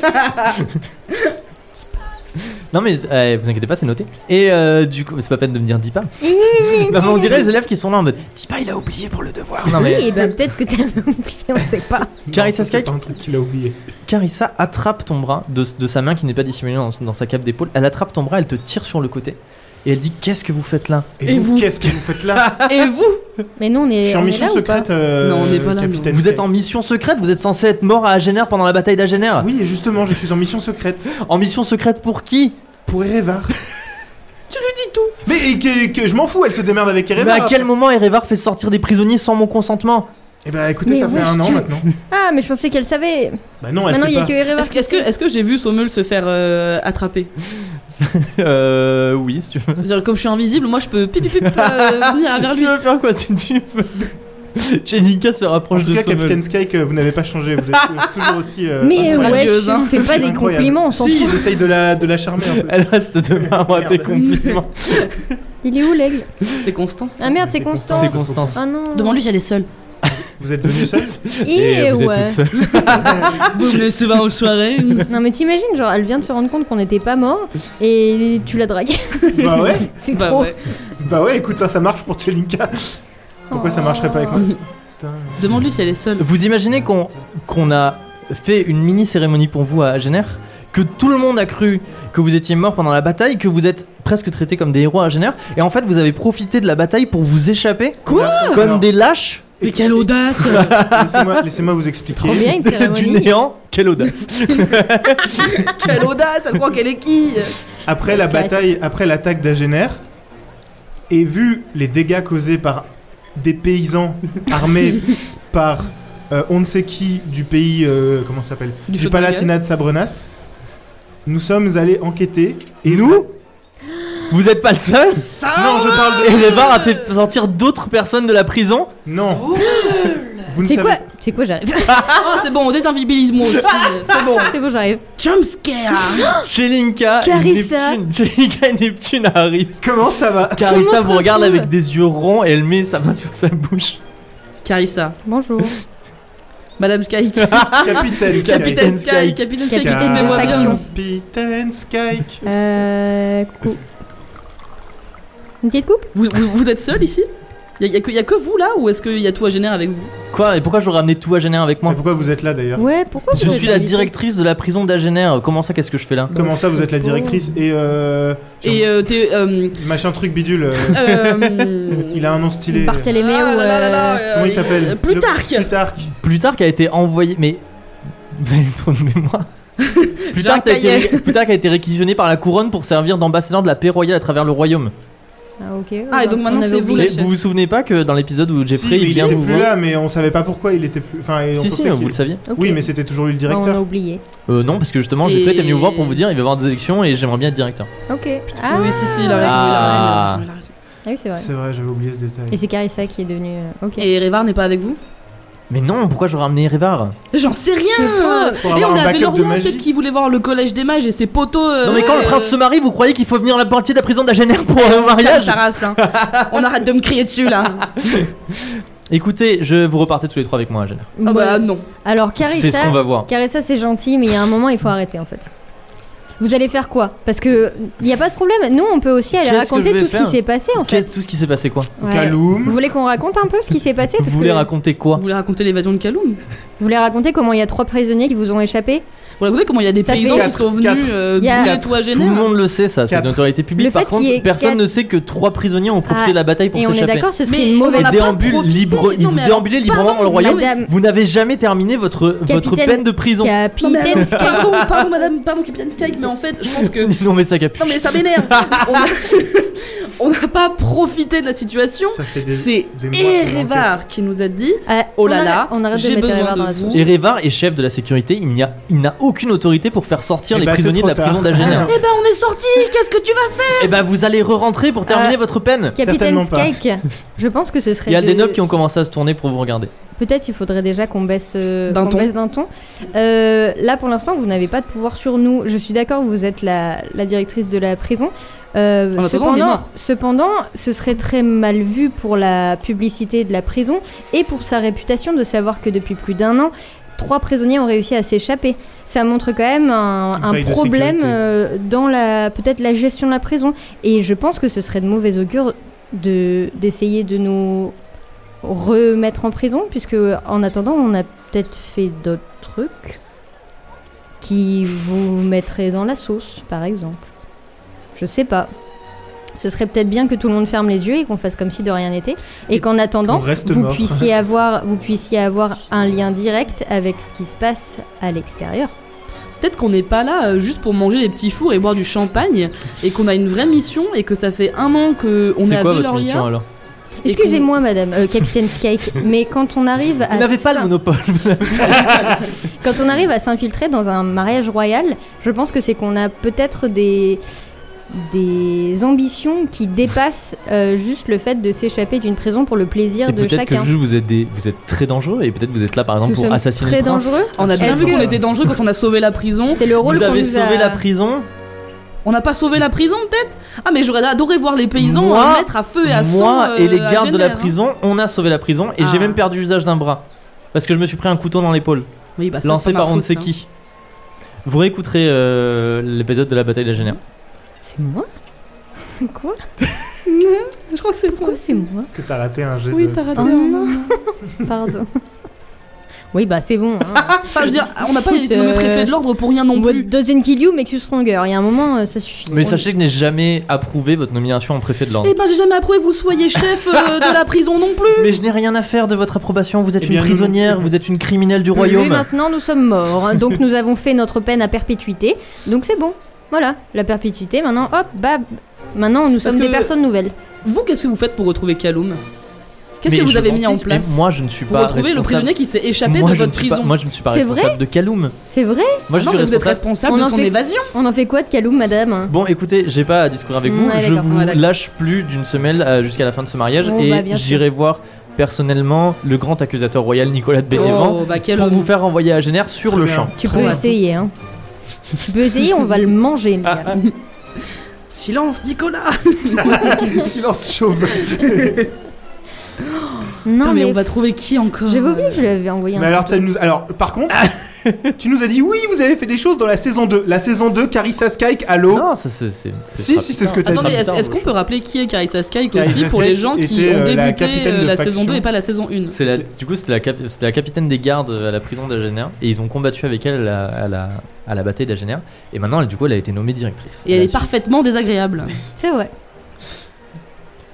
S1: Non mais euh, vous inquiétez pas, c'est noté. Et euh, du coup, c'est pas peine de me dire dis pas. Non, mais on dirait les élèves qui sont là en mode dis pas, il a oublié pour le devoir. Non mais
S3: Oui, ben peut-être que t'as oublié, on sait pas.
S5: non,
S1: Carissa
S5: ça, c'est
S1: Sky-
S5: pas un truc qu'il a oublié.
S1: Carissa attrape ton bras de, de sa main qui n'est pas dissimulée dans, dans sa cape d'épaule. Elle attrape ton bras, elle te tire sur le côté et elle dit qu'est-ce que vous faites là
S5: Et,
S2: Et
S5: vous,
S2: vous
S5: qu'est-ce que vous faites là
S2: Et vous
S3: Mais nous, on est,
S5: Sur
S3: on est
S5: mission
S3: là ou pas
S5: secrète. euh,
S2: Non, on n'est pas là,
S5: capitaine
S1: Vous
S5: Sky.
S1: êtes en mission secrète, vous êtes censé être mort à Agener pendant la bataille d'Agener.
S5: Oui, et justement, je suis en mission secrète
S1: En mission secrète pour qui
S5: pour Erevar.
S2: Tu lui dis tout
S5: Mais et que, que- je m'en fous, elle se démerde avec
S1: Mais
S3: Bah,
S5: Erevar.
S1: à quel moment Erevar fait sortir des prisonniers sans mon consentement
S5: Eh bah écoutez,
S3: Mais
S5: ça fait
S3: wesh,
S5: un an
S3: tu-
S5: maintenant.
S3: Ah, mais je pensais qu'elle savait
S5: Bah non, elle
S3: Maintenant,
S5: sait
S3: il y a
S5: pas.
S3: que Erevar.
S2: Est-ce que, est-ce que, est-ce que j'ai vu Sommel se faire euh, attraper
S1: Euh. Oui, si tu veux.
S2: C'est-à-dire, Comme je suis invisible, moi je peux pip, pip, pip, euh, venir vers
S1: Tu
S2: lui.
S1: veux faire quoi si tu veux Jenica se
S5: En
S1: rapproche
S5: tout
S1: de
S5: cas,
S1: Sommel.
S5: Capitaine Sky, que vous n'avez pas changé, vous êtes euh, toujours aussi. euh,
S3: Mais
S5: incroyable.
S3: ouais,
S2: radieuse,
S3: je
S2: hein.
S3: fais pas des
S5: Incroyable.
S3: compliments, on s'en
S5: Si,
S3: fout.
S5: j'essaye de la, de la charmer un peu.
S1: Elle reste demain à tes
S5: Merde.
S1: compliments.
S3: Il est où l'aigle
S2: C'est Constance.
S3: Ah merde, c'est Constance.
S1: C'est Constance.
S3: Ah non.
S2: Demande-lui, j'allais seule.
S5: Vous êtes venu seul
S3: Et
S1: euh, vous
S3: ouais.
S1: êtes toute seule.
S2: Vous venez souvent aux soirées
S3: euh Non mais t'imagines, genre elle vient de se rendre compte qu'on n'était pas mort et tu la dragues.
S5: Bah ouais,
S3: c'est
S2: Bah
S3: trop.
S2: ouais.
S5: bah ouais, écoute, ça, ça marche pour Chelinka. Pourquoi ça marcherait pas avec moi Putain.
S2: Demande-lui si elle est seule.
S1: Vous imaginez qu'on qu'on a fait une mini cérémonie pour vous à Agener que tout le monde a cru que vous étiez mort pendant la bataille, que vous êtes presque traités comme des héros à Agener, et en fait vous avez profité de la bataille pour vous échapper
S2: Quoi
S1: comme
S5: Alors,
S1: des lâches
S2: Mais quelle audace
S5: Laissez-moi laissez vous expliquer.
S3: Trop bien une
S1: du
S3: cérémonie.
S1: néant. Quelle audace
S2: Quelle audace Elle croit qu'elle est qui
S5: Après la
S3: Parce que-
S5: bataille, après l'attaque d'Agener, et vu les dégâts causés par des paysans armés par euh, on ne sait qui du pays, euh, comment ça s'appelle
S2: Du
S5: Du
S2: Chaude
S5: Palatinat de Sabrenas, nous sommes allés enquêter.
S1: Et nous Vous êtes pas le seul
S2: Ah
S5: Non, je parle de.
S1: Et les bars a fait sortir d'autres personnes de la prison
S5: Non,
S2: Oh,
S5: vous ne
S3: C'est
S5: savez
S3: quoi C'est quoi j'arrive
S2: Oh, c'est bon, on désinvibilise moi aussi. C'est bon.
S3: C'est bon j'arrive.
S2: Jumpscare
S1: Chelinka et
S3: Carissa.
S1: Neptune. Chelinka et Neptune arrivent.
S5: Comment ça va
S1: Carissa
S3: on se
S1: vous regarde
S3: retrouve
S1: avec des yeux ronds et elle met sa main sur sa bouche.
S2: Carissa.
S3: Bonjour.
S2: Madame Sky.
S5: Capitaine
S2: Capitaine Sky.
S5: Sky.
S1: Sky.
S2: Capitaine Sky.
S3: Capitaine
S2: écoutez-moi
S3: Sky.
S2: bien.
S5: Capitaine Sky.
S3: Euh, coucou. Une petite coupe
S2: Vous, vous- vous êtes seul ici Y'a y a, que- y a que vous là ou est-ce qu'il y a tout à générer avec vous
S1: Quoi Et pourquoi j'aurais amené tout Agener avec
S5: Mais
S1: moi
S5: pourquoi vous êtes là d'ailleurs
S3: Ouais, pourquoi
S1: Je
S3: vous
S1: suis
S3: êtes
S1: la
S3: invité
S1: directrice de la prison d'Agener. Comment ça Qu'est-ce que je fais là
S5: Comment ça, vous êtes la directrice et euh,
S2: Et euh, t'es. euh,
S5: machin truc bidule euh,
S2: euh,
S5: Il a un nom stylé.
S3: Barthélemy
S2: Ah,
S3: ou.
S2: là, là, là, là,
S3: euh,
S2: euh,
S5: Comment il s'appelle
S2: euh, Plutarque.
S5: Le- Plutarque.
S1: Plutarque a été envoyé. Mais. Vous avez trop de mémoire. Plutarque,
S2: J'ai un
S1: a été... Plutarque a été réquisitionné par la couronne pour servir d'ambassadeur de la paix royale à travers le royaume.
S3: Ah, ok.
S2: Ah, et donc
S3: on
S2: maintenant,
S3: avait
S2: c'est vous,
S3: oublié.
S1: Et
S2: la
S1: vous vous souvenez pas que dans l'épisode où Jeffrey
S5: Si, mais
S1: il
S5: il
S1: vient
S5: était
S1: vous
S5: plus
S1: voir
S5: là, mais on savait pas pourquoi il était plus. Enfin, et on
S1: Si, si,
S5: pensait
S1: vous
S5: qu'il-
S1: le saviez.
S3: Ok.
S5: Oui, mais c'était toujours lui le
S3: Ah, on
S5: directeur.
S3: a oublié.
S1: Euh, non, parce que justement,
S2: Et-
S1: j'ai prêt à venir vous voir pour vous dire il va y avoir des élections et j'aimerais bien être directeur.
S3: Ok.
S2: Ah
S3: Ah,
S2: oui, si, si, il a raison, il a raison, il a raison, il a raison.
S3: Ah oui, c'est vrai.
S5: C'est vrai, j'avais oublié ce détail.
S2: Eh,
S3: Et c'est Carissa qui est devenue. euh, Ok.
S2: Et Révar n'est pas avec vous
S1: Mais non, pourquoi j'aurais ramené Révar
S2: J'en sais rien
S5: Pour
S2: Et
S5: avoir
S2: on
S5: un
S2: avait
S5: backup de
S2: Lorient peut-être
S5: magie.
S2: qui voulait voir le collège des mages et ses poteaux. euh,
S1: Non, mais quand le
S2: euh,
S1: prince se marie, vous croyez qu'il faut venir la partie de la prison d'Agener pour un
S2: Tiens,
S1: mariage
S2: ta race, hein. On arrête de me crier dessus là.
S1: Écoutez, je vous repartez tous les trois avec moi à Agener.
S2: Ah
S3: Bon.
S2: bah non.
S3: Alors,
S1: C'est ce
S3: Carissa,
S1: qu'on va voir.
S3: Carissa, c'est gentil, mais il y a un moment, il faut arrêter en fait. Vous allez faire quoi Parce que il n'y a pas de problème. Nous, on peut aussi aller
S1: Qu'est-ce que
S3: raconter
S1: je vais
S3: tout ce qui
S1: faire
S3: s'est passé en fait.
S1: Qu'est-ce tout ce qui s'est passé quoi
S3: Ouais. Vous
S5: Kaloum.
S3: voulez qu'on raconte un peu ce qui s'est passé
S1: Vous
S3: Parce
S1: voulez
S3: que-
S1: raconter
S2: Vous
S1: quoi
S2: voulez raconter l'évasion de Kaloum
S3: Vous voulez raconter comment il y a trois prisonniers qui vous ont échappé
S2: Vous voulez raconter comment il y a des
S3: Ça fait
S2: paysans qui
S5: quatre,
S2: sont venus
S5: quatre.
S2: euh,
S3: Il y a-
S2: brûler toi
S1: Tout le monde le sait, ça, c'est
S5: Quatre.
S1: de notoriété publique.
S3: Le
S1: Par
S3: fait qu'il
S1: contre,
S3: y ait
S1: personne
S3: quatre-
S1: ne sait que trois prisonniers ont profité
S3: Ah,
S1: de la bataille pour
S3: Et on est
S1: s'échapper.
S3: d'accord, ce serait
S2: Mais
S3: une
S2: on
S3: mauvaise
S2: a
S1: Ils
S2: pas
S1: déambulent
S2: profité,
S1: libre,
S2: non,
S1: ils
S2: mais
S1: déambulaient
S2: alors,
S1: librement dans le
S2: pardon,
S1: royaume.
S3: madame.
S1: Vous n'avez jamais terminé votre, votre
S3: Capitaine
S1: peine de prison.
S2: Non, mais
S3: Capitaine
S2: alors, pardon, pardon, madame, pardon, Capitaine Spike, mais en fait, je pense que.
S1: Non mais ça capuche.
S2: Non, mais ça m'énerve On a- On n'a pas profité de la situation.
S5: Ça fait des-
S2: C'est
S5: des mois qu'on
S2: Erevar qui nous a dit
S3: Ah,
S2: Oh
S3: on
S2: là là,
S3: arrête- on arrête de
S2: j'ai
S3: mettre les
S2: besoin
S3: barres
S2: de
S3: dans la
S2: vous.
S3: soupe.
S1: Et Révar est chef de la sécurité, il n'y a- il n'a aucune autorité pour faire sortir
S5: Eh
S1: les
S5: bah, c'est
S1: prisonniers de
S5: trop
S1: la prison
S5: tard.
S1: d'Agener.
S2: Eh ben, on est sorti Qu'est-ce que tu vas faire
S1: Et bah vous allez re-rentrer pour terminer votre peine.
S3: Capitaine
S5: Certainement pas.
S3: Skake, je pense que ce
S1: Il
S3: serait.
S1: y a
S3: Ah. de-
S1: des nobles qui ont commencé à se tourner pour vous regarder.
S3: Peut-être il faudrait déjà qu'on baisse euh,
S2: D'un
S3: qu'on
S2: ton.
S3: baisse d'un ton. Euh, là, pour l'instant, vous n'avez pas de pouvoir sur nous. Je suis d'accord, vous êtes la, la directrice de la prison. Euh,
S2: En attendant, on est
S3: cependant,
S2: mort.
S3: cependant, ce serait très mal vu pour la publicité de la prison et pour sa réputation de savoir que depuis plus d'un an, trois prisonniers ont réussi à s'échapper. Ça montre quand même un,
S5: Une
S3: un
S5: faille de
S3: problème
S5: sécurité.
S3: euh, dans la peut-être la gestion de la prison. Et je pense que ce serait de mauvais augure de d'essayer de nous remettre en prison, puisque en attendant, on a peut-être fait d'autres trucs qui vous mettraient dans la sauce, par exemple. Je sais pas. Ce serait peut-être bien que tout le monde ferme les yeux et qu'on fasse comme si de rien n'était, et qu'en attendant,
S5: Qu'on reste
S3: vous
S5: mort.
S3: puissiez avoir, vous puissiez avoir un lien direct avec ce qui se passe à l'extérieur.
S2: Peut-être qu'on n'est pas là euh, juste pour manger des petits fours et boire du champagne et qu'on a une vraie mission et que ça fait un an que on
S1: C'est
S2: a
S1: quoi
S2: vu
S1: votre mission
S2: Loria.
S1: alors
S2: Et
S3: Excusez-moi, Madame euh, Capitaine Skake, mais quand on arrive à
S1: Vous n'avez pas le
S3: ça-
S1: monopole.
S3: Quand on arrive à s'infiltrer dans un mariage royal, je pense que c'est qu'on a peut-être des des ambitions qui dépassent euh, juste le fait de s'échapper d'une prison pour le plaisir
S1: Et
S3: de
S1: peut-être que
S3: chacun.
S1: juste vous êtes des- vous êtes très dangereux et peut-être vous êtes là par exemple
S3: Nous
S1: pour
S3: sommes
S1: assassiner
S3: très
S1: le prince.
S3: dangereux.
S2: On a bien
S3: Est-ce
S2: vu qu'on
S3: que-
S2: était dangereux quand on a sauvé la prison.
S3: C'est le rôle
S1: Vous
S3: qu'on
S1: avez
S3: nous a-
S1: sauvé la prison.
S2: On n'a pas sauvé la prison peut-être Ah mais j'aurais adoré voir les paysans
S1: Moi-
S2: euh, mettre à feu et à sang.
S1: Moi
S2: euh,
S1: et les
S2: à
S1: gardes de la
S2: Jenner, hein.
S1: prison, on a sauvé la prison et
S2: Ah.
S1: j'ai même perdu l'usage d'un bras parce que je me suis pris un couteau dans l'épaule.
S2: Oui, bah, ça,
S1: lancé
S2: c'est ma
S1: par on ne
S2: faute,
S1: sait
S2: hein.
S1: qui. Vous réécouterez euh, l'épisode de la bataille de la Génère.
S3: C'est moi C'est quoi
S2: Je crois que c'est toi.
S3: Pourquoi c'est moi
S5: Est-ce que t'as raté un
S1: Euh,
S5: jet
S2: Oui,
S5: de...
S2: t'as raté. hein.
S3: Oh
S2: un
S3: non.
S2: moment.
S3: Pardon. Oui, bah c'est bon. hein.
S2: Enfin, je veux dire, on n'a pas
S3: Écoute,
S2: été nommé
S3: euh,
S2: préfet de l'ordre pour rien non plus.
S3: Doesn't kill you, makes you stronger. Il y a un moment, euh, ça suffit.
S1: Mais
S3: On-
S1: sachez que je n'ai jamais approuvé votre nomination en préfet de l'ordre.
S2: Eh ben, j'ai jamais approuvé que vous soyez chef euh, de la prison non plus.
S1: Mais je n'ai rien à faire de votre approbation, vous êtes
S5: Eh
S1: une
S5: bien, nous-
S1: prisonnière, vous êtes une criminelle du
S3: Mais
S1: royaume.
S3: maintenant, nous sommes morts. Donc, nous avons fait notre peine à perpétuité. Donc, c'est bon. Voilà, la perpétuité. Maintenant, hop, bab. Maintenant, nous
S2: Parce
S3: sommes des
S2: que-
S3: personnes nouvelles.
S2: Vous, qu'est-ce que vous faites pour retrouver Kaloum Qu'est-ce
S1: Mais
S2: que vous
S1: je
S2: avez
S1: m'en
S2: mis en
S1: fiche,
S2: place
S1: mais Moi je ne suis
S2: pour
S1: pas
S2: retrouver le
S1: responsable-
S2: prisonnier qui s'est échappé
S1: Moi,
S2: de
S1: je ne
S2: votre
S1: suis pas-
S2: prison Ah
S1: moi je ne suis pas
S3: C'est
S1: responsable de Kaloum.
S3: C'est vrai
S1: Moi je
S2: Non,
S1: suis
S2: mais vous êtes
S1: responsable.
S2: responsable
S3: On
S2: de
S3: en
S2: son
S3: fait-
S2: évasion.
S3: On en fait quoi de Kaloum, madame
S1: Bon écoutez, j'ai pas à discuter avec vous,
S3: Ouais,
S1: je
S3: d'accord,
S1: vous
S2: ouais, d'accord. Oh,
S1: lâche plus d'une semaine euh, jusqu'à la fin de ce mariage
S3: Bon,
S1: et
S3: bah, bien sûr.
S1: j'irai voir personnellement le grand accusateur royal Nicolas de Bénévent
S2: bah quel
S1: pour
S2: homme.
S1: vous faire renvoyer à Génère sur
S5: Très
S1: le
S5: bien.
S1: champ.
S3: Tu
S2: Très
S3: peux
S2: bien.
S3: essayer, hein. tu peux essayer, on va le manger, le gars.
S2: Silence, Nicolas
S5: Silence chauve.
S3: Non,
S2: Putain, mais
S3: mais,
S2: on va trouver qui encore euh,
S3: j'avais oublié que je lui avais envoyé un.
S5: Mais alors,
S3: texto.
S5: t'as nous... alors, par contre,
S1: Ah.
S5: tu nous as dit oui, vous avez fait des choses dans la saison 2. La saison 2, Carissa Skyke, allô
S1: Non, ça c'est c'est- c'est
S5: Si,
S1: pas-
S5: si, c'est ce que t'as
S2: Attendez,
S5: dit.
S2: est-ce
S1: bizarre,
S2: est-ce qu'on peut rappeler qui est Carissa Sky aussi
S5: Carissa
S2: pour les
S5: Sky
S2: gens qui
S5: était,
S2: ont
S5: euh, la
S2: débuté
S5: capitaine
S2: euh,
S5: de
S2: la
S5: faction.
S2: saison 2 et pas la saison 1
S1: C'est la- du coup, c'était la, cap- c'était la capitaine des gardes à la prison d'Agener et ils ont combattu avec elle à la, à la, à la bataille d'Agener. Et maintenant, elle, du coup, elle a été nommée directrice.
S2: Et elle
S1: La
S2: est
S1: suite.
S2: parfaitement désagréable.
S3: C'est vrai.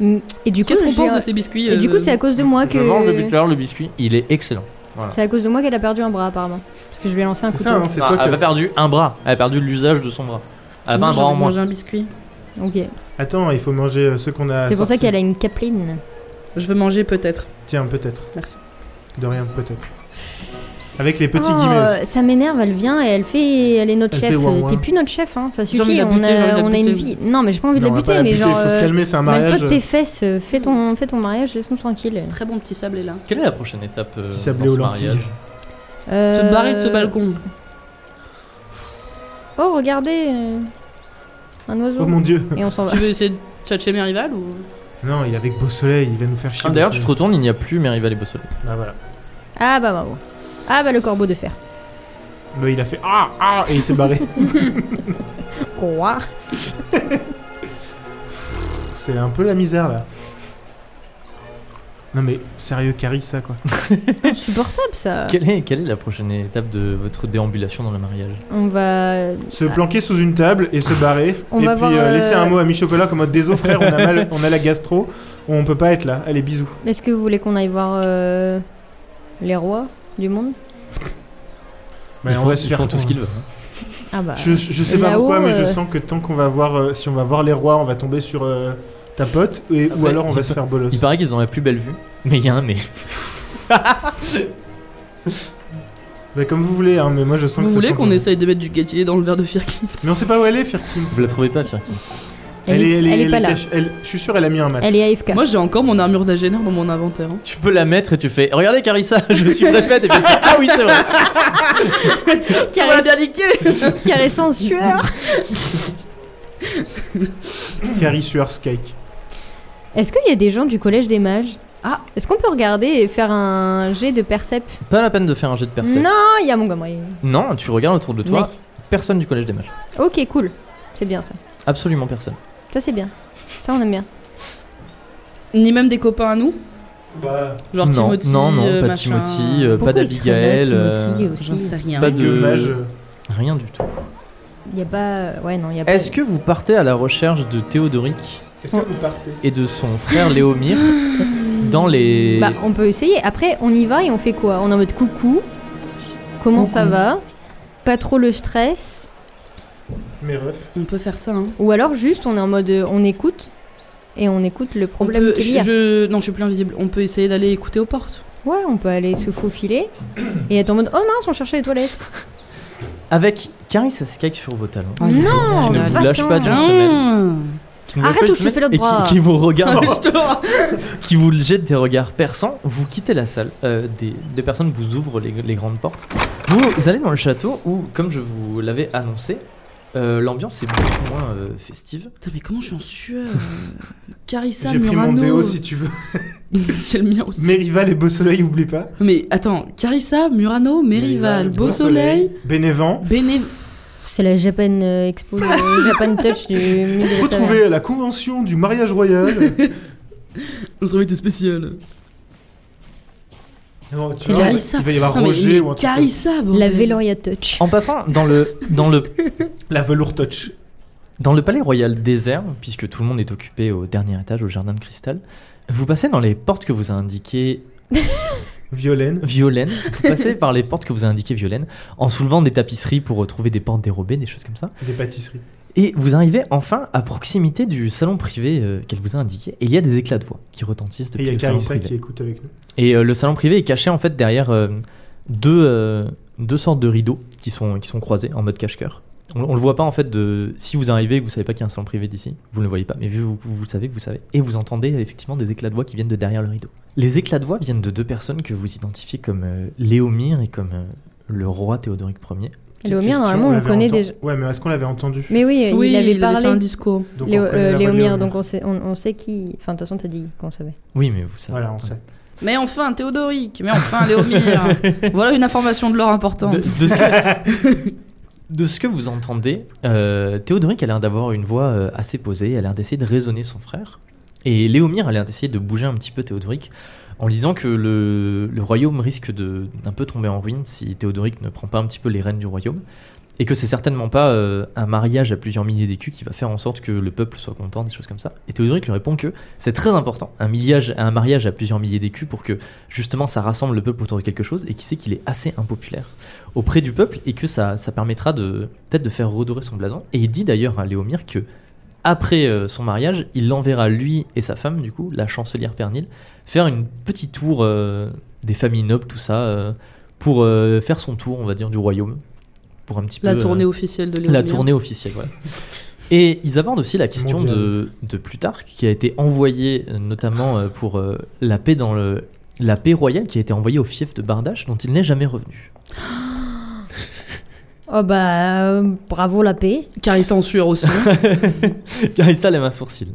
S3: Mm, Et du coup,
S2: Qu'est-ce qu'on
S3: j'ai-
S2: pense de ces biscuits
S3: Et du
S2: euh,
S3: coup, c'est à cause de moi que.
S1: Je mange le buteur, le biscuit, il est excellent.
S3: C'est à cause de moi qu'elle a perdu un bras, apparemment. Parce que je lui ai lancé un
S5: C'est
S3: couteau.
S5: ça, hein, c'est
S1: Ah,
S5: toi
S1: elle a
S5: qui.
S1: pas perdu un bras, elle a perdu l'usage de son bras. Elle a pas Ah,
S2: Moi,
S1: ben, un
S2: j'ai
S1: bras en
S2: envie de
S1: moins.
S2: manger un biscuit. hein.
S3: Ok.
S5: Attends, il faut manger euh, ce qu'on a.
S3: C'est pour ça
S5: sorti.
S3: qu'elle a une capeline.
S2: Je veux manger peut-être.
S5: Tiens, peut-être.
S2: Merci.
S5: De rien, peut-être. Avec les petits
S3: Oh,
S5: guillemets aussi.
S3: ça m'énerve, elle vient et elle fait, elle est notre
S5: Elle fait
S3: chef.
S5: ouin-ouin.
S3: Euh, T'es plus notre chef, hein, ça
S2: J'ai envie
S3: suffit.
S2: de la
S3: on
S2: buter, j'ai envie de
S3: a,
S2: la
S3: on a une
S2: buter.
S3: vie. Non, mais j'ai pas envie de
S5: Non, on
S3: la
S5: va
S3: buter,
S5: pas la
S3: mais
S5: buter,
S3: genre.
S5: faut se
S3: euh,
S5: calmer, c'est un
S3: Même
S5: mariage.
S3: toi de tes fesses, euh, fais ton, fais ton mariage, laisse-nous tranquille.
S2: Très bon petit sablé là.
S1: Quelle est la prochaine étape euh,
S5: Petit
S1: dans
S5: sablé
S1: ce
S5: aux lentilles.
S1: mariage
S3: Euh,
S2: Se barrer de ce balcon.
S3: Oh, regardez euh, Un oiseau.
S5: Oh mon dieu.
S3: Et on s'en va.
S2: Tu veux essayer de tchatcher mes rivales ou
S5: Non, il est avec Beau Soleil, il va nous faire chier.
S1: Ah, D'ailleurs,
S5: Beau
S1: tu te
S5: Soleil.
S1: retournes, il n'y a plus Merival et Bossol.
S5: Ah, voilà.
S3: Ah bah bravo. Ah bah le corbeau de fer.
S5: Bah, il a fait ah ah et il s'est barré.
S3: Quoi
S5: c'est un peu la misère là. Non mais sérieux, Carissa quoi.
S3: Insupportable ça.
S1: Ah. Quelle est, quelle est la prochaine étape de votre déambulation dans le mariage
S3: On va.
S5: Se planquer sous une table et se barrer.
S3: On
S5: et
S3: va
S5: puis
S3: voir,
S5: euh,
S3: euh,
S5: laisser un mot à mi-chocolat comme désolé frère, on a, mal, on a la gastro, on peut pas être là. Allez, bisous.
S3: Est-ce que vous voulez qu'on aille voir euh, les rois du monde
S5: Bah,
S1: Ils
S5: on
S1: font-
S5: va se
S1: ils
S5: faire
S1: font tout ce qu'ils veulent.
S3: Ah bah.
S5: Je, je sais pas
S3: Là-haut,
S5: pourquoi, mais je
S3: euh,
S5: sens que tant qu'on va voir, euh, si on va voir les rois, on va tomber sur euh, ta pote, et- ou
S1: Après,
S5: alors on va
S1: il
S5: se
S1: peut-
S5: faire bolos.
S1: Il paraît qu'ils ont la plus belle vue. Mais il y a un mais.
S5: Bah, comme vous voulez, hein, mais moi je sens que
S2: Vous
S5: ça
S2: voulez
S5: sent
S2: qu'on
S5: bon.
S2: essaye de mettre du gâtillier dans le verre de Firkin
S5: Mais on sait pas où elle est, Firkin.
S1: Vous la trouvez pas, Firkin
S3: Elle, est, elle est pas là.
S5: cachée. Elle- je suis sûr, elle a mis un masque.
S3: Elle est AFK.
S2: Moi j'ai encore mon armure d'agénère dans mon inventaire. hein.
S1: Tu peux la mettre et tu fais Regardez, Carissa, je suis préfète. Et puis, ah oui, c'est vrai.
S2: Tu m'as bien niqué
S3: caressant en sueur.
S5: Carrie Suarez Cake.
S3: Est-ce qu'il y a des gens du collège des mages
S2: Ah.
S3: Est-ce qu'on peut regarder et faire un jet de percep
S1: Pas la peine de faire un jet de perception.
S3: Non, il y a Montgomery.
S1: Non, tu regardes autour de toi.
S3: Nice.
S1: Personne du collège des mages.
S3: Ok, cool. C'est bien ça.
S1: Absolument personne.
S3: Ça c'est bien. Ça on aime bien.
S2: Ni même des copains à nous
S5: Bah,
S2: Genre
S1: non,
S2: Timothy,
S1: non, non,
S2: euh,
S1: pas
S2: machin.
S1: Timothy, euh, pas
S3: Pourquoi il serait
S1: d'Abigail,
S3: là, Timothy,
S1: euh,
S3: aussi
S2: J'en sais rien.
S1: Pas
S5: que
S1: de-
S5: mage. euh,
S1: rien du tout.
S3: Il y a pas. euh, Ouais, non, il y a pas.
S1: Est-ce que vous partez à la recherche de Théodoric
S5: Est-ce que vous partez
S1: et de son frère Léomir dans les.
S3: Bah, on peut essayer. Après, on y va et on fait quoi On est en mode coucou. Comment ça
S2: Coucou.
S3: va Pas trop le stress.
S5: Mes refs.
S2: On peut faire ça. Hein.
S3: Ou alors juste, on est en mode, euh, on écoute et on écoute le
S2: On
S3: problème
S2: peut-
S3: qu'il
S2: je,
S3: y a.
S2: je- non, je suis plus invisible. On peut essayer d'aller écouter aux portes.
S3: Ouais, on peut aller se faufiler et être en mode, oh mince, on cherchait les toilettes.
S1: Avec Carissa Skype sur vos talons.
S2: Ah,
S3: non,
S1: qui ne vous
S3: va-t'en.
S1: lâche pas d'une
S2: Ah.
S1: semaine. Oh. qui ne vous lâche
S3: Arrête
S1: pas une
S3: ou je te
S1: semaine
S3: fais l'autre
S1: et qui-
S3: bras.
S1: Qui, vous regarde,
S2: Ah. Je te-
S1: qui vous jette des regards perçants. Vous quittez la salle. euh, des, des personnes vous ouvrent les, les grandes portes. Vous allez dans le château où, comme je vous l'avais annoncé, euh, l'ambiance est beaucoup moins euh, festive.
S2: Putain, mais comment je suis en sueur euh, Carissa,
S5: J'ai pris mon
S2: Murano.
S5: déo si tu veux.
S2: J'ai le mien aussi.
S5: Mérival et Beau Soleil, oublie pas.
S2: Mais attends, Carissa, Murano, Mérival, Beau Soleil,
S5: Bénévent.
S2: Béné.
S3: C'est la Japan euh, Expo, le Japan Touch du milieu de la taverne.
S5: Retrouvé à la convention du mariage royal.
S2: Notre invité spécial.
S5: Non, tu
S3: C'est
S5: vois,
S2: Carissa.
S5: Il va y avoir
S2: Non, mais-
S5: Roger
S2: mais
S5: ou un truc
S2: Carissa,
S3: La
S2: bordel.
S3: Veloria Touch.
S1: En passant dans le, dans le
S5: comme- La velours touch.
S1: Dans le palais royal désert, puisque tout le monde est occupé au dernier étage, au jardin de cristal, vous passez dans les portes que vous a indiquées
S5: Violaine.
S1: Violaine. Vous passez par les portes que vous a indiquées Violaine, en soulevant des tapisseries pour retrouver des portes dérobées, des choses comme ça.
S5: Des pâtisseries.
S1: Et vous arrivez enfin à proximité du salon privé euh, qu'elle vous a indiqué. Et il y a des éclats de voix qui retentissent
S5: Et il
S1: depuis
S5: y a
S1: le salon
S5: Carissa
S1: privé.
S5: qui écoute avec nous.
S1: Et euh, le salon privé est caché en fait derrière euh, deux, euh, deux sortes de rideaux qui sont, qui sont croisés en mode cache-coeur. On, on le voit pas en fait de si vous arrivez et que vous savez pas qu'il y a un salon privé d'ici, vous ne le voyez pas, mais vu que vous, vous le savez, vous savez. Et vous entendez euh, effectivement des éclats de voix qui viennent de derrière le rideau. Les éclats de voix viennent de deux personnes que vous identifiez comme euh, Léomir et comme euh, le roi Théodoric Ier.
S5: Petite
S3: Léomir,
S5: question,
S3: normalement, on
S5: l'avait
S3: connaît
S5: entendu-
S3: déjà.
S5: Ouais, mais est-ce qu'on l'avait entendu
S3: Mais oui,
S2: Oui,
S3: il avait parlé.
S2: fait un discours.
S5: Donc, on
S3: Léo-
S5: connaît la
S3: euh,
S5: voix de
S3: Léomir,
S5: Léomir.
S3: donc on sait, on, on sait qui. Enfin, de toute façon, t'as dit qu'on savait.
S1: Oui, mais vous savez.
S5: Voilà, on sait.
S2: Mais enfin, Théodoric, mais enfin, Léomir. voilà une information de l'or importante.
S1: De, de ce que, de ce que vous entendez, euh, Théodoric a l'air d'avoir une voix euh, assez posée, elle a l'air d'essayer de raisonner son frère. Et Léomir a l'air d'essayer de bouger un petit peu Théodoric en lui disant que le, le royaume risque de- d'un peu tomber en ruine si Théodoric ne prend pas un petit peu les rênes du royaume. Et que c'est certainement pas euh, un mariage à plusieurs milliers d'écus qui va faire en sorte que le peuple soit content, des choses comme ça. Et Théodoric lui répond que c'est très important, un, milliage- un mariage à plusieurs milliers d'écus pour que justement ça rassemble le peuple autour de quelque chose et qu'il sait qu'il est assez impopulaire auprès du peuple et que ça, ça permettra de peut-être de faire redorer son blason. Et il dit d'ailleurs à Léomir que après euh, son mariage, il enverra lui et sa femme, du coup, la chancelière Pernil, faire une petite tour euh, des familles nobles, tout ça, euh, pour euh, faire son tour, on va dire, du royaume. Pour un petit
S2: La
S1: peu.
S2: tournée
S1: euh,
S2: officielle de Léon.
S1: la
S2: Mire.
S1: tournée officielle, voilà. Et ils abordent aussi la question
S5: Mondial.
S1: de, de Plutarque, qui a été envoyé euh, notamment euh, pour euh, la paix dans le la paix royale, qui a été envoyée au fief de Bardache, dont il n'est jamais revenu.
S3: Oh bah, euh, bravo la paix.
S2: Carissa en sueur aussi.
S1: Carissa lève un sourcil.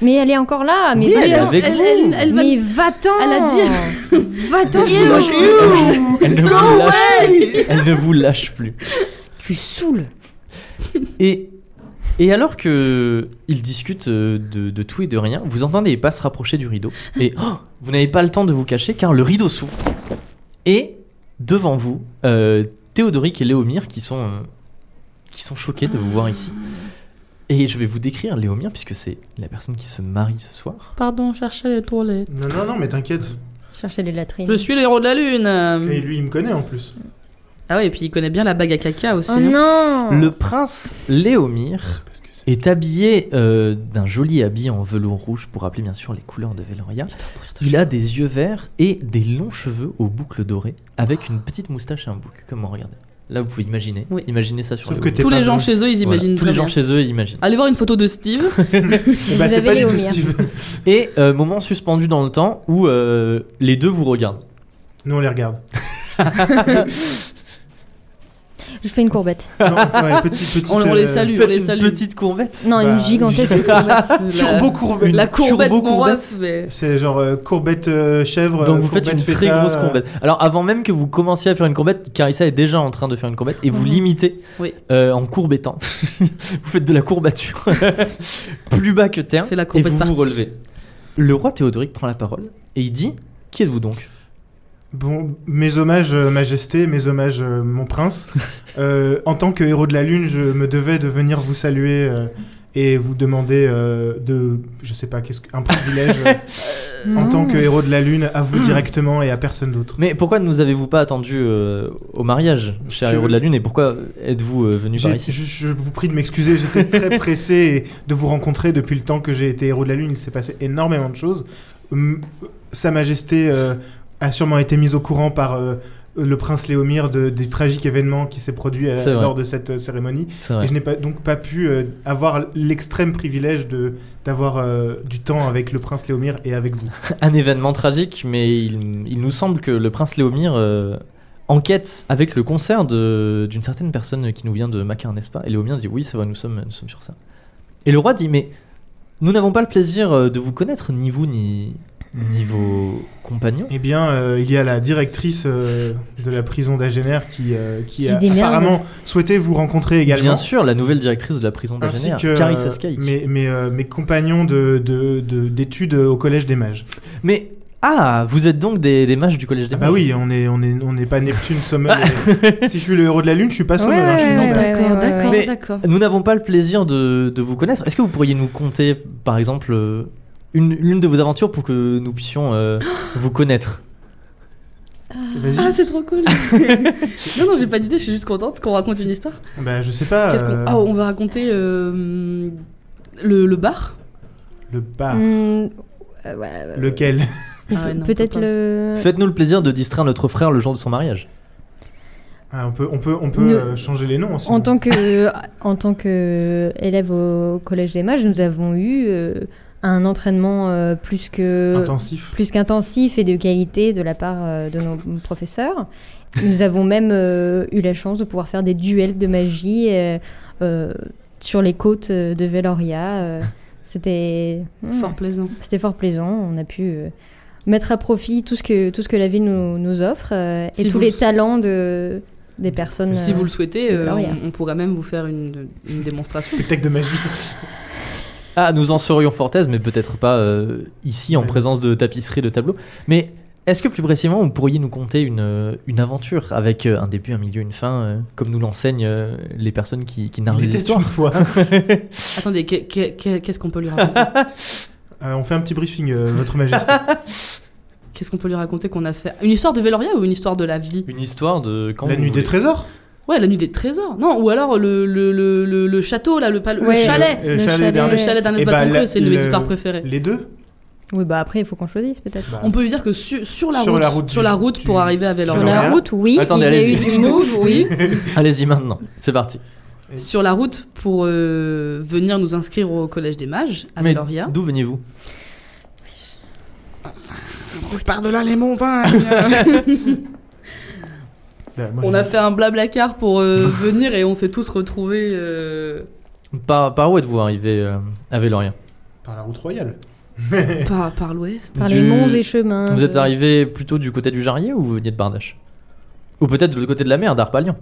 S3: Mais elle est encore là, mais
S2: Oui,
S3: va-t'en.
S1: elle est avec
S2: elle-
S1: vous.
S2: elle- elle va-
S3: Mais va-t'en
S2: Elle a
S3: Va-t'en
S2: Ew.
S3: tu lâches-
S1: Elle ne, vous lâche, elle ne vous lâche plus.
S3: Tu saoules
S1: Et, et alors que ils discutent euh, de, de tout et de rien, vous entendez pas se rapprocher du rideau. Et oh, vous n'avez pas le temps de vous cacher car le rideau s'ouvre. Et devant vous, euh, Théodoric et Léomir qui sont, euh, qui sont choqués de vous voir ici. Et je vais vous décrire Léomir puisque c'est la personne qui se marie ce soir.
S2: Pardon, cherchez les toilettes.
S5: Non, non, non, mais t'inquiète.
S3: Chercher les latrines.
S2: Je suis l'héros de la
S5: Et
S2: lune.
S5: lui, il me connaît en plus.
S2: Ah ouais, et puis il connaît bien la bague à caca aussi. hein.
S3: Oh non
S1: Le prince Léomir
S5: Parce que c'est-
S1: est habillé euh, d'un joli habit en velours rouge pour rappeler bien sûr les couleurs de Veloria. Il a des yeux verts et des longs cheveux aux boucles dorées avec une petite moustache et un bouc. Comment regardez Là, vous pouvez imaginer.
S2: Oui.
S1: Imaginez ça sur
S5: Sauf
S1: le
S5: que
S1: web.
S5: t'es
S2: Tous
S5: pas
S2: les gens
S5: bon.
S2: chez eux, ils
S1: Voilà.
S2: imaginent
S1: Tous les
S2: très
S1: gens
S2: bien.
S1: chez eux, ils imaginent.
S2: Allez voir une photo de Steve.
S5: Eh bah,
S3: Vous
S5: c'est
S3: avez
S5: pas
S3: les
S5: du tout
S3: Homer.
S5: Steve.
S2: Ah.
S1: Et euh, moment suspendu dans le temps où euh, les deux vous regardent.
S5: Nous, on les regarde.
S3: Je fais une courbette.
S5: Non, ouais, petit, petit,
S2: On- on les salue. Oui, on
S1: Faites
S2: les
S1: une
S2: salue.
S1: petite courbette.
S3: Non,
S5: euh, Bah,
S3: une gigantesque courbette.
S2: La-
S5: Turbo courbette.
S2: La courbette,
S1: turbo
S2: mon
S1: courbette.
S2: ref, mais-
S5: C'est genre euh, courbette euh, chèvre.
S1: Donc
S5: euh,
S1: vous faites une
S5: courbette
S1: très
S5: feta,
S1: grosse
S5: euh,
S1: courbette. Alors avant même que vous commenciez à faire une courbette, Carissa est déjà en train de faire une courbette et vous
S2: Mhm.
S1: limitez
S2: Oui.
S1: euh, en courbettant. vous faites de la courbature plus bas que terre
S2: C'est la
S1: et
S2: courbette
S1: vous vous
S2: partie.
S1: relevez. Le roi Théodoric prend la parole et il dit Qui êtes-vous donc
S5: Bon, mes hommages, euh, Majesté, mes hommages, euh, mon prince. Euh, en tant que héros de la lune, je me devais de venir vous saluer euh, et vous demander euh, de, je sais pas, qu'est-ce que, un privilège euh, en tant que
S3: Mm.
S5: héros de la lune à vous directement et à personne d'autre.
S1: Mais pourquoi ne nous avez-vous pas attendu euh, au mariage, cher
S5: que-
S1: héros de la lune Et pourquoi êtes-vous euh, venu par
S5: J'ai-
S1: ici
S5: Je, je vous prie de m'excuser, j'étais très pressé de vous rencontrer depuis le temps que j'ai été héros de la Lune. Il s'est passé énormément de choses. Hum, Sa Majesté euh, a sûrement été mise au courant par euh, le prince Léomir de, des tragiques événements qui s'est produit à-
S1: C'est vrai.
S5: lors de cette euh, cérémonie.
S1: C'est vrai.
S5: Et je n'ai pas, donc pas pu euh, avoir l'extrême privilège de d'avoir euh, du temps avec le prince Léomir et avec vous.
S1: Un événement tragique, mais il, il nous semble que le prince Léomir euh, enquête avec le concert de- d'une certaine personne qui nous vient de Macar, n'est-ce pas Et Léomir dit Oui, c'est vrai, nous sommes, nous sommes sur ça. Et le roi dit Mais nous n'avons pas le plaisir euh, de vous connaître, ni vous, ni,
S5: Hmm.
S1: ni vos compagnons.
S5: Eh bien, euh, il y a la directrice euh, de la prison d'Agener qui, euh, qui
S3: Qui
S5: a
S3: se démerde.
S5: apparemment souhaité vous rencontrer également.
S1: Bien sûr, la nouvelle directrice de la prison
S5: ainsi
S1: d'Agener,
S5: que
S1: Carissa
S5: euh,
S1: Sky.
S5: mes, mes, euh, mes compagnons de- de- de- d'études au Collège des Mages.
S1: Mais ah, vous êtes donc des, des mages du collège des
S5: Ah bah
S1: mages.
S5: oui, on n'est on est, on est pas Neptune, Sommel.
S1: Bah.
S5: et- si je suis le héros de la Lune, je suis pas Sommel. hein, je suis
S3: Ouais,
S5: normal.
S3: ouais, ouais,
S2: D'accord, d'accord,
S1: ouais.
S2: d'accord.
S1: Nous n'avons pas le plaisir de, de vous connaître. Est-ce que vous pourriez nous conter, par exemple, euh, une, l'une de vos aventures pour que nous puissions euh, vous connaître
S5: Vas-y.
S2: Ah, c'est trop cool. non, non, j'ai pas d'idée, je suis juste contente qu'on raconte une histoire.
S5: Bah je sais pas.
S2: Qu'est-ce qu'on-
S5: euh,
S2: Ah, on va raconter euh, le, le bar.
S5: Le bar.
S2: Mm.
S3: Hmm, euh, ouais, ouais.
S5: Lequel
S2: Ah ouais, non,
S3: Peut-être
S2: on peut
S3: le...
S1: Faites-nous le plaisir de distraire notre frère le jour de son mariage.
S5: Ah, On peut, on peut, on peut
S3: Ne-
S5: euh, changer les noms aussi.
S3: En tant que, en tant que élève au collège des mages, nous avons eu euh, un entraînement euh, plus que
S5: Intensif.
S3: plus qu'intensif et de qualité de la part euh, de nos professeurs. Nous avons même euh, eu la chance de pouvoir faire des duels de magie euh, euh, sur les côtes euh, de Veloria. euh, C'était hmm,
S2: Fort plaisant.
S3: c'était fort plaisant. On a pu euh, mettre à profit tout ce que tout ce que la ville nous, nous offre euh,
S2: Si
S3: et tous
S2: vous
S3: les
S2: le-
S3: talents de des personnes.
S2: Si
S3: euh,
S2: vous le souhaitez,
S3: c'est
S2: euh,
S3: Gloria.
S2: on, on pourra même vous faire une, une démonstration.
S5: Spectacle de magie.
S1: Ah, nous en serions fort aises, mais peut-être pas euh, ici en
S5: Ouais.
S1: présence de tapisseries, de tableaux. Mais est-ce que plus précisément, vous pourriez nous conter une, euh, une aventure avec euh, un début, un milieu, une fin, euh, comme nous l'enseignent euh, les personnes qui, qui narrent
S5: Il
S1: les
S5: était
S1: histoires
S5: une fois.
S2: Attendez, qu'est- qu'est- qu'est- qu'est-ce qu'on peut lui raconter
S5: Euh, on fait un petit briefing, euh, Votre Majesté.
S2: Qu'est-ce qu'on peut lui raconter qu'on a fait Une histoire de Veloria ou une histoire de la vie
S1: Une histoire de quand
S5: La
S1: vous
S5: nuit des
S1: voulez.
S5: trésors.
S2: Ouais, la nuit des trésors. Non, ou alors le, le, le, le- le château, là, le, pal- le
S3: Ouais.
S2: chalet.
S5: Le,
S3: Le
S5: chalet
S3: chalet.
S5: dernier.
S2: Le chalet d'un
S5: Eh bah,
S2: Esbaton
S5: la-
S2: Creux, c'est une de mes
S5: le-
S2: histoires préférées.
S5: Les deux
S3: Oui, bah après, il faut qu'on choisisse peut-être.
S5: Bah,
S2: On peut lui dire que su- sur la
S5: Sur
S2: route,
S5: la route
S2: sur
S5: du-
S2: la route
S5: du-
S2: pour arriver à Véloria,
S3: Sur la
S5: Véloria.
S3: route, oui.
S1: Attendez,
S3: il y a
S1: allez-y.
S3: eu des mouves, oui.
S1: Allez-y maintenant, c'est parti.
S2: sur la route pour euh, venir nous inscrire au collège des mages à
S1: Mais
S2: Véloria.
S1: d'où venez-vous
S2: Par-delà les montagnes.
S5: bah, moi,
S2: on
S5: je-
S2: a fait un blabla car pour euh, venir et on s'est tous retrouvés. euh,
S1: par, par où êtes-vous arrivé euh, à Véloria
S5: Par la route royale.
S2: par, par l'ouest.
S3: Par
S1: Du-
S3: les monts et chemins.
S1: Vous êtes
S3: euh,
S1: arrivé plutôt du côté du Jarrier ou vous veniez de Bardache Ou peut-être de l'autre côté de la mer, d'Arpalion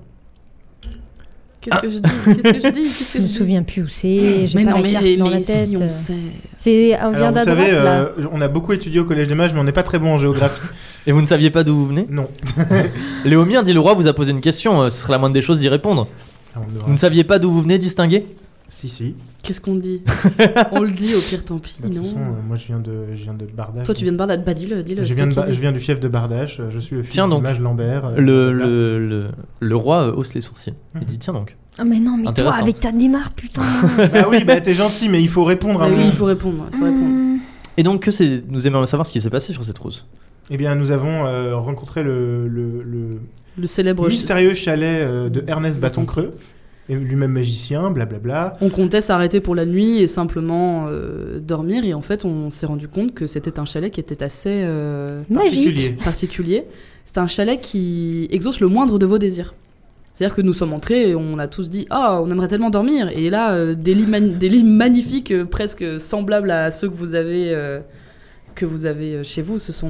S2: Qu'est-ce que je dis Qu'est-ce que je dis Qu'est-ce que
S3: Ah. Je me
S2: dis
S3: souviens plus où c'est. J'ai
S2: Mais
S3: pas
S2: non,
S3: la
S2: mais,
S3: carte
S2: mais
S3: dans la tête.
S2: si
S3: euh.
S2: on sait.
S3: C'est on
S5: Alors,
S3: vient
S5: vous
S3: d'à droite
S5: savez,
S3: là.
S5: euh, on a beaucoup étudié au Collège des Mages, mais on n'est pas très bon en géographie.
S1: Et vous ne saviez pas d'où vous venez
S5: non.
S1: Léomir, dit le roi, vous a posé une question, euh, ce serait la moindre des choses d'y répondre.
S5: Ah, on
S1: Vous
S5: devrait-
S1: ne saviez pas d'où vous venez, distinguer
S5: Si, si.
S2: Qu'est-ce qu'on dit On le dit, au pire, tant pis,
S5: Bah, de toute
S2: non
S5: façon, euh, moi je viens de, je viens de Bardache.
S2: Toi, tu viens de Bardat, bah dis-le, dis-le.
S5: je
S2: c'est
S5: viens, de
S2: toi
S5: Ba-
S2: qui
S5: je
S2: dis.
S5: viens du fief de Bardache, euh, je suis le fils
S1: Tiens
S5: du
S1: donc.
S5: mage Lambert. euh,
S1: Le,
S5: blablabla.
S1: le, le, le roi euh, hausse les sourcils. Il
S5: Mhm.
S1: dit Tiens donc.
S3: Ah, mais non, mais toi
S1: Intéressant.
S3: avec ta démarre, putain.
S5: Bah oui, bah t'es gentil, mais il faut répondre à
S3: Bah
S2: Mais
S5: un
S2: oui,
S5: moment.
S2: il faut répondre, il faut répondre.
S3: Hum.
S1: Et donc, que c'est- nous aimerions savoir ce qui s'est passé sur cette route.
S5: Eh bien, nous avons euh, rencontré le, le, le
S2: Le célèbre.
S5: mystérieux chalet euh, de Ernest
S1: Mmh.
S5: Bâton Creux, et lui-même magicien, blablabla.
S2: On comptait s'arrêter pour la nuit et simplement euh, dormir, et en fait, on s'est rendu compte que c'était un chalet qui était assez euh,
S3: Magique.
S5: Particulier.
S2: particulier. C'est un chalet qui exauce le moindre de vos désirs. C'est-à-dire que nous sommes entrés et on a tous dit Ah, on aimerait tellement dormir. Et là, euh, des, lits man- des lits magnifiques, euh, presque semblables à ceux que vous avez, euh, que vous avez euh, chez vous, se sont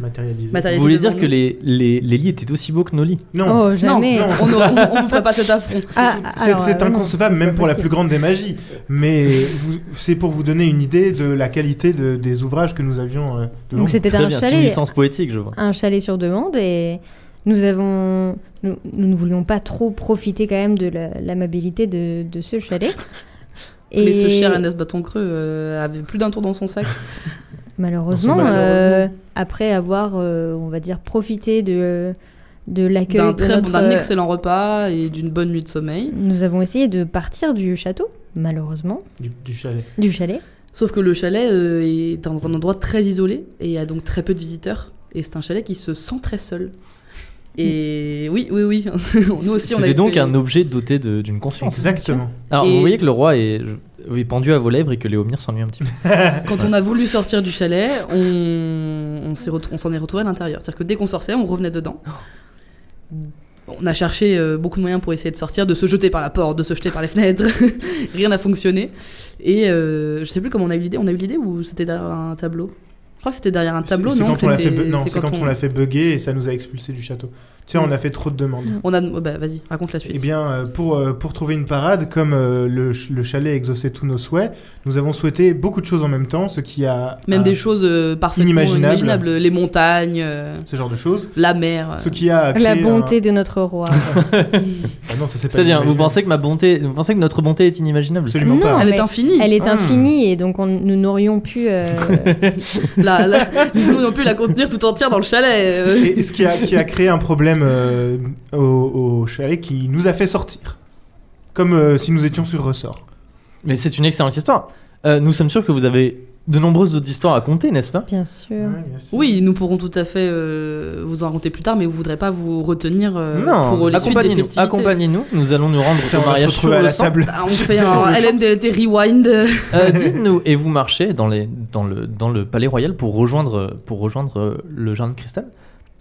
S5: Matérialisé.
S2: matérialisés.
S1: vous voulez dire
S2: devant
S1: que
S2: nous.
S1: les, les, les lits étaient aussi beaux que nos lits
S5: Non,
S3: Oh,
S2: Non,
S3: jamais.
S5: non,
S2: on ne vous ferait pas cet affront.
S3: Ah,
S5: c'est
S3: alors,
S5: c'est
S3: euh, non,
S5: inconcevable,
S3: c'est
S5: même
S3: pas
S5: pour la plus
S3: possible.
S5: grande des magies. Mais vous- c'est pour vous donner une idée de la qualité de- des ouvrages que nous avions. euh, devant
S3: Donc
S5: nous.
S3: c'était
S1: Très
S3: un
S1: bien, c'est une
S3: chalet,
S1: licence poétique, je vois.
S3: un chalet sur demande et nous avons, nous, nous ne voulions pas trop profiter quand même de la- l'amabilité de, de ce chalet.
S2: Mais ce cher Ernest Bâton Creux euh, avait plus d'un tour dans son sac.
S3: Malheureusement,
S5: Malheureusement.
S3: euh, après avoir, euh, on va dire, profité de, de l'accueil
S2: d'un
S3: de
S2: très bon-
S3: notre- euh,
S2: d'un excellent repas et d'une bonne nuit de sommeil.
S3: nous avons essayé de partir du château, malheureusement,
S5: du, du chalet.
S3: du chalet.
S2: Sauf que le chalet euh, est dans un endroit très isolé et a donc très peu de visiteurs. Et c'est un chalet qui se sent très seul. Et oui, oui, oui. Nous aussi, on a
S1: C'était
S2: été-
S1: donc un objet doté de- d'une conscience.
S5: Exactement.
S1: Alors,
S2: Et-
S1: vous voyez que le roi est je- oui, pendu à vos lèvres et que Léomir s'ennuie un petit peu.
S2: Quand on a voulu sortir du chalet, on, on s'est retrou- on s'en est retrouvé à l'intérieur. C'est-à-dire que dès qu'on sortait, on revenait dedans. On a cherché euh, beaucoup de moyens pour essayer de sortir, de se jeter par la porte, de se jeter par les fenêtres. Rien n'a fonctionné. Et euh, je sais plus comment on a eu l'idée. On a eu l'idée ou c'était derrière un tableau Je crois que c'était derrière un
S5: C'est-
S2: tableau,
S5: c'est
S2: non
S5: quand on l'a fait
S2: C'était-
S5: bu- non,
S2: c'est Mm.
S5: c'est quand, on l'a fait bugger et ça nous a expulsé du château. Tu sais, on a fait trop de demandes.
S2: on a. Bah, vas-y, raconte la suite.
S5: Eh bien, euh, pour, euh, pour trouver une parade, comme euh, le, ch- le chalet exauçait tous nos souhaits, nous avons souhaité beaucoup de choses en même temps, ce qui a...
S2: Même
S5: a-
S2: des choses euh, parfaitement
S5: Inimaginable.
S2: inimaginables. Les montagnes, euh,
S5: Ce genre de choses.
S2: la mer. euh.
S5: Ce qui a...
S3: La
S5: créé
S3: bonté de notre roi.
S5: un- Ah non, ça, c'est pas
S1: C'est-à-dire, vous
S5: imaginable.
S1: pensez que ma bonté, vous pensez que notre bonté est inimaginable
S5: Absolument
S3: Non.
S5: pas.
S2: Elle
S3: mais
S2: est infinie.
S3: Elle est
S1: Ah.
S3: infinie et donc on- nous n'aurions pu. euh,
S2: La, la- nous on a pu la contenir tout entière dans le chalet. euh.
S5: Et et ce qui a, qui a créé un problème euh, au, au chalet qui nous a fait sortir. Comme euh, si nous étions sur ressort.
S1: Mais c'est une excellente histoire. Euh, nous sommes sûrs que vous avez de nombreuses autres histoires à conter, n'est-ce pas
S3: bien sûr.
S2: Oui, nous pourrons tout à fait euh, vous en raconter plus tard, mais vous ne voudrez pas vous retenir euh, pour les suites des
S1: accompagnez-nous,
S2: festivités.
S1: accompagnez-nous. Nous allons nous rendre
S5: Putain,
S1: au
S5: on va se
S1: mariage sur
S5: retrouver à
S1: le
S5: la
S1: sang.
S5: table.
S2: Ah, on fait un LMDLT rewind.
S1: Euh, Dites-nous, et vous marchez dans, les, dans, le, dans le palais royal pour rejoindre, pour rejoindre euh, le jardin de cristal.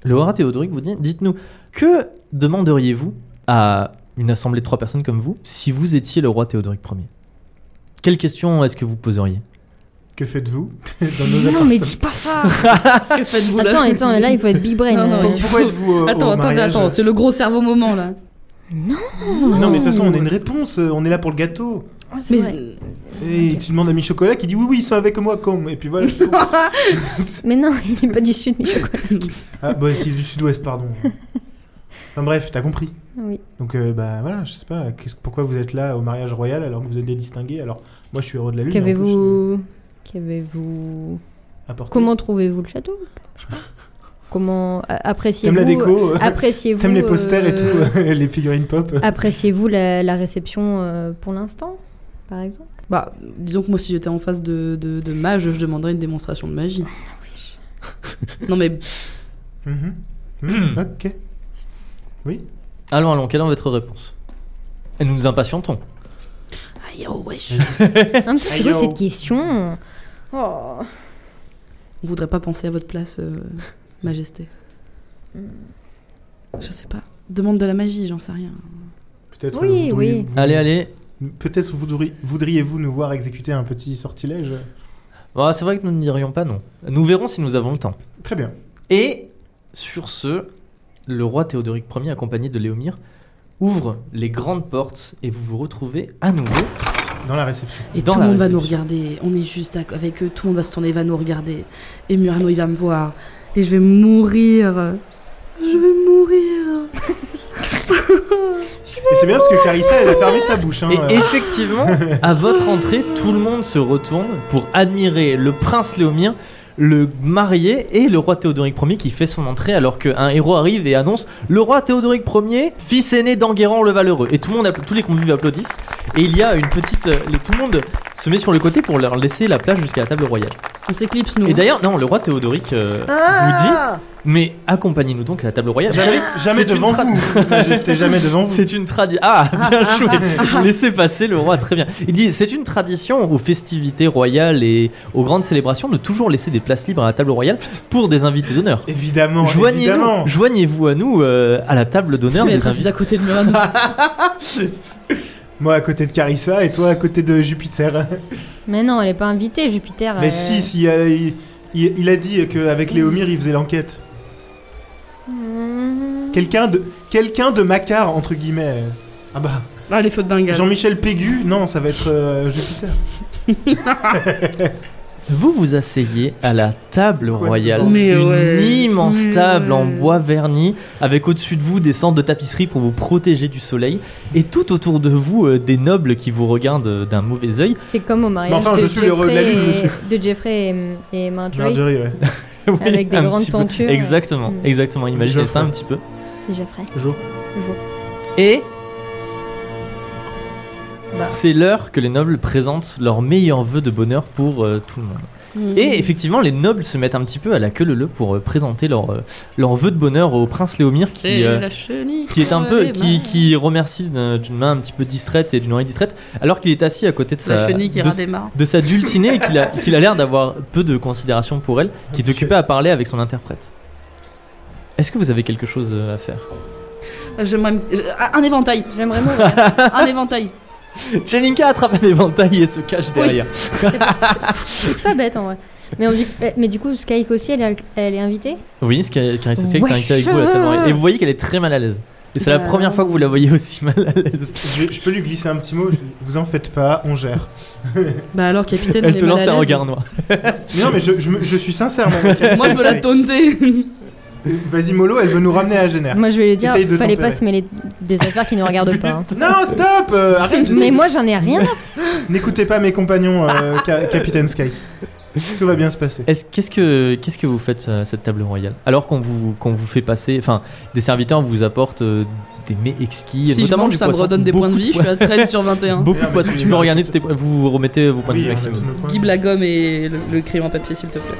S1: Le roi Théodoric vous dit Dites-nous, que demanderiez-vous à une assemblée de trois personnes comme vous si vous étiez le roi Théodoric Ier Quelle question est-ce que vous poseriez
S5: Que faites-vous dans nos
S3: Non, mais
S5: appartements
S3: dis pas ça
S2: Que faites-vous là
S3: Attends, attends, là il faut être big brain.
S2: Non, non,
S3: euh.
S2: il
S5: Pourquoi êtes-vous au- au
S2: Attends, attends,
S5: mariage
S2: attends, c'est le gros cerveau moment là.
S3: Oh.
S5: Non, mais de toute façon, on a une réponse. euh, On est là pour le gâteau.
S3: Ouais, Ah, c'est
S2: Mais
S3: vrai.
S5: Et tu demandes à mi-chocolat qui dit oui, oui, ils sont avec moi, comme. Et puis voilà. je-
S3: Mais non, il est pas du sud, mais je crois.
S5: ah, bah, c'est du sud-ouest, pardon. enfin, bref, t'as compris.
S3: Oui.
S5: Donc, euh, bah voilà, je sais pas. qu'est-ce- pourquoi vous êtes là au mariage royal alors que vous êtes des distingués Alors, moi, je suis heureux de la lune. hein, en plus,
S3: Qu'avez-vous. Qu'avez-vous.
S5: euh, apporté.
S3: Comment trouvez-vous le château Je sais pas. Comment. a-
S5: T'aimes
S3: Appréciez-vous.
S5: la déco euh,
S3: Appréciez-vous.
S5: T'aimes les posters et
S3: euh,
S5: tout, les figurines pop
S3: Appréciez-vous la, la réception euh, pour l'instant par exemple
S2: Bah, disons que moi, si j'étais en face de, de, de mage, je demanderais une démonstration de magie.
S3: Ah,
S2: non, mais
S5: Mhm.
S1: Hmm.
S5: Ok.
S1: Allons, allons, quelle est votre réponse Et nous nous impatientons.
S2: Aïe, oh, wesh.
S3: Un petit peu
S5: Aïe, oh.
S3: cette question. Oh.
S2: On voudrait pas penser à votre place, euh, Majesté.
S1: Hmm.
S2: Je sais pas. Demande de la magie, j'en sais rien.
S5: Peut-être
S3: Oui,
S5: euh, vous
S3: oui.
S5: vous-
S1: Allez, allez.
S5: Peut-être voudri- voudriez-vous nous voir exécuter un petit sortilège
S1: Bon, Bah, c'est vrai que nous ne dirions pas non. Nous verrons si nous avons le temps.
S5: Très bien.
S1: Et sur ce, le roi Théodoric Ier, accompagné de Léomir, ouvre les grandes portes et vous vous retrouvez à nouveau.
S5: Dans la réception.
S2: Et
S1: Dans
S2: tout
S1: la
S2: le monde va nous
S1: réception.
S2: regarder. On est juste à- avec eux. Tout le monde va se tourner, va nous regarder. Et Murano, il va me voir. Et je vais mourir. Je vais mourir.
S5: Et c'est bien parce que Carissa, elle a fermé sa bouche. hein, euh.
S1: Et effectivement, à votre entrée, tout le monde se retourne pour admirer le prince Léomir, le marié et le roi Théodoric Ier qui fait son entrée alors qu'un héros arrive et annonce le roi Théodoric Ier, fils aîné d'Enguerrand le Valeureux. Et tout le monde, appla- tous les convives applaudissent. Et il y a une petite, euh, les- tout le monde se met sur le côté pour leur laisser la place jusqu'à la table royale.
S2: On s'éclipse, nous. hein.
S1: Et d'ailleurs, non, le roi Théodoric euh, vous dit, mais accompagnez-nous donc à la table royale.
S5: Euh, Jamais, jamais
S1: C'est une
S5: devant
S1: tra-
S5: vous, hein. Majesté, jamais devant vous.
S1: C'est une tradition. Ah, bien joué. Laissez passer le roi, très bien. Il dit c'est une tradition aux festivités royales et aux grandes célébrations de toujours laisser des places libres à la table royale pour des invités d'honneur.
S5: Évidemment, évidemment.
S1: Joignez-nous, joignez-vous à nous euh, à la table
S2: je
S1: d'honneur
S2: vais
S1: des
S2: être assis
S1: invités.
S2: à côté de Murano.
S5: Moi à côté de Carissa et toi à côté de Jupiter.
S3: Mais non, elle est pas invitée, Jupiter.
S5: Mais
S3: elle-
S5: si, si, euh, il, il- il a dit qu'avec Léomir, il faisait l'enquête.
S3: Mmh.
S5: Quelqu'un de, quelqu'un de Macar, entre guillemets. Ah bah,
S2: Ah, les feux de Bengale.
S5: Jean-Michel Pégu, non, ça va être euh, Jupiter.
S1: Vous vous asseyez à la table
S5: quoi ce
S1: royale,
S5: bordel
S2: Mais
S1: une
S2: ouais.
S1: immense
S2: Mais
S1: table en
S2: ouais.
S1: bois verni, avec au-dessus de vous des cendres de tapisserie pour vous protéger du soleil, et tout autour de vous euh, des nobles qui vous regardent euh, d'un mauvais œil.
S3: C'est comme au mariage.
S5: enfin,
S3: de
S5: je suis le roi de la
S3: Jeffrey
S5: lune, je
S3: et- De Jeffrey et, et Marjorie.
S5: Marjorie, ouais.
S1: Oui,
S3: Avec des
S1: un
S3: grandes
S1: petit peu.
S3: tentures.
S1: Exactement,
S3: Mm.
S1: exactement. Imaginez
S5: Déjà
S1: ça
S5: fait.
S1: un petit peu.
S3: Et Jeffrey.
S5: Jo.
S3: Jo.
S1: Et
S3: Bah.
S1: c'est l'heure que les nobles présentent leurs meilleurs vœux de bonheur pour euh, tout le monde.
S2: Mmh.
S1: Et effectivement, les nobles se mettent un petit peu à la queue leu leu pour euh, présenter leurs euh, leurs vœux de bonheur au prince Léomir qui.
S2: C'est
S1: euh,
S2: la chenille
S1: qui est un
S2: sur
S1: peu
S2: les
S1: qui,
S2: mains.
S1: qui remercie d'un- d'une main un petit peu distraite et d'une oreille distraite alors qu'il est assis à côté de
S2: La
S1: sa
S2: chenille qui
S1: euh, de,
S2: redémarre.
S1: de sa dulcinée et qu'il a qu'il a l'air d'avoir peu de considération pour elle qui est
S5: Ah,
S1: occupé
S5: chouette.
S1: à parler avec son interprète. Est-ce que vous avez quelque chose euh, à faire
S2: J'aimerais me- Ah, Un éventail.
S3: J'aimerais mourir.
S2: Un éventail.
S1: Jelinka attrape un éventail et se cache derrière.
S3: c'est pas bête en vrai. Mais, on dit- eh, mais du coup, Skype aussi, elle est, elle est invitée
S1: Oui, ce qui Carissa Skelk est
S3: Wesh.
S1: invitée avec vous à la table ronde. Et vous voyez qu'elle est très mal à l'aise. Et c'est la
S2: Bah.
S1: première fois que vous la voyez aussi mal à l'aise.
S5: Je, je peux lui glisser un petit mot, je- vous en faites pas, on gère.
S2: Bah alors, capitaine, on
S1: Elle
S2: est
S1: te
S2: mal
S1: lance
S2: à
S1: un
S2: l'aise.
S1: regard noir.
S5: Mais non, mais je, je, me- je suis sincère, mon mec.
S2: Moi, je veux la taunter.
S5: Vas-y, Molo, elle veut nous ramener à Génère.
S3: Moi, je vais lui dire,
S5: Ah. Essaye de
S3: fallait
S5: tempérer.
S3: pas se mêler des affaires qui nous regardent pas. hein.
S5: Non, stop euh, Arrête
S3: Mais Ah. moi, j'en ai rien. à
S5: N'écoutez pas mes compagnons, euh, ca- Capitaine Sky. Tout va bien se passer.
S1: Est-ce- Qu'est-ce que qu'est-ce que vous faites euh, à cette table royale Alors qu'on vous qu'on vous fait passer, enfin, des serviteurs vous apportent euh, des mets exquis, et
S2: Si je
S1: notamment
S2: mange,
S1: du
S2: ça me
S1: poisson.
S2: redonne des
S1: Beaucoup
S2: points de hein. vie. Je suis à 13 sur 21.
S1: Beaucoup
S5: Non,
S1: de
S5: mais
S1: poissons.
S5: c'est
S1: Tu
S5: une
S1: peux
S5: marque.
S1: regarder tous tes points. Vous vous remettez vos points de
S5: Oui, euh,
S1: vue
S5: on a
S1: maximum.
S5: tous nos points.
S2: Guy la gomme et le, le crayon à papier, s'il te plaît.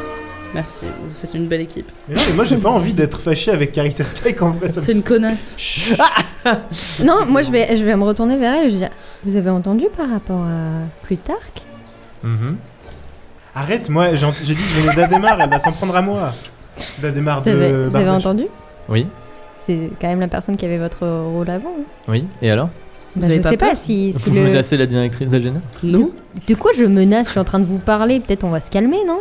S2: Merci, vous faites une belle équipe.
S5: Mais non, mais moi j'ai pas envie d'être fâché avec Carissa Sky en vrai. Ça me...
S2: C'est une connasse.
S3: Non, moi je vais, je vais me retourner vers elle et je vais dire Vous avez entendu par rapport à Plutarque
S1: Mhm.
S5: Arrête, moi j'ai j'ai dit que je venais d'Adémar, elle va s'en prendre à moi. D'Adémar
S3: Vous avez,
S5: de
S3: vous avez
S5: Barbèche.
S3: entendu
S1: Oui,
S3: C'est quand même la personne qui avait votre rôle avant. hein.
S1: oui. Et alors
S2: Vous
S3: Bah,
S2: avez
S3: je
S2: pas
S3: sais
S2: peur
S3: pas si, si
S1: Vous
S3: le.
S1: menacez la directrice de Génère
S2: Nous
S3: De quoi je menace Je suis en train de vous parler, peut-être on va se calmer, non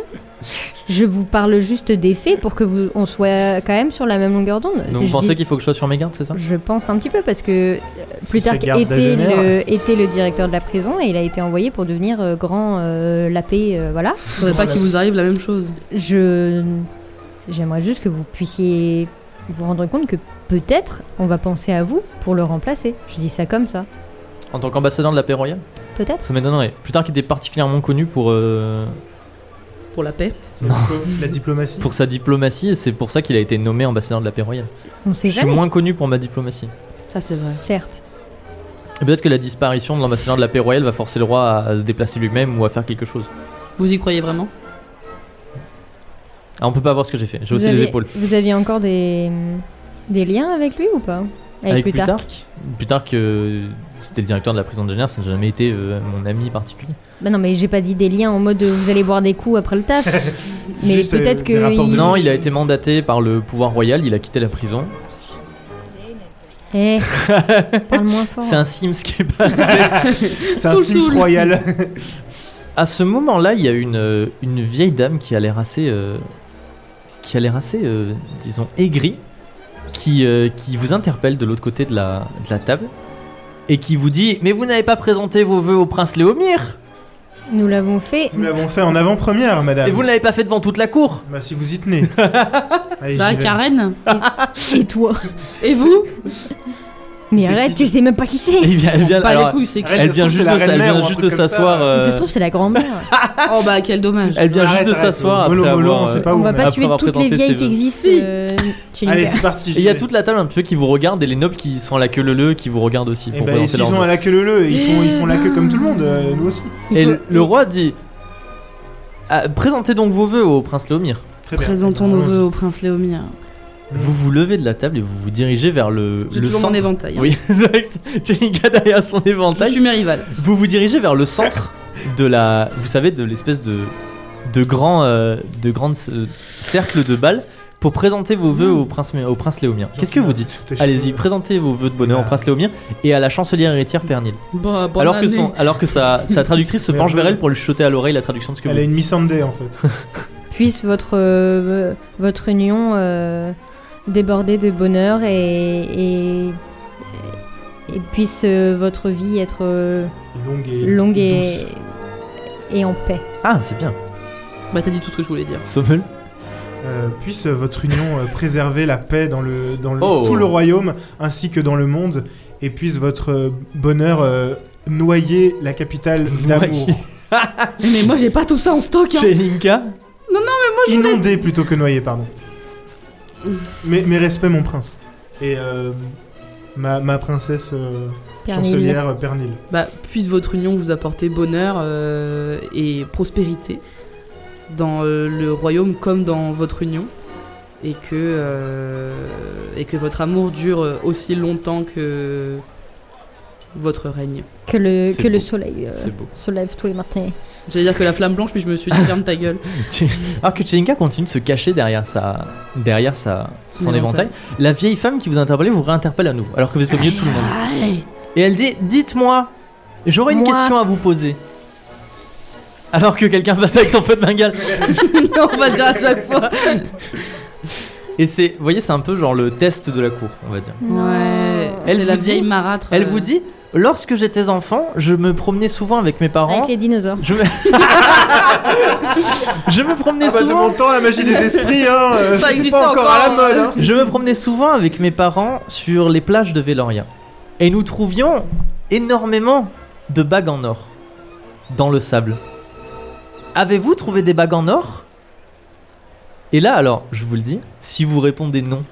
S3: Je vous parle juste des faits pour que vous on soit quand même sur la même longueur d'onde.
S1: Donc
S3: Si
S1: vous
S3: je
S1: pensez
S3: dis-
S1: qu'il faut que je sois sur mes gardes, c'est ça
S3: Je pense un petit peu parce que euh, Plutarque
S5: garde
S3: était
S5: d'Agener.
S3: le, était le directeur de la prison et il a été envoyé pour devenir euh, grand euh, la paix, euh, voilà.
S2: Faudrait pas qu'il vous arrive la même chose.
S3: Je. J'aimerais juste que vous puissiez vous rendre compte que peut-être on va penser à vous pour le remplacer. Je dis ça comme ça.
S1: En tant qu'ambassadeur de la paix royale
S3: Peut-être.
S1: Ça m'étonnerait. Plus tard, qu'il était particulièrement connu pour euh,
S2: Pour la paix.
S5: La diplo- La diplomatie.
S1: pour sa diplomatie et c'est pour ça qu'il a été nommé ambassadeur de la paix royale.
S3: On sait
S1: Je suis
S3: jamais.
S1: moins connu pour ma diplomatie.
S2: Ça, c'est vrai.
S3: Certes.
S1: Et Peut-être que la disparition de l'ambassadeur de la paix royale va forcer le roi à, à se déplacer lui-même ou à faire quelque chose.
S2: Vous y croyez vraiment
S1: Ah, on peut pas voir ce que j'ai fait, j'ai
S3: Vous
S1: aussi les
S3: aviez-
S1: épaules.
S3: Vous aviez encore des, des liens avec lui ou pas Avec, plus tard
S1: Plutarque, euh, c'était le directeur de la prison de Genève, ça n'a jamais été euh, mon ami particulier.
S3: Bah non, mais j'ai pas dit des liens en mode euh, vous allez boire des coups après le taf. mais
S5: Juste, euh,
S3: peut-être
S5: des
S3: que.
S5: rapports de-
S1: Non, il a été mandaté par le pouvoir royal, il a quitté la prison.
S3: Eh, parle moins fort.
S1: C'est un Sims qui est passé.
S5: C'est un
S2: Soul,
S5: Sims
S2: soul.
S5: royal.
S1: à ce moment-là, il y a une, euh, une vieille dame qui a l'air assez, euh, qui a l'air assez, euh, disons, aigrie, qui, euh, qui vous interpelle de l'autre côté de la, de la table et qui vous dit Mais vous n'avez pas présenté vos vœux au prince Léomir
S3: Nous l'avons fait.
S5: Nous l'avons fait en avant-première, madame.
S1: et vous ne l'avez pas fait devant toute la cour
S5: Bah, si vous y tenez. Allez,
S2: Ça,
S5: j'y vais.
S2: Karen
S3: Et toi
S2: Et vous
S3: Mais
S5: C'est
S3: arrête,
S5: qui,
S3: tu sais même pas qui
S1: Et
S3: c'est
S1: il vient- elle vient,
S2: Pas
S1: alors,
S2: les couilles, c'est
S5: Arrête.
S1: elle vient
S5: Ça se trouve,
S1: juste
S5: c'est la
S1: de, elle
S5: reine-mère
S1: vient
S5: ou un
S1: juste de
S5: truc comme ça.
S1: s'asseoir.
S3: Ça
S1: euh,
S3: se trouve, c'est la grand-mère.
S2: Oh bah quel dommage.
S1: elle vient
S5: Arrête,
S1: juste de
S5: arrête,
S1: s'asseoir après
S5: mollo, mollo, on
S1: avoir.
S5: sait
S1: euh,
S5: pas
S3: On
S5: où
S3: va
S5: on
S3: pas
S5: est.
S1: Après
S3: tuer
S1: avoir
S3: toutes les
S1: présenté
S3: vieilles
S1: ses
S3: qui
S1: vœux.
S3: existent
S2: Si.
S3: euh, chez
S5: Allez,
S3: Lucas.
S5: c'est parti.
S1: Et
S5: j'y
S1: il y a
S5: vais.
S1: toute la table un peu qui vous regarde et les nobles qui sont à la queue leu leu qui vous regardent aussi
S5: Et
S1: pour
S5: bah, ils
S1: présenter
S5: ils
S1: leur
S5: sont à la queue leu leu, ils font, ils font la queue comme tout le monde, euh, nous aussi.
S3: Il
S1: Et
S3: faut-
S1: le, le roi dit Ah, Présentez donc vos vœux au prince Léomir.
S5: Très bien.
S2: Présentons nos
S5: Allons-y.
S2: voeux au prince Léomir.
S5: Hmm.
S1: Vous vous levez de la table et vous vous dirigez vers le,
S2: J'ai
S1: le
S2: toujours
S1: centre.
S2: mon éventail. hein.
S1: Oui, Jenica derrière son
S2: Je
S1: éventail.
S2: suis mes rivales.
S1: Vous vous dirigez vers le centre de la. Vous savez, de l'espèce de. de grand. euh, de grande euh, cercle de balles pour présenter vos
S5: Hmm.
S1: vœux au prince, au prince Léomir. Qu'est-ce que vous dites
S5: Tes cheveux.
S1: Allez-y, présentez vos vœux de bonheur au prince Léomir et à la chancelière héritière Pernil.
S2: Bah, bonne
S1: alors, que
S2: année.
S1: son, alors que sa, sa traductrice se
S5: Mais
S1: penche
S5: voilà.
S1: vers elle pour lui chuter à l'oreille la traduction de ce que
S5: Elle
S1: vous
S5: a une
S1: dites.
S5: Miss Sunday en fait.
S3: puisse votre, euh, votre union euh, déborder de bonheur et, et, et puisse euh, votre vie être euh,
S5: Longue et.
S3: longue et,
S5: douce.
S3: et en paix.
S1: Ah, c'est bien.
S2: Bah t'as dit tout ce que je voulais dire.
S1: Sommel
S5: Euh, puisse euh, votre union euh, préserver la paix dans, le, dans le-
S1: Oh.
S5: tout le royaume ainsi que dans le monde et puisse votre euh, bonheur euh, noyer la capitale d'amour.
S1: Noyer.
S2: Mais moi j'ai pas tout ça en stock. hein.
S1: Jelinka
S5: Inonder plutôt que noyer, pardon. Mes, mes respects, mon prince. Et euh, ma, ma princesse euh,
S3: Pernille.
S5: chancelière euh, Pernille.
S2: Bah puisse votre union vous apporter bonheur euh, et prospérité dans euh, le royaume comme dans votre union et que euh, et que votre amour dure euh, aussi longtemps que votre règne.
S3: Que le,
S1: C'est
S3: que le
S1: beau.
S3: soleil euh,
S1: C'est beau.
S3: se lève tous les matins.
S2: J'allais dire que la flamme blanche puis je me suis dit ferme ta gueule.
S1: Alors que Chelinka continue de se cacher derrière sa, derrière sa,
S2: Son
S1: son éventail,
S2: éventail.
S1: la vieille femme qui vous interpellait vous réinterpelle à nouveau, alors que vous êtes au milieu de tout le monde. Et elle dit Dites-moi, j'aurais une
S3: Moi.
S1: question à vous poser. Alors que quelqu'un passe avec son feu de bengale.
S2: on va le dire à chaque fois.
S1: Et c'est, vous voyez, c'est un peu genre le test de la cour, on va dire.
S2: Ouais.
S1: Elle
S2: C'est la
S1: vous dit-
S2: vieille marâtre.
S1: Elle
S2: euh,
S1: vous dit Lorsque j'étais enfant, je me promenais souvent avec mes parents.
S3: Avec les dinosaures.
S1: Je me... je me promenais
S5: Ah bah, de
S1: souvent
S5: mon temps, la magie des esprits, hein, euh,
S2: Ça
S5: c'était
S2: existe
S5: pas encore, à la
S2: encore,
S5: mode.
S2: hein.
S5: hein.
S1: Je me promenais souvent avec mes parents sur les plages de Véloria. Et nous trouvions énormément de bagues en or dans le sable. Avez-vous trouvé des bagues en or Et là, alors, je vous le dis, si vous répondez non,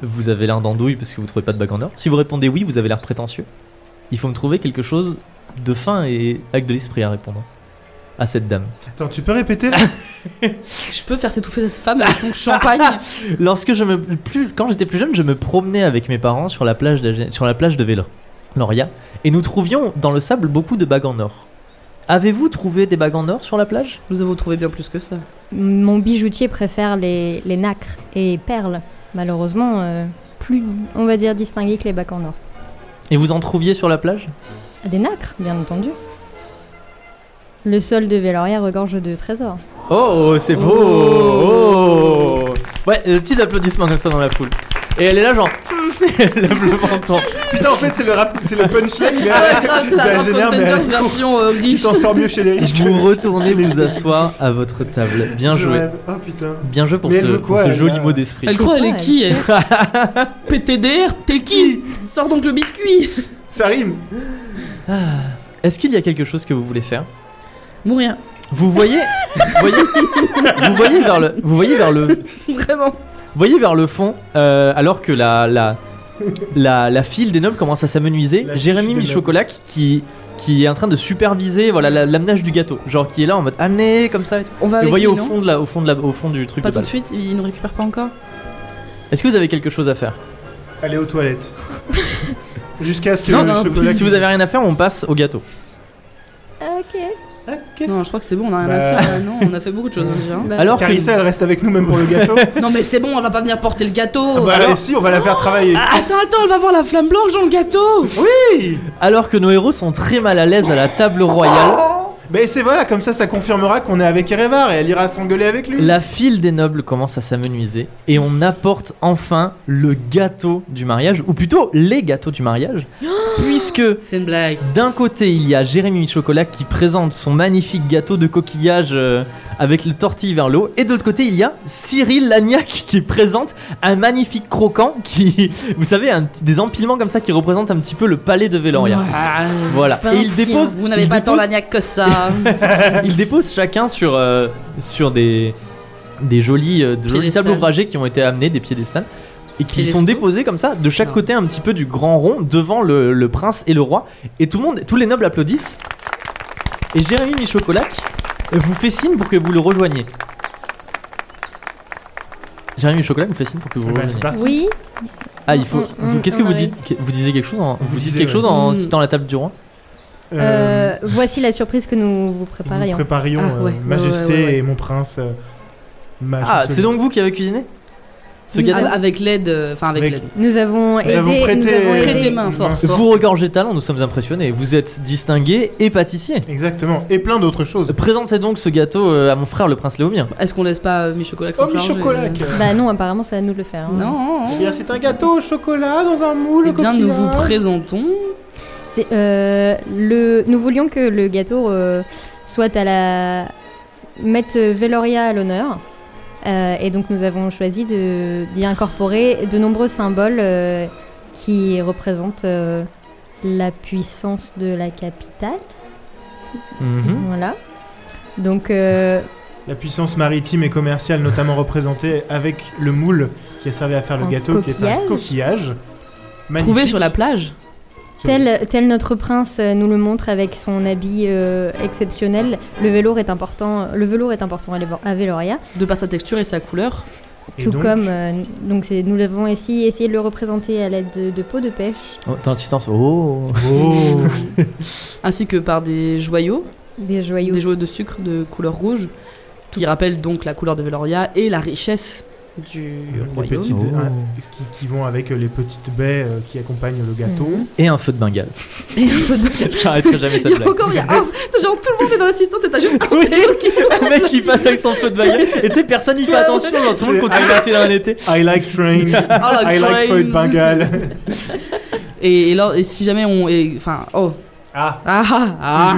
S1: vous avez l'air d'andouille parce que vous trouvez pas de bagues en or. Si vous répondez oui, vous avez l'air prétentieux. Il faut me trouver quelque chose de fin et avec de l'esprit à répondre à cette dame.
S5: hein. Attends, tu peux répéter là
S2: Je peux faire s'étouffer cette femme avec son champagne.
S1: Lorsque je me plus quand j'étais plus jeune, je me promenais avec mes parents sur la plage de, sur la plage de Vélo, Loria, et nous trouvions dans le sable beaucoup de bagues en or. Avez-vous trouvé des bagues en or sur la plage
S2: Nous avons trouvé bien plus que ça.
S3: Mon bijoutier préfère les, les nacres et perles. Malheureusement, euh, plus, on va dire, distingués que les bacs en or.
S1: Et vous en trouviez sur la plage
S3: Des nacres, bien entendu. Le sol de Veloria regorge de trésors.
S1: Oh, c'est beau oh.
S2: Oh.
S1: Ouais, le petit applaudissement comme ça dans la foule. Et elle est là genre elle lève le menton.
S5: Putain, en fait, c'est le, rap- c'est le punchline, mais
S2: Ah
S5: euh,
S2: ouais, grave, c'est
S5: ça
S2: la
S5: génère, mais,
S2: Contenders
S5: euh,
S2: version euh,
S5: tu
S2: riche.
S5: t'en sors mieux chez les riches. que-
S1: Vous retournez vous asseoir à votre table. Bien
S5: Je
S1: joué.
S5: rêve. Oh putain.
S1: Bien joué pour
S5: Mais elle
S1: ce,
S5: veut quoi,
S1: pour ce
S5: elle,
S1: joli
S5: là
S1: mot d'esprit.
S2: Elle croit, elle est
S3: Ouais,
S2: qui elle PTDR, t'es qui Sors donc le biscuit
S5: Ça rime.
S1: Est-ce qu'il y a quelque chose que vous voulez faire
S2: Mourir,
S1: Vous voyez, vous voyez, vous voyez vers le, vous voyez vers le, vous
S2: vraiment.
S1: voyez vers le fond, euh, alors que la, la, la, la file des nobles commence à s'amenuiser.
S5: La
S1: Jérémy
S5: fiche des
S1: Michocolac qui qui est en train de superviser voilà la- l'amenage du gâteau, genre qui est là en mode amenez comme ça. Et tout.
S2: On va
S1: Et
S2: avec
S1: vous voyez
S2: lui,
S1: au
S2: non
S1: fond de la, au fond de la, au fond du truc.
S2: Pas
S1: de
S2: tout de
S1: balle.
S2: suite, il nous récupère pas encore.
S1: Est-ce que vous avez quelque chose à faire
S5: Allez aux toilettes. Jusqu'à ce que
S2: Non,
S5: le
S2: non,
S5: chocolat.
S1: Si vous avez rien à faire, on passe au gâteau.
S3: Ok.
S5: Ah, Ok.
S2: Non, je crois que c'est bon, on a rien à
S5: Bah.
S2: faire. euh, Non, on a fait beaucoup de choses déjà. hein.
S3: Bah,
S1: Alors que-
S5: Carissa, elle reste avec nous même pour le gâteau.
S2: Non, mais c'est bon, on va pas venir porter le gâteau.
S5: Ah bah
S2: Alors-
S5: si, on va la faire travailler.
S2: Attends, attends, on va voir la flamme blanche dans le gâteau.
S5: Oui.
S1: Alors que nos héros sont très mal à l'aise à la table royale,
S5: Mais c'est voilà, comme ça, ça confirmera qu'on est avec Erevar et elle ira s'engueuler avec lui.
S1: la file des nobles commence à s'amenuiser et on apporte enfin le gâteau du mariage, ou plutôt les gâteaux du mariage,
S2: Oh
S1: puisque
S2: C'est une blague.
S1: d'un côté il y a Jérémy Chocolat qui présente son magnifique gâteau de coquillage euh, avec le tortille vers le haut, et de l'autre côté il y a Cyril Lagnac qui présente un magnifique croquant qui, vous savez, un petit- des empilements comme ça qui représentent un petit peu le palais de Véloria.
S5: Ah,
S1: Voilà, et il
S2: Peinture.
S1: dépose.
S2: Vous n'avez
S1: il
S2: pas tant
S1: dépose-
S2: l'agnac que ça.
S1: Ils déposent chacun sur, euh, sur des, des jolies, euh, de jolies
S2: Piédestals.
S1: tables ouvragées qui ont été amenées, des piédestals, et qui
S2: Piédestaux.
S1: sont déposés comme ça, de chaque
S2: Non.
S1: côté un petit peu du grand rond, devant le, le prince et le roi. Et tout le monde, tous les nobles applaudissent. Et Jérémy Michocolac vous fait signe pour que vous le rejoigniez. Jérémy Michocolac vous fait signe pour que vous le
S5: bah,
S1: rejoigniez.
S5: c'est parti.
S3: Oui.
S1: Ah, il faut.
S3: Mm,
S1: vous-
S3: mm,
S1: Qu'est-ce
S3: on
S1: que vous
S3: arrive.
S1: dites Vous disiez quelque chose en, vous
S5: Vous
S1: dites
S5: disiez,
S1: quelque
S5: ouais.
S1: chose en
S2: Mm.
S1: quittant la table du roi
S3: Euh, voici la surprise que nous vous préparions.
S5: Nous préparions
S2: Ah,
S5: euh,
S2: ouais, ouais,
S5: Majesté
S2: ouais, ouais, ouais.
S5: et mon prince. euh, mage
S1: Ah,
S5: absolu.
S1: c'est donc vous qui avez cuisiné ce
S3: Mm.
S1: gâteau
S2: Ah, Avec l'aide, euh, enfin avec
S5: Avec-
S2: l'aide.
S3: Nous avons
S5: Nous
S3: aidé.
S5: avons
S3: nous avons
S5: prêté.
S3: aidé.
S2: Prêté main forte.
S1: Vous regorgez de talent, nous sommes impressionnés. Vous êtes distingué et pâtissier.
S5: Exactement. Et plein d'autres choses.
S1: Présentez donc ce gâteau euh, à mon frère le prince Léomir.
S2: Est-ce qu'on laisse pas euh, Michocolac s'en
S5: Oh, mais
S2: charger,
S5: chocolat
S2: euh,
S3: Bah non, apparemment, c'est à nous de le faire. hein.
S2: Non.
S5: Eh bien, c'est un gâteau au chocolat dans un moule
S2: Eh
S5: au
S2: bien, nous vous
S5: coquillage.
S2: présentons.
S3: C'est euh, le. Nous voulions que le gâteau euh, soit à la mette Veloria à l'honneur. Euh, et donc nous avons choisi de- d'y incorporer de nombreux symboles euh, qui représentent euh, la puissance de la capitale.
S1: Hmm.
S2: Mhm.
S3: Voilà. Donc euh,
S5: La puissance maritime et commerciale, notamment représentée avec le moule qui a servi à faire le
S3: Un
S5: gâteau, qui est un coquillage. Magnifique.
S2: Trouvé sur la plage.
S3: Tel, tel notre prince euh, nous le montre avec son habit euh, exceptionnel, le velours est important. Le velours est important à Levo- à Veloria,
S2: De par sa texture et sa couleur.
S5: Et
S3: tout
S5: donc,
S3: comme euh, donc c'est- nous l'avons essayé, essayé de le représenter à l'aide de, de peaux de pêche,
S1: Oh, Dans l'assistance. Oh.
S5: Oh
S2: Ainsi que par des joyaux,
S3: des joyaux.
S2: des joyaux de sucre de couleur rouge, qui rappellent donc la couleur de Veloria et la richesse du
S5: Les
S2: royaume.
S5: petites-
S1: Oh.
S5: ah, qui, qui vont avec les petites baies euh, qui accompagnent le gâteau.
S2: Mm.
S1: Et un feu de Bengale.
S2: Et un peu de-
S1: J'arrêterai jamais
S2: Il y
S1: cette
S2: a
S1: blague.
S2: encore, il y a un- genre tout le monde est dans l'assistance et t'as juste un
S1: Oui.
S2: vélo qui court.
S1: Le mec qui passe avec son feu de Bengale. Et tu sais, personne n'y fait attention. genre, tout le monde continue de passer dans un été.
S5: I like train,
S2: Oh, la
S5: I like feuille
S2: Grimes.
S5: de Bengale.
S2: Et, et là, et si jamais on est. Enfin, oh.
S5: Ah,
S2: Ah ah, ah.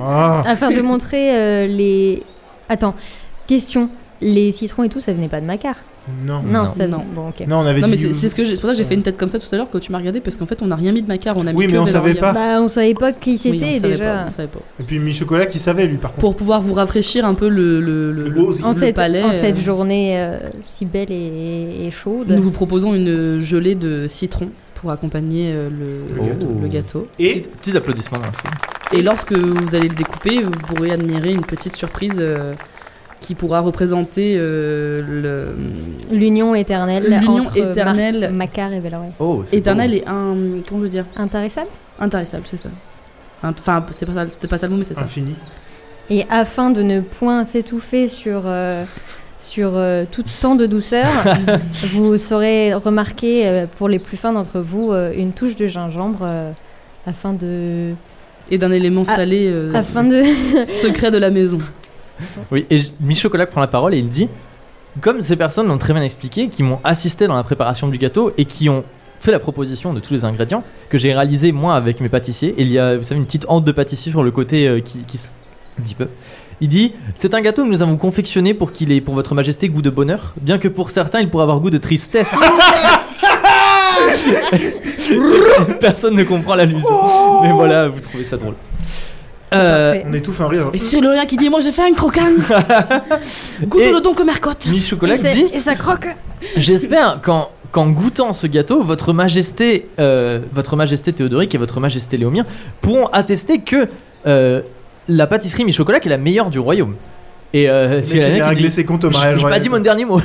S5: ah.
S3: Afin de montrer euh, les. Attends, question. Les citrons et tout, ça venait pas de Macar.
S5: Non.
S3: Non,
S1: Non.
S3: ça
S2: Non.
S3: Bon, ok.
S5: Non, on avait
S2: Non, mais
S5: dit.
S2: c'est c'est ce que j'ai- c'est pour ça que j'ai fait une tête comme ça tout à l'heure quand tu m'as regardé parce qu'en fait on n'a rien mis de macar, on a mis
S5: Oui,
S2: que
S5: mais on
S2: Veloria.
S5: savait pas.
S3: Bah, on savait pas qui
S2: Oui, on
S3: c'était
S2: savait
S3: déjà.
S2: pas, on savait pas.
S5: Et puis mi-chocolat qui savait lui par contre.
S2: Pour pouvoir vous rafraîchir un peu le, le, le-
S5: Le
S2: le
S3: en, cette,
S2: palais,
S3: en
S2: euh,
S3: cette journée euh, si belle et, et chaude.
S2: nous vous proposons une gelée de citron pour accompagner euh, le,
S5: Le
S2: le
S1: gâteau.
S2: gâteau. le gâteau.
S1: Petit,
S5: Et
S1: petit applaudissement dans la foule.
S2: Et lorsque vous allez le découper, vous pourrez admirer une petite surprise euh, qui pourra représenter euh, le,
S3: L'union éternelle.
S2: L'union
S3: entre
S2: éternelle.
S3: Mar- Macar et Veloria.
S1: Oh, c'est
S2: Éternel et un. Comment je veux dire
S3: Intéressable.
S2: Intarissable, c'est ça. Enfin, c'est pas ça, c'était pas ça le mot, mais
S1: Ah.
S2: c'est ça.
S5: infini.
S3: Et afin de ne point s'étouffer sur, euh, sur euh, tout temps de douceur, vous saurez remarquer, euh, pour les plus fins d'entre vous, euh, une touche de gingembre euh, afin de.
S2: Et d'un élément
S3: Ah,
S2: salé euh,
S3: afin de.
S2: secret de la maison.
S1: Oui, et Michocolac prend la parole et il dit Comme ces personnes l'ont très bien expliqué, qui m'ont assisté dans la préparation du gâteau et qui ont fait la proposition de tous les ingrédients que j'ai réalisé moi avec mes pâtissiers. Et il y a, vous savez, une petite hante de pâtissier sur le côté euh, qui, qui s- un petit peu. Il dit C'est un gâteau que nous avons confectionné pour qu'il ait pour votre majesté goût de bonheur, bien que pour certains il pourrait avoir goût de tristesse. Personne ne comprend l'allusion. Mais voilà, vous trouvez ça drôle. Euh,
S3: Parfait.
S5: On étouffe un rire.
S2: Et c'est le lien qui dit Moi j'ai fait un croquant Goûte
S1: Et- Eh,
S2: le don comme Ercotte
S1: Miss Chocolat
S3: Et c'est-
S1: dit
S3: et ça croque
S1: J'espère qu'en qu'en goûtant ce gâteau, votre majesté, euh, votre majesté Théodoric et votre majesté Léomir pourront attester que euh, la pâtisserie mi-chocolat est la meilleure du royaume. Et euh,
S5: C'est
S1: la
S5: qu'il
S1: nana
S5: a
S1: qui
S5: réglé
S1: dit-
S5: ses comptes au
S1: J'ai-
S5: mariage.
S1: J'ai pas
S5: royal.
S1: dit mon dernier mot.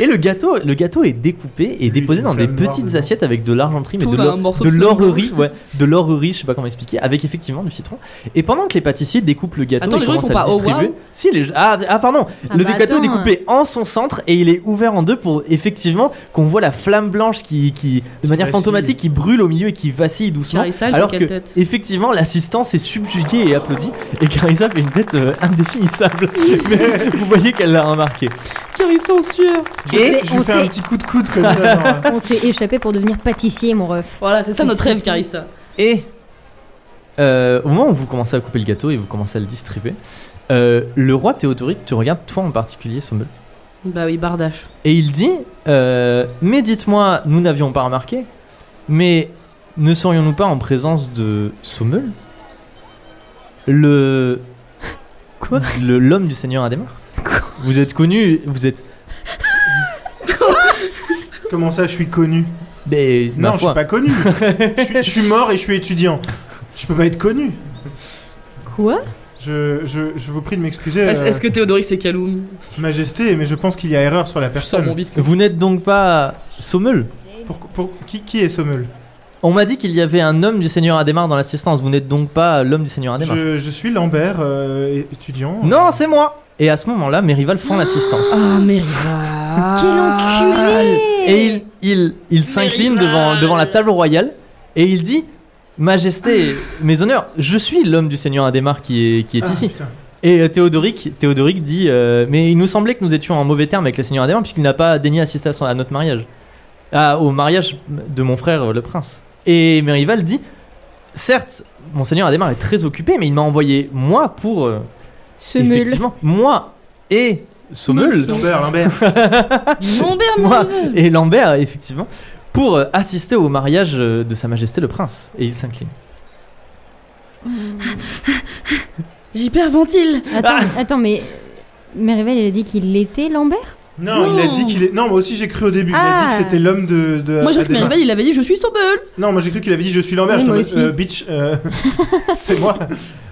S1: et le gâteau, le gâteau est découpé et
S5: Lui,
S1: déposé
S5: une
S1: dans des
S5: flamme noire
S1: petites
S5: dedans.
S1: assiettes avec de l'argenterie, mais
S2: Tout
S1: de
S2: là,
S1: l'or-
S2: un morceau
S1: de
S2: de
S1: l'orerie, ouais, de l'orerie, je sais pas comment expliquer, avec effectivement du citron. Et pendant que les pâtissiers découpent le gâteau,
S2: Attends,
S1: et
S2: les gens, ils
S1: commencent
S2: font
S1: à
S2: pas
S1: le
S2: oh,
S1: distribuer.
S2: wow
S1: Si les ah, ah, pardon,
S3: Ah
S1: le
S3: bah
S1: gâteau est
S3: attends.
S1: découpé en son centre et il est ouvert en deux pour effectivement qu'on voit la flamme blanche qui, qui de manière
S5: vacille.
S1: fantomatique, qui brûle au milieu et qui vacille doucement.
S2: Carissa, elle fait
S1: alors
S2: quelle
S1: que
S2: tête
S1: effectivement l'assistance est subjuguée et applaudie et Carissa fait une tête euh, indéfinissable. Mais vous voyez qu'elle l'a remarqué.
S2: Carissa en sueur
S5: Je
S1: Et
S5: je
S3: on
S5: lui fais un
S3: sait-
S5: petit coup de coude comme ça. genre, euh,
S3: On s'est échappé pour devenir pâtissier, mon ref.
S2: Voilà, c'est ça notre rêve, Carissa.
S1: Et euh, au moment où vous commencez à couper le gâteau et vous commencez à le distribuer, euh, le roi Théodoric te regarde toi en particulier, Sommel,
S2: Bah oui, Bardache.
S1: et il dit euh, Mais dites-moi, nous n'avions pas remarqué, mais ne serions-nous pas en présence de Sommel Le.
S3: Quoi
S1: Le- L'homme du Seigneur Adhémar Vous êtes connu, vous êtes.
S5: Comment ça, je suis connu
S1: Mais, ma
S5: Non, je
S1: foi,
S5: suis pas connu. je, suis, je suis mort et je suis étudiant. Je peux pas être connu.
S3: Quoi
S5: Je, je, je vous prie de m'excuser,
S2: Est-ce
S5: euh,
S2: est-ce que Théodoric c'est Kaloum
S5: Majesté, mais je pense qu'il y a erreur sur la
S2: Je sors mon
S5: personne.
S2: biscuit.
S1: Vous n'êtes donc pas Sommel
S5: Pour, pour- qui, qui est Sommel
S1: On m'a dit qu'il y avait un homme du Seigneur Adhémar dans l'assistance, vous n'êtes donc pas l'homme du Seigneur Adhémar
S5: je, je suis Lambert, euh, étudiant.
S1: Non, c'est moi Et à ce moment-là, mes rivales font l'assistance.
S2: Ah, mais
S3: Quel
S2: Ah,
S3: enculé
S1: Et il, il, il s'incline devant, devant la table royale et il dit Majesté, mes honneurs, je suis l'homme du Seigneur Adhémar qui est, qui est
S5: Ah,
S1: ici.
S5: putain.
S1: Et euh, Théodoric, Théodoric dit euh, Mais il nous semblait que nous étions en mauvais terme avec le Seigneur Adhémar puisqu'il n'a pas daigné assister à, son- à notre mariage. Ah, au mariage de mon frère euh, le prince. Et Merival dit Certes, mon Seigneur Adhémar est très occupé, mais il m'a envoyé moi pour. euh,
S3: Ce meule.
S1: effectivement, moi et Sommel.
S5: Lambert, Lambert.
S2: Lambert,
S1: moi et Lambert, effectivement, pour euh, assister au mariage euh, de Sa Majesté le Prince. Et il s'incline.
S2: J'hyperventile
S3: Attends,
S2: Ah.
S3: attends, mais. Merveille, elle a dit qu'il était Lambert
S5: Non,
S2: Non.
S5: il a dit qu'il est. Non, moi aussi j'ai cru au début. Il a dit
S3: Ah.
S5: que c'était l'homme de. de-
S2: Moi, j'ai cru que
S5: Adhémar.
S2: Merveille, il avait dit Je suis son beul
S5: Non, moi j'ai cru qu'il avait dit je suis Lambert.
S3: Oui,
S5: je
S3: moi
S5: te- euh, bitch, euh, c'est moi.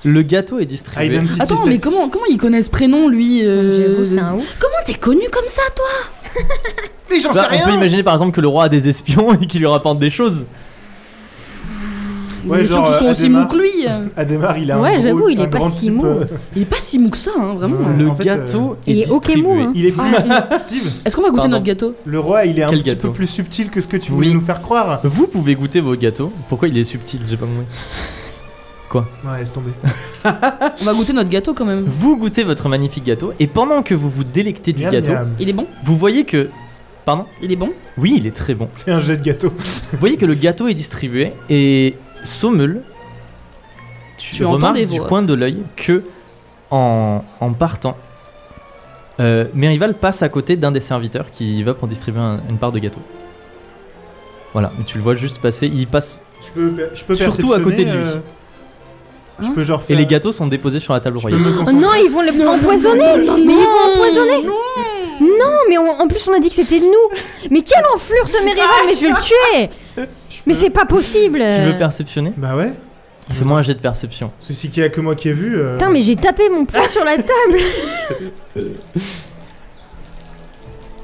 S1: Le gâteau est distribué.
S5: Identity
S2: Attends,
S5: theft.
S2: mais comment, comment il connaît ce prénom, lui euh,
S3: J'avoue, c'est un ouf.
S2: Comment t'es connu comme ça, toi
S5: Mais j'en
S1: Bah,
S5: sais
S1: on peut
S5: rien.
S1: imaginer par exemple que le roi a des espions et qu'il lui rapporte des choses.
S5: Ouais,
S2: Des gens
S5: genre,
S2: qui sont
S5: euh,
S2: aussi
S5: Adhémar.
S2: mous que lui
S5: Adhémar, il a un
S3: Ouais,
S5: gros-
S3: j'avoue, il
S5: un
S3: est pas
S5: grand
S3: si
S5: type,
S3: mou.
S5: euh,
S2: Il est pas si mou que ça, hein, vraiment Ah,
S5: Ouais.
S1: Le
S5: en fait, euh,
S1: gâteau est
S3: il est ok,
S1: distribué.
S3: mou, hein.
S5: Il est plus... Steve,
S2: Est-ce qu'on va goûter
S1: Pardon.
S2: notre gâteau
S5: le roi, il est un
S1: Quel
S5: petit
S1: gâteau
S5: peu plus subtil que ce que tu voulais
S1: Oui.
S5: nous faire croire.
S1: Vous pouvez goûter vos gâteaux. Pourquoi il est subtil J'ai pas compris.
S5: Ouais, laisse tomber.
S2: On va goûter notre gâteau quand même.
S1: Vous goûtez votre magnifique gâteau et pendant que vous vous délectez du
S5: Miam,
S1: gâteau,
S5: miam.
S2: Il est bon
S1: vous voyez que. Pardon
S2: Il est bon
S1: Oui, il est très bon.
S5: Fais un jet de gâteau.
S1: Vous voyez que le gâteau est distribué et Sommel, tu,
S2: Tu entends
S1: remarques
S2: des
S1: du
S2: voix.
S1: coin de l'œil que en, en partant, euh, Merival passe à côté d'un des serviteurs qui va pour distribuer un- une part de gâteau. Voilà, mais tu le vois juste passer, il passe.
S5: Je peux, je peux
S1: Surtout à côté de lui.
S5: perceptionner, euh, Je peux genre
S1: Et
S5: faire.
S1: les gâteaux sont déposés sur la table
S5: Je peux
S1: royale.
S5: me
S3: Oh
S5: concentrer.
S3: non, ils vont le empoisonner Mais ils vont empoisonner Non, mais on- en plus, on a dit que c'était nous Mais quelle enflure ce Merival Mais je vais le tuer
S5: Je peux-
S3: Mais c'est pas possible
S1: Tu
S2: Euh,
S1: veux perceptionner
S5: Bah ouais.
S1: Fais-moi un jet de perception.
S5: C'est si qu'il y a que moi qui ai vu. euh,
S3: Putain, mais j'ai tapé mon poing sur la table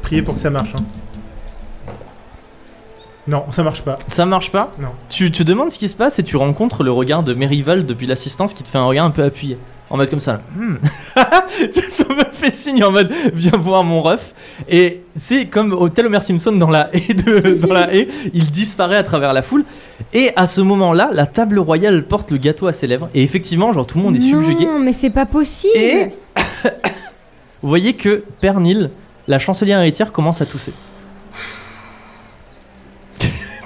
S5: Priez pour que ça marche. hein. Non, ça marche pas.
S1: Ça marche pas
S5: Non.
S1: Tu te demandes ce qui se passe et tu rencontres le regard de Merival depuis l'assistance qui te fait un regard un peu appuyé. En mode comme ça. Là. Hmm. ça me fait signe en mode viens voir mon ref. Et c'est comme au tel Homer Simpson dans la haie, de- dans la haie, il disparaît à travers la foule. Et à ce moment-là, la table royale porte le gâteau à ses lèvres. Et effectivement, genre tout le monde est subjugué.
S3: Non, mais c'est pas possible
S1: Et vous voyez que Pernil, la chancelière héritière, commence à tousser.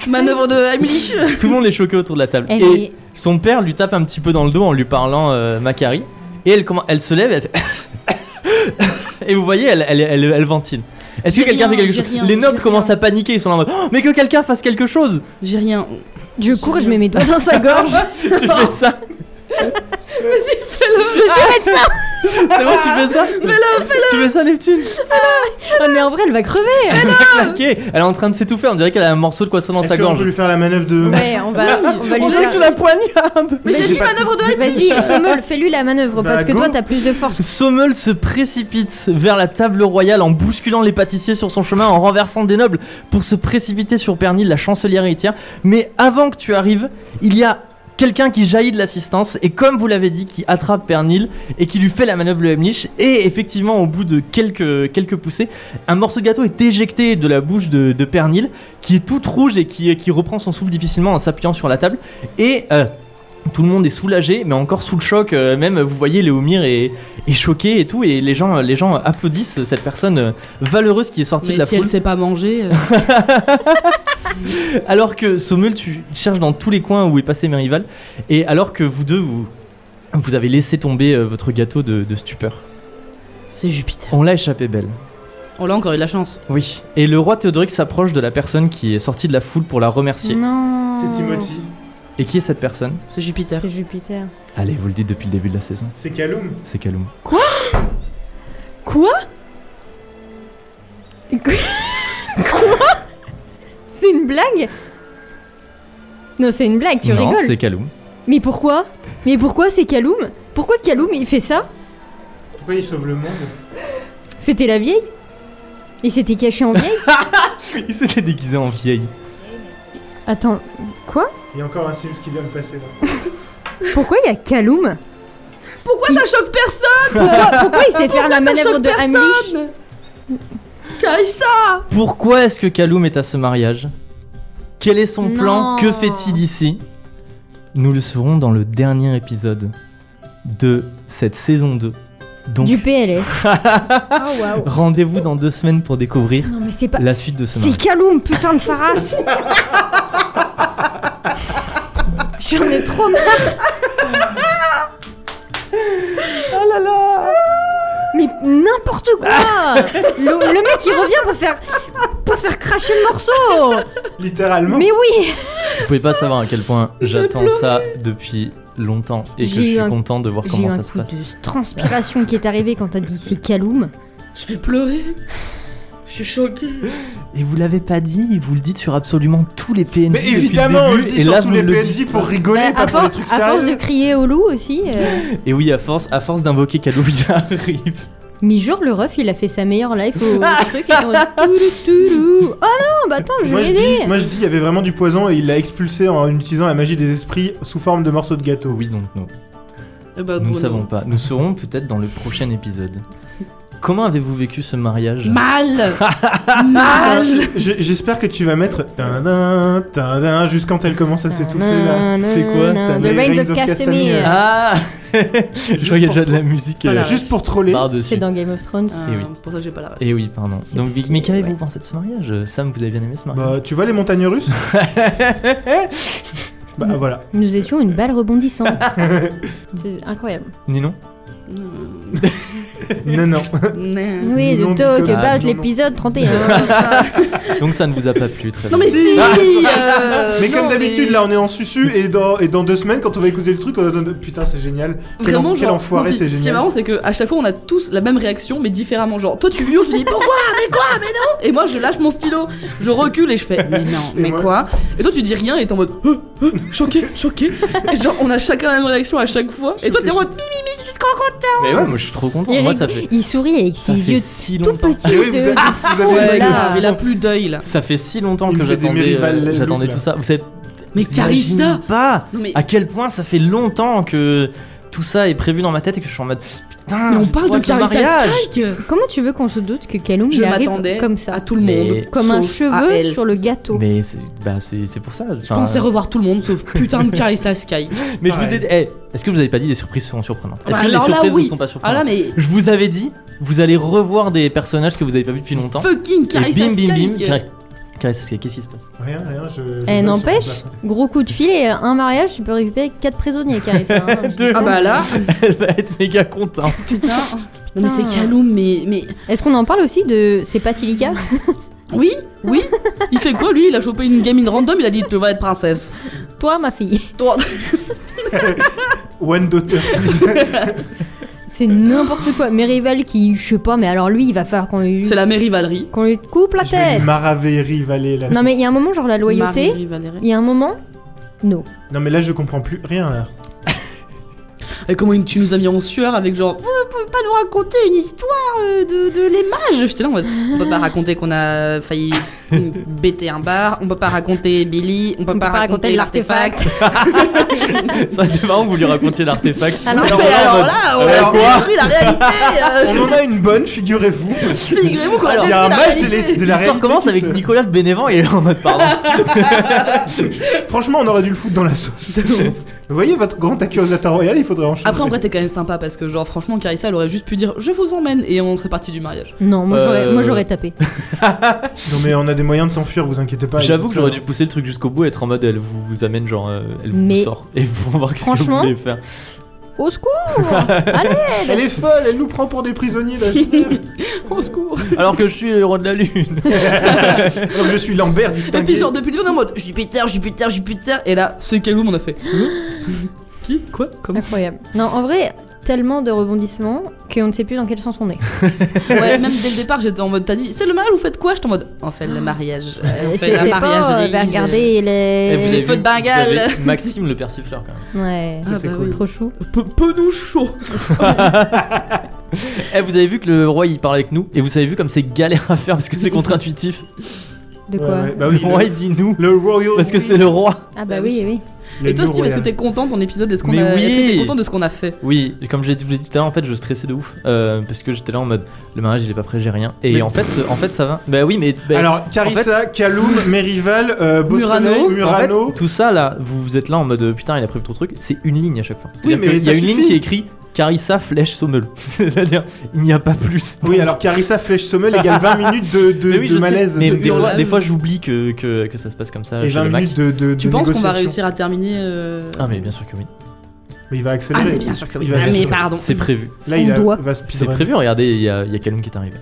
S2: Manœuvre de Heimlich
S1: Tout le monde est choqué autour de la table.
S3: Elle
S1: Et-
S3: est...
S1: Son père lui tape un petit peu dans le dos en lui parlant euh, Macari. Et elle, comment, elle se lève et elle fait. et vous voyez, elle, elle, elle, elle ventile. Est-ce que
S2: J'ai
S1: quelqu'un
S2: rien,
S1: fait quelque
S2: j'ai
S1: chose
S2: rien,
S1: Les nobles
S2: j'ai
S1: commencent
S2: rien.
S1: à paniquer, ils sont là en mode Oh, Mais que quelqu'un fasse quelque chose
S2: J'ai rien.
S3: Je cours et je mets mes doigts dans sa gorge
S1: Tu fais ça
S2: Vas-y, fais-le
S3: Je suis médecin
S1: C'est bon, tu fais ça Fais-le, fais-le Tu fais ça, Neptune
S3: Oh, mais en vrai, elle va crever.
S1: Ok, elle est en train de s'étouffer, on dirait qu'elle a un morceau de poisson dans
S5: Est-ce
S1: sa
S5: qu'on peut
S1: gorge.
S5: lui faire la manœuvre de.
S3: Ouais, on va, on va
S1: On
S3: lui
S1: dirait que tu
S3: faire.
S1: la poignardes
S2: Mais
S5: Mais
S2: j'ai
S5: j'ai
S2: dit
S5: pas-
S2: manœuvre de hype
S3: Vas-y, Sommel, fais-lui la manœuvre
S5: Bah,
S3: parce que
S5: go.
S3: toi, t'as plus de force.
S1: Sommel se précipite vers la table royale en bousculant les pâtissiers sur son chemin, en renversant des nobles pour se précipiter sur Pernil, la chancelière héritière. Mais avant que tu arrives, il y a quelqu'un qui jaillit de l'assistance et comme vous l'avez dit, qui attrape Pernil et qui lui fait la manœuvre de Hemlich. Et effectivement, au bout de quelques, quelques poussées, un morceau de gâteau est éjecté de la bouche de, de Pernil, qui est toute rouge et qui, qui reprend son souffle difficilement en s'appuyant sur la table. Et... euh, tout le monde est soulagé, mais encore sous le choc. euh, même, vous voyez, Léomir est, est choqué et tout, et les gens, les gens applaudissent cette personne euh, valeureuse qui est sortie de
S2: Mais
S1: la
S2: si
S1: foule.
S2: elle sait pas manger, euh,
S1: Alors que Sommel, tu cherches dans tous les coins où est passé Merival, et alors que vous deux, vous, vous avez laissé tomber euh, votre gâteau de, de stupeur.
S2: c'est Jupiter.
S1: On l'a échappé belle.
S2: On l'a encore eu de la chance.
S1: Oui. Et le roi Théodoric s'approche de la personne qui est sortie de la foule pour la remercier.
S3: Mm. Non.
S5: C'est Timothy.
S1: Et qui est cette personne
S2: C'est Jupiter.
S3: C'est Jupiter.
S1: Allez, vous le dites depuis le début de la saison.
S5: C'est Kaloum.
S1: C'est Kaloum.
S3: Quoi Quoi C'est une blague Non, c'est une blague, tu
S1: non,
S3: rigoles.
S1: c'est Kaloum.
S3: Mais pourquoi Mais pourquoi c'est Kaloum Pourquoi Kaloum il fait ça
S5: Pourquoi il sauve le monde
S3: C'était la vieille Il s'était caché en vieille
S1: Il s'était déguisé en vieille.
S3: Attends, quoi
S5: Il y a encore un Sims qui vient de passer là.
S3: Pourquoi il y a Kaloum
S2: Pourquoi ça choque personne
S3: pourquoi, pourquoi il sait faire la manœuvre
S2: choque
S3: de
S2: personne
S3: Hamlish
S2: Carissa
S1: Pourquoi est-ce que Kaloum est à ce mariage Quel est son
S3: Non.
S1: plan Que fait-il ici Nous le saurons dans le dernier épisode de cette saison 2. Donc,
S3: Du PLS. oh waouh.
S1: rendez-vous dans deux semaines pour découvrir
S3: Non mais c'est pas...
S1: la suite de ce
S3: C'est
S1: mariage.
S3: Kaloum, putain de sa race J'en ai trop marre Oh
S1: Ah là là
S3: Mais n'importe quoi le, le mec il revient pour faire pour faire cracher le morceau
S5: Littéralement.
S3: Mais oui
S1: Vous pouvez pas savoir à quel point j'attends ça depuis longtemps et que je
S3: J'ai eu
S1: suis
S3: un-
S1: content de voir
S3: J'ai eu
S1: comment
S3: un
S1: ça se
S3: coup
S1: passe.
S3: de transpiration qui est arrivé quand t'as dit c'est Kaloum.
S2: Je vais pleurer. Je suis choquée.
S1: Et vous l'avez pas dit, vous le dites sur absolument tous les PNJ.
S5: Mais
S1: depuis le
S5: évidemment, on le
S1: début,
S5: dit
S1: et
S5: sur
S1: là,
S5: tous
S1: vous
S5: les
S1: le
S5: PNJ
S1: dites
S5: pour
S1: pas.
S5: rigoler,
S3: Bah,
S5: pas
S3: à,
S5: pour
S3: for-
S5: les trucs
S3: à force de
S5: sérieux.
S3: crier au loup aussi. euh,
S1: Et oui, à force, à force d'invoquer Kaloum, il arrive.
S3: Mais jure, le ref il a fait sa meilleure life au
S2: Ah.
S3: truc. et on dit toulou, toulou. Oh non, bah attends, je
S5: Moi
S3: vais
S5: je, dis,
S3: l'aider
S5: moi je dis, il y avait vraiment du poison et il l'a expulsé en utilisant la magie des esprits sous forme de morceaux de gâteau.
S1: Oh Oui, donc non.
S2: Eh ben,
S1: Nous ne savons pas. Nous saurons peut-être dans le prochain épisode. Comment avez-vous vécu ce mariage
S2: Mal
S5: Ah,
S2: Mal
S5: je- J'espère que tu vas mettre tadin, tadin, juste quand elle commence à s'étouffer là.
S3: Tadin,
S5: C'est quoi
S3: tadin,
S5: tadin,
S3: The Reigns of Castamere.
S5: Castamere.
S1: Ah Je vois qu'il y a déjà de la musique euh,
S2: Voilà.
S5: Juste pour troller.
S1: par-dessus.
S3: C'est dans Game of Thrones.
S2: Ah,
S1: oui.
S2: Pour ça que j'ai pas la ref.
S1: Et Eh oui, pardon.
S3: C'est
S1: Donc,
S3: parce que-
S1: mais qu'avez-vous
S3: ouais.
S1: pensé de ce mariage Sam, vous avez bien aimé ce mariage
S5: Bah, tu vois les montagnes russes Bah voilà.
S3: Nous étions une balle rebondissante. c'est incroyable.
S1: Ninon
S2: Non.
S5: Non, non.
S2: Euh, Non.
S3: Oui,
S5: Non,
S3: de talk
S5: Nicolas,
S3: about
S5: non, non.
S3: l'épisode 31.
S1: Donc ça ne vous a pas plu, très
S2: Non, mais
S1: bien.
S2: si euh,
S5: mais comme
S2: non,
S5: d'habitude,
S2: mais
S5: là on est en susu et dans, et dans deux semaines, quand on va écouter le truc, on va dire, Putain, c'est génial. Quel en-
S2: Vraiment,
S5: quel
S2: genre, non,
S5: enfoiré,
S2: puis
S5: c'est
S2: Ce qui est
S5: génial.
S2: marrant, c'est que à chaque fois, on a tous la même réaction, mais différemment. Genre, toi, tu hurles, tu dis pourquoi, mais quoi, mais non. Et moi, je lâche mon stylo, je recule et je fais mais non,
S5: Et
S2: mais
S5: moi
S2: quoi. Et toi, tu dis rien et t'es en mode Euh, euh, choqué, choqué. Et genre, on a chacun la même réaction à chaque fois. Et toi, t'es en mode
S1: Mais ouais, moi je suis trop content.
S3: Il
S1: Moi
S3: rig-
S1: ça fait,
S3: Il sourit avec
S1: ça
S3: ses
S1: fait
S3: yeux
S1: si
S3: tout
S1: longtemps.
S3: petits.
S5: Et Eh oui, vous
S3: de-
S5: avez, vous avez-
S2: ouais,
S3: Voilà.
S2: grave, il a plus d'œil là.
S1: Ça fait si longtemps
S5: Il
S1: que
S5: me fait des
S1: j'attendais,
S5: Merival
S1: euh,
S5: Look,
S1: j'attendais
S5: là.
S1: tout ça. Vous savez,
S2: Mais
S1: vous imaginez
S2: Carissa
S1: pas
S2: Non mais.
S1: à quel point ça fait longtemps que tout ça est prévu dans ma tête et que je suis en mode putain.
S2: Mais on
S1: je
S2: parle de
S1: dois être au
S2: Carissa
S1: mariage.
S2: Strike
S3: Comment tu veux qu'on se doute que Kaloum
S2: Je
S3: il arrive
S2: m'attendais
S3: comme ça
S2: à tout le
S1: Mais-
S2: monde.
S3: Comme un
S2: sauf à
S3: cheveu
S2: elle.
S3: sur le gâteau.
S1: Mais c'est bah, c'est- c'est pour ça.
S2: Je pensais revoir tout le monde sauf putain de Carissa Sky.
S1: Mais je vous ai
S5: Ouais.
S1: dit, eh, est-ce que vous avez pas dit les surprises seront surprenantes Est-ce
S2: Bah
S1: que les
S2: alors là,
S1: surprises
S2: oui.
S1: ne sont pas
S2: Ah
S1: surprenantes
S2: là mais
S1: Je vous avais dit, vous allez revoir des personnages que vous avez pas vus depuis longtemps.
S2: fucking
S1: et
S2: Carissa
S1: bim,
S2: Sky.
S1: bim, bim, Cari- Carissa Sky, qu'est-ce qui se passe
S5: Rien, rien, je. je
S3: Eh
S5: donne
S3: n'empêche,
S5: sur le
S3: gros coup de filet, un mariage, tu peux récupérer 4 prisonniers, Carissa. hein, je dis
S1: Deux.
S3: ça.
S2: Ah bah là,
S1: Elle va être méga contente.
S2: putain. Non mais c'est
S3: Putain.
S2: Kaloum mais mais
S3: Est-ce qu'on en parle aussi de c'est pas Tilika
S2: oui oui il fait quoi lui il a chopé une gamine random il a dit tu vas être princesse
S3: Toi, ma fille.
S2: toi
S5: plat. One daughter.
S3: C'est n'importe quoi. Merival qui, je sais pas, mais alors lui, il va falloir qu'on lui,
S2: C'est la mairie Valérie.
S3: qu'on lui coupe la
S5: Je vais
S3: tête.
S5: Maravéry Valley là.
S3: Non, mais il y a un moment, genre la loyauté,
S2: Marie Valérie.
S3: il y a un moment, non.
S5: Non, mais là je comprends plus rien là.
S2: Et comment tu nous as mis en sueur avec genre, vous pouvez pas nous raconter une histoire euh, de, de les mages J'étais là, en mode, on peut pas raconter qu'on a failli bêter un bar, on peut pas raconter Billy, on peut, pas, raconter l'artefact.
S1: Ça aurait été marrant que vous lui racontiez l'artefact.
S3: Alors,
S1: Alors,
S2: Ah Mais
S1: là,
S2: alors
S1: on-
S2: là, on
S5: alors
S2: a
S5: quoi
S2: compris la réalité
S5: On
S2: euh,
S5: en a une bonne, figurez-vous.
S2: Figurez-vous qu'on a
S5: Il y
S2: détruit
S5: a un
S2: la
S5: match de,
S2: réalité.
S5: la- de la
S1: L'histoire
S5: réalité
S1: commence
S5: qui
S1: avec
S5: se-
S1: Nicolas de Bénévent et il est en mode pardon.
S5: Franchement, on aurait dû le foutre dans la sauce. Vous voyez votre grand accusateur royal, il faudrait enchaîner.
S2: Après, en vrai, t'es quand même sympa parce que, genre, franchement, Carissa, elle aurait juste pu dire Je vous emmène et on serait parti du mariage.
S3: Non, moi j'aurais-
S1: Euh,
S3: moi, j'aurais tapé.
S5: Non, mais on a des moyens de s'enfuir, vous inquiétez pas.
S1: J'avoue que j'aurais dû pousser le truc jusqu'au bout et être en mode elle vous, vous amène genre euh, elle vous
S3: Mais-
S1: sort et vous voir qu'est-ce que vous
S3: Franchement-
S1: voulez faire.
S3: Au secours Allez
S5: Elle est folle, elle nous prend pour des prisonniers la génère.
S2: Au secours
S1: Alors que je suis le roi de la lune.
S5: Alors que je suis Lambert
S2: Et
S5: distingué.
S2: puis, genre, depuis le début, on est en mode Jupiter, Jupiter, Jupiter. Et là, Hein c'est Kaloum, on a fait Qui Quoi Comment
S3: Incroyable. Non, en vrai, tellement de rebondissements qu'on ne sait plus dans quel sens on est.
S2: Ouais, même dès le départ, j'étais en mode T'as dit C'est le mariage, vous faites quoi J'étais en mode On fait le mariage. Euh, On fait
S3: Je sais
S2: le
S3: pas,
S2: mariage.
S3: on va regarder
S1: Et
S3: les...
S1: vous avez
S2: feux
S1: vu-
S2: de Bengale.
S1: vous avez Maxime le persifleur quand même.
S3: Ouais,
S2: Ça, c'est
S3: Ah bah
S2: cool.
S3: oui. trop chou.
S2: Penouchon
S1: Eh, vous avez vu que le roi il parle avec nous et vous avez vu comme c'est galère à faire parce que c'est contre-intuitif.
S3: De
S5: Ouais,
S3: quoi
S5: ouais, bah
S1: le
S5: oui, le-
S1: roi il dit nous
S5: le Royal.
S1: parce que c'est le roi.
S3: Ah bah oui, oui.
S5: le
S2: Et toi,
S5: New
S2: Steve, est-ce que
S5: Royal.
S2: t'es content de ton épisode Est-ce qu'on
S1: Mais
S2: a-
S1: oui.
S2: est-ce que t'es content de ce qu'on a fait
S1: Oui, et comme je l'ai dit je l'ai dit tout à l'heure en fait je stressais de ouf euh, parce que j'étais là en mode le mariage il est pas prêt j'ai rien et
S5: Mais-
S1: en fait ce- en fait ça va. Bah oui mais bah,
S5: Alors, Carissa, Kaloum, Merival, euh, Beau
S2: Murano.
S5: Soleil,
S2: En fait,
S5: Murano.
S1: En fait, tout ça là, vous, vous êtes là en mode euh, putain, il a pris trop de trucs, c'est une ligne à chaque fois. C'est-à-dire
S5: mais
S1: qu'il y a
S5: ça
S1: une
S5: suffit.
S1: ligne qui est écrit Carissa flèche sommeul. C'est-à-dire, il n'y a pas plus.
S5: Oui, alors Carissa, Flèche Sommel égale 20 minutes de, de,
S1: Mais oui,
S5: de
S1: je sais.
S5: malaise.
S1: Mais
S5: de
S1: des, fois,
S2: hurlade.
S1: des fois, j'oublie que, que, que ça se passe comme ça
S5: Et
S1: chez
S5: 20
S1: le Mac.
S5: minutes de, de,
S2: Tu
S5: de
S2: penses qu'on va
S5: négociation.
S2: réussir à terminer euh,
S1: Ah, mais bien sûr que oui.
S5: Mais il va accélérer.
S2: Ah, mais bien sûr que oui.
S5: Il va
S2: Ah, mais
S5: accélérer.
S2: pardon.
S1: C'est prévu.
S5: Là,
S3: On
S5: il a-
S3: doit.
S5: va
S1: C'est
S5: speedrun.
S1: prévu, regardez, il y a, il y a Calum qui est arrivé.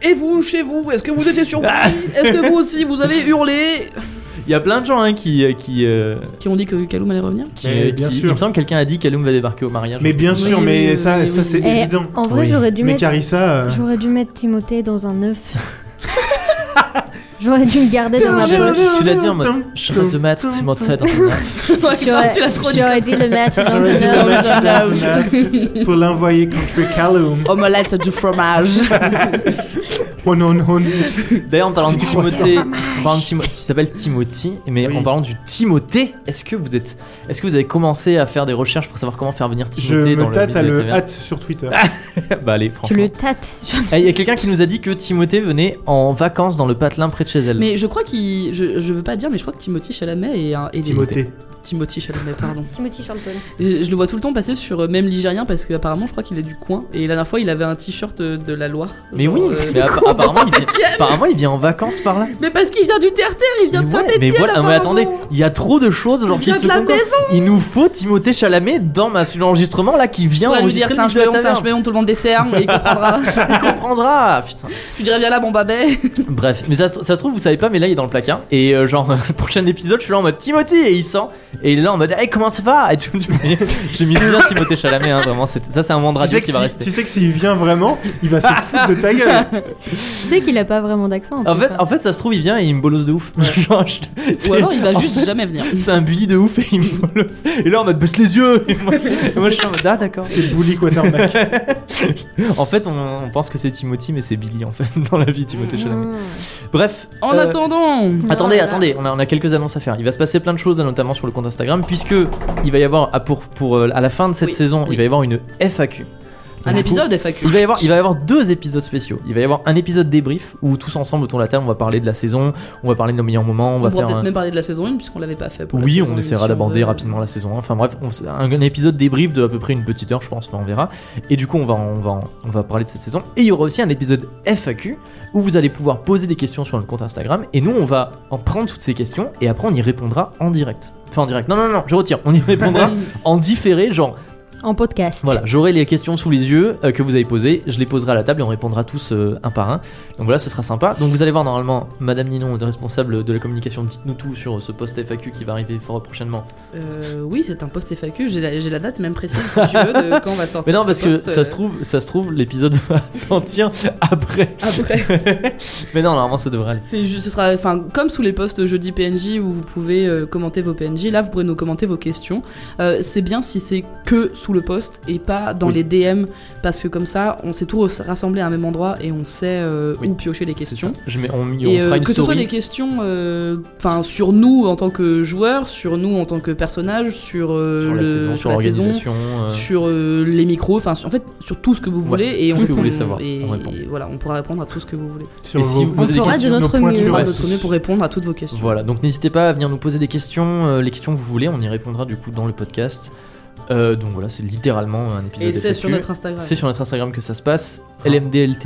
S2: Et vous, chez vous, est-ce que vous étiez surpris Est-ce que vous aussi, vous avez hurlé
S1: Il y a plein de gens hein, qui. euh, qui, euh,
S2: Qui ont dit que Kaloum allait revenir
S1: qui,
S5: Mais
S1: euh,
S5: bien
S1: qui-
S5: sûr.
S1: Il me semble que quelqu'un a dit Calum va débarquer au mariage.
S5: Mais bien
S2: Oui,
S5: sûr,
S2: oui,
S5: mais
S2: oui,
S5: ça,
S2: oui,
S5: ça
S2: oui.
S5: c'est
S3: Eh,
S5: évident.
S3: En vrai,
S1: Oui.
S3: j'aurais dû
S5: Mais
S3: mettre...
S5: Carissa, euh,
S3: J'aurais dû mettre Timothée dans un œuf. J'aurais dû le garder dans ma
S1: Tu l'as-
S3: poche.
S1: tu l'as dit en mode je te mate, c'est mon tête.
S2: Putain, Tu l'as trop dit.
S3: J'aurais dû le mettre dans
S5: j'aurais dû
S2: non,
S5: te
S2: non,
S3: un œuf.
S2: non,
S5: mettre dans un œuf pour l'envoyer contre Kaloum.
S2: Omelette du fromage.
S5: Oh non, non, non.
S1: D'ailleurs, en parlant de
S5: Tu crois ça
S1: Timothée, en parlant de Timo- qui s'appelle Timothy, mais
S5: Oui.
S1: en parlant du Timothée, est-ce que vous êtes, est-ce que vous avez commencé à faire des recherches pour savoir comment faire venir
S5: Je
S1: Timothée dans
S5: me
S1: le
S5: tâte à
S1: milieu de
S5: le
S1: la
S5: hâte sur Twitter.
S1: taverne Bah allez,
S3: Tu
S1: franchement.
S3: le
S1: Eh,
S3: tâtes.
S1: Il y a quelqu'un qui nous a dit que Timothée venait en vacances dans le patelin près de chez elle.
S2: Mais je crois qu'il. Je, je veux pas dire, mais je crois que Timothy Chalamet est un. est-
S5: Timothée.
S2: Timothy Chalamet, pardon.
S3: Timothy Charlton.
S2: Je, je le vois tout le temps passer sur euh, même l'Igérien parce qu'apparemment, je crois qu'il est du coin. Et la dernière fois, il avait un t-shirt euh, de la Loire.
S1: Mais
S2: Genre,
S1: oui,
S2: euh,
S1: mais appa-
S2: cours de
S1: apparemment, il vient,
S2: Saint-Étienne.
S1: apparemment, il vient en vacances par là.
S2: Mais parce qu'il vient du terre-terre, il vient de
S1: Mais ouais,
S2: Saint-Étienne.
S1: mais voilà, mais
S2: apparemment.
S1: attendez, il y a trop de choses genre qui
S2: vient
S1: se
S2: de la
S1: concordent. Il nous faut Timothée Chalamet dans ma l'enregistrement là qui vient
S2: On va lui
S1: enregistrer
S2: dire
S1: le Midi à
S2: Serge Méon,
S1: la
S2: Serge
S1: Taverne.
S2: Méon, tout le monde dessert, mais il comprendra.
S1: Il comprendra, putain.
S2: tu dirais, viens là, bon babet.
S1: Bref, mais ça, se- ça se trouve, vous savez pas, mais là il est dans le placard. Et euh, genre, prochain épisode, je suis là en mode Timothy et il sent. Et il est là en mode, hey, comment ça va Et tu- tu- J'ai mis bien Timothée Chalamet, hein, vraiment. c'est- Ça, c'est un moment de
S5: Tu
S1: radio
S5: sais, que
S1: qui va
S5: si-
S1: rester.
S5: tu sais que s'il vient vraiment, il va se foutre de ta gueule.
S3: Tu sais qu'il a pas vraiment d'accent.
S1: En
S3: plus,
S1: fait,
S3: hein.
S1: en fait, ça se trouve, il vient et il me bolosse de ouf. Genre, je- c'est-
S2: Ou alors, il va
S1: en
S2: juste
S1: fait,
S2: jamais venir.
S1: C'est un bully de ouf et il me bolosse. Et là, en mode, baisse les yeux Et moi, et moi, je suis en mode, ah, d'accord.
S5: C'est Bully Quarterback.
S1: En fait, on, on pense que c'est Timothy, mais c'est Billy, en fait, dans la vie, Timothée Chalamet.
S5: Mm.
S3: Mmh.
S1: Bref.
S2: En
S1: euh,
S2: attendant.
S1: Attendez,
S3: là là.
S1: attendez, on a, on a quelques annonces à faire. Il va se passer plein de choses, notamment sur le compte Instagram, puisque il va y avoir à pour pour euh, à la fin de cette
S2: Oui,
S1: saison, il
S2: oui.
S1: va y avoir une FAQ.
S2: Un
S1: Donc,
S2: épisode FAQ.
S1: Il va y avoir il va y avoir deux épisodes spéciaux. Il va y avoir un épisode débrief où tous ensemble autour de la table, on va parler de la saison, on va parler de nos meilleurs moments, on,
S2: On,
S1: va
S2: pourra
S1: faire.
S2: peut-être
S1: un-
S2: même parler de la saison 1 puisqu'on l'avait pas fait. Pour la
S1: Oui,
S2: saison
S1: on
S2: une, euh,
S1: essaiera
S2: si
S1: d'aborder
S2: veut.
S1: rapidement la saison. hein. Enfin bref, on s- un, un épisode débrief de à peu près une petite heure, je pense. Enfin, on verra. Et du coup, on va, on va, on va parler de cette saison. Et il y aura aussi un épisode FAQ où vous allez pouvoir poser des questions sur notre compte Instagram. Et nous, on va en prendre toutes ces questions et après, on y répondra en direct. Enfin, en direct. Non, non, non, je retire. On y répondra en différé, genre.
S3: En podcast.
S1: Voilà, j'aurai les questions sous les yeux euh, que vous avez posées, je les poserai à la table et on répondra tous euh, un par un. Donc voilà, ce sera sympa. Donc vous allez voir normalement, Madame Ninon, responsable de la communication, dites-nous tout sur ce post FAQ qui va arriver fort prochainement.
S2: Euh, oui, c'est un post FAQ. J'ai la, j'ai la date même précise, si tu veux, de quand on va sortir.
S1: Mais non,
S2: ce
S1: parce que
S2: post,
S1: ça
S2: euh,
S1: se trouve, ça se trouve, l'épisode va sortir après.
S2: Après.
S1: Mais non, normalement, ça devrait aller.
S2: C'est ju- ce sera, enfin, comme sous les posts jeudi PNJ où vous pouvez euh, commenter vos PNJ, là vous pourrez nous commenter vos questions. Euh, c'est bien si c'est que sous le post et pas dans
S1: Oui.
S2: les DM parce que comme ça on s'est tous rassemblés à un même endroit et on sait euh,
S1: Oui.
S2: où piocher les
S1: C'est
S2: questions.
S1: ça. Je mets- on, on
S2: Et euh,
S1: fera une
S2: que ce soit
S1: story.
S2: des questions, euh, enfin sur nous en tant que joueurs, sur nous en tant que personnages, sur, euh,
S1: sur la
S2: le-
S1: saison,
S2: sur
S1: sur
S2: la saison,
S1: l'organisation. euh,
S2: sur euh, les micros, enfin sur- en fait sur tout ce que vous
S1: Ouais,
S2: voulez et
S1: tout
S2: on
S1: ce que vous voulez
S2: répond-
S1: savoir,
S2: et-
S1: on répond.
S2: et voilà, on pourra répondre à tout ce que vous voulez.
S5: Sur
S1: Et si
S5: vos-
S1: vous posez des
S5: nos
S1: questions-
S3: de notre
S5: points
S2: On
S3: mieux.
S5: sur-
S2: fera
S1: Ouais,
S2: de notre mieux pour répondre à toutes vos questions.
S1: Voilà, donc n'hésitez pas à venir nous poser des questions, euh, les questions que vous voulez, on y répondra du coup dans le podcast. Euh, donc voilà, c'est littéralement un épisode.
S2: Et c'est
S1: FAQ.
S2: sur notre Instagram.
S1: C'est sur notre Instagram que ça se passe,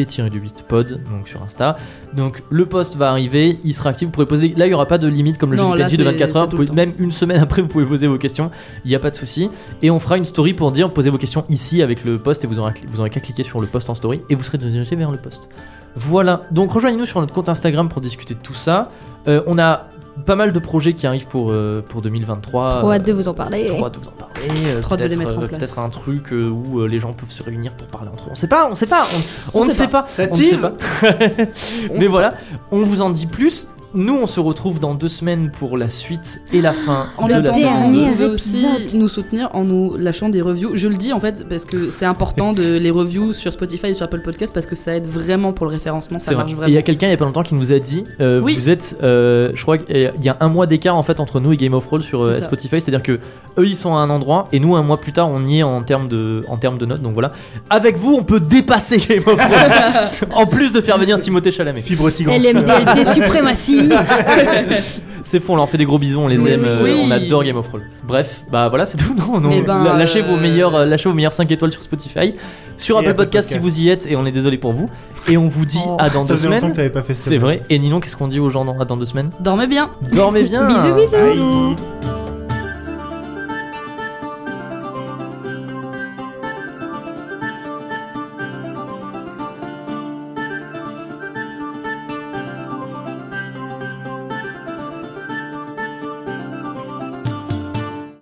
S1: lmdlt-8pod, donc sur Insta. Donc le post va arriver, il sera actif, vous pourrez poser. Là, il n'y aura pas de limite comme le
S2: Non,
S1: jeu
S2: là,
S1: PNJ de
S2: c'est-
S1: 24
S2: c'est
S1: heures,
S2: tout
S1: vous
S2: le
S1: pouvez- même une semaine après, vous pouvez poser vos questions, il n'y a pas de souci. Et on fera une story pour dire posez vos questions ici avec le post et vous aurez, vous aurez qu'à cliquer sur le post en story et vous serez dirigé vers le post. Voilà, donc rejoignez-nous sur notre compte Instagram pour discuter de tout ça. Euh, on a pas mal de projets qui arrivent pour, euh, pour 2023.
S3: Trop hâte de
S1: Euh,
S3: vous en parler.
S1: Trop hâte de vous en parler. euh,
S2: Trop hâte de les
S1: peut-être,
S2: mettre en
S1: euh,
S2: place.
S1: Peut-être un truc euh, où euh, les gens peuvent se réunir pour parler entre eux. On sait pas, on sait pas, on,
S2: On
S1: on ne
S2: sait
S1: sait pas.
S5: Ça
S1: on ne sait
S5: tease.
S1: pas.
S2: On
S1: Mais voilà, on vous en dit plus. Nous, on se retrouve dans deux semaines pour la suite et la fin
S2: En
S1: de la
S2: attendant,
S1: saison
S2: vous
S1: deux.
S3: dernier
S2: pouvez aussi
S3: épisode.
S2: nous soutenir en nous lâchant des reviews. Je le dis en fait parce que c'est important de les reviews sur Spotify et sur Apple Podcast parce que ça aide vraiment pour le référencement. Ça
S1: C'est vrai.
S2: marche
S1: Et il y
S2: vraiment.
S1: a quelqu'un il y a pas longtemps qui nous a dit, euh,
S2: Oui.
S1: vous êtes, euh, je crois qu'il y a un mois d'écart en fait entre nous et Game of Thrones sur euh,
S2: C'est ça.
S1: Spotify, c'est-à-dire que eux ils sont à un endroit et nous un mois plus tard on y est en termes de, en termes de notes. Donc voilà, avec vous on peut dépasser Game of Thrones en plus de faire venir Timothée Chalamet.
S5: Fibre tigre.
S3: LMDLT suprématie.
S1: C'est fou, on leur fait des gros bisous, on les
S2: Oui,
S1: aime,
S2: oui,
S1: euh,
S2: oui.
S1: on adore Game of Thrones. Bref, bah voilà, c'est tout. Non, non,
S2: Eh ben,
S1: la- lâchez, vos
S2: euh,
S1: meilleurs, euh, lâchez vos meilleurs 5 étoiles sur Spotify, sur
S5: Et
S1: Apple
S5: Apple
S1: Podcast, si
S5: Podcast.
S1: vous y êtes, et on est désolé pour vous. Et on vous dit
S2: Oh,
S1: à dans
S5: Ça
S1: deux
S5: faisait longtemps
S1: semaines.
S5: que t'avais pas fait ça.
S1: C'est vrai. Et Ninon, qu'est-ce qu'on dit aux gens dans, à dans deux semaines
S2: Dormez bien.
S1: Dormez bien
S3: Bisous, bisous.
S5: Aïe.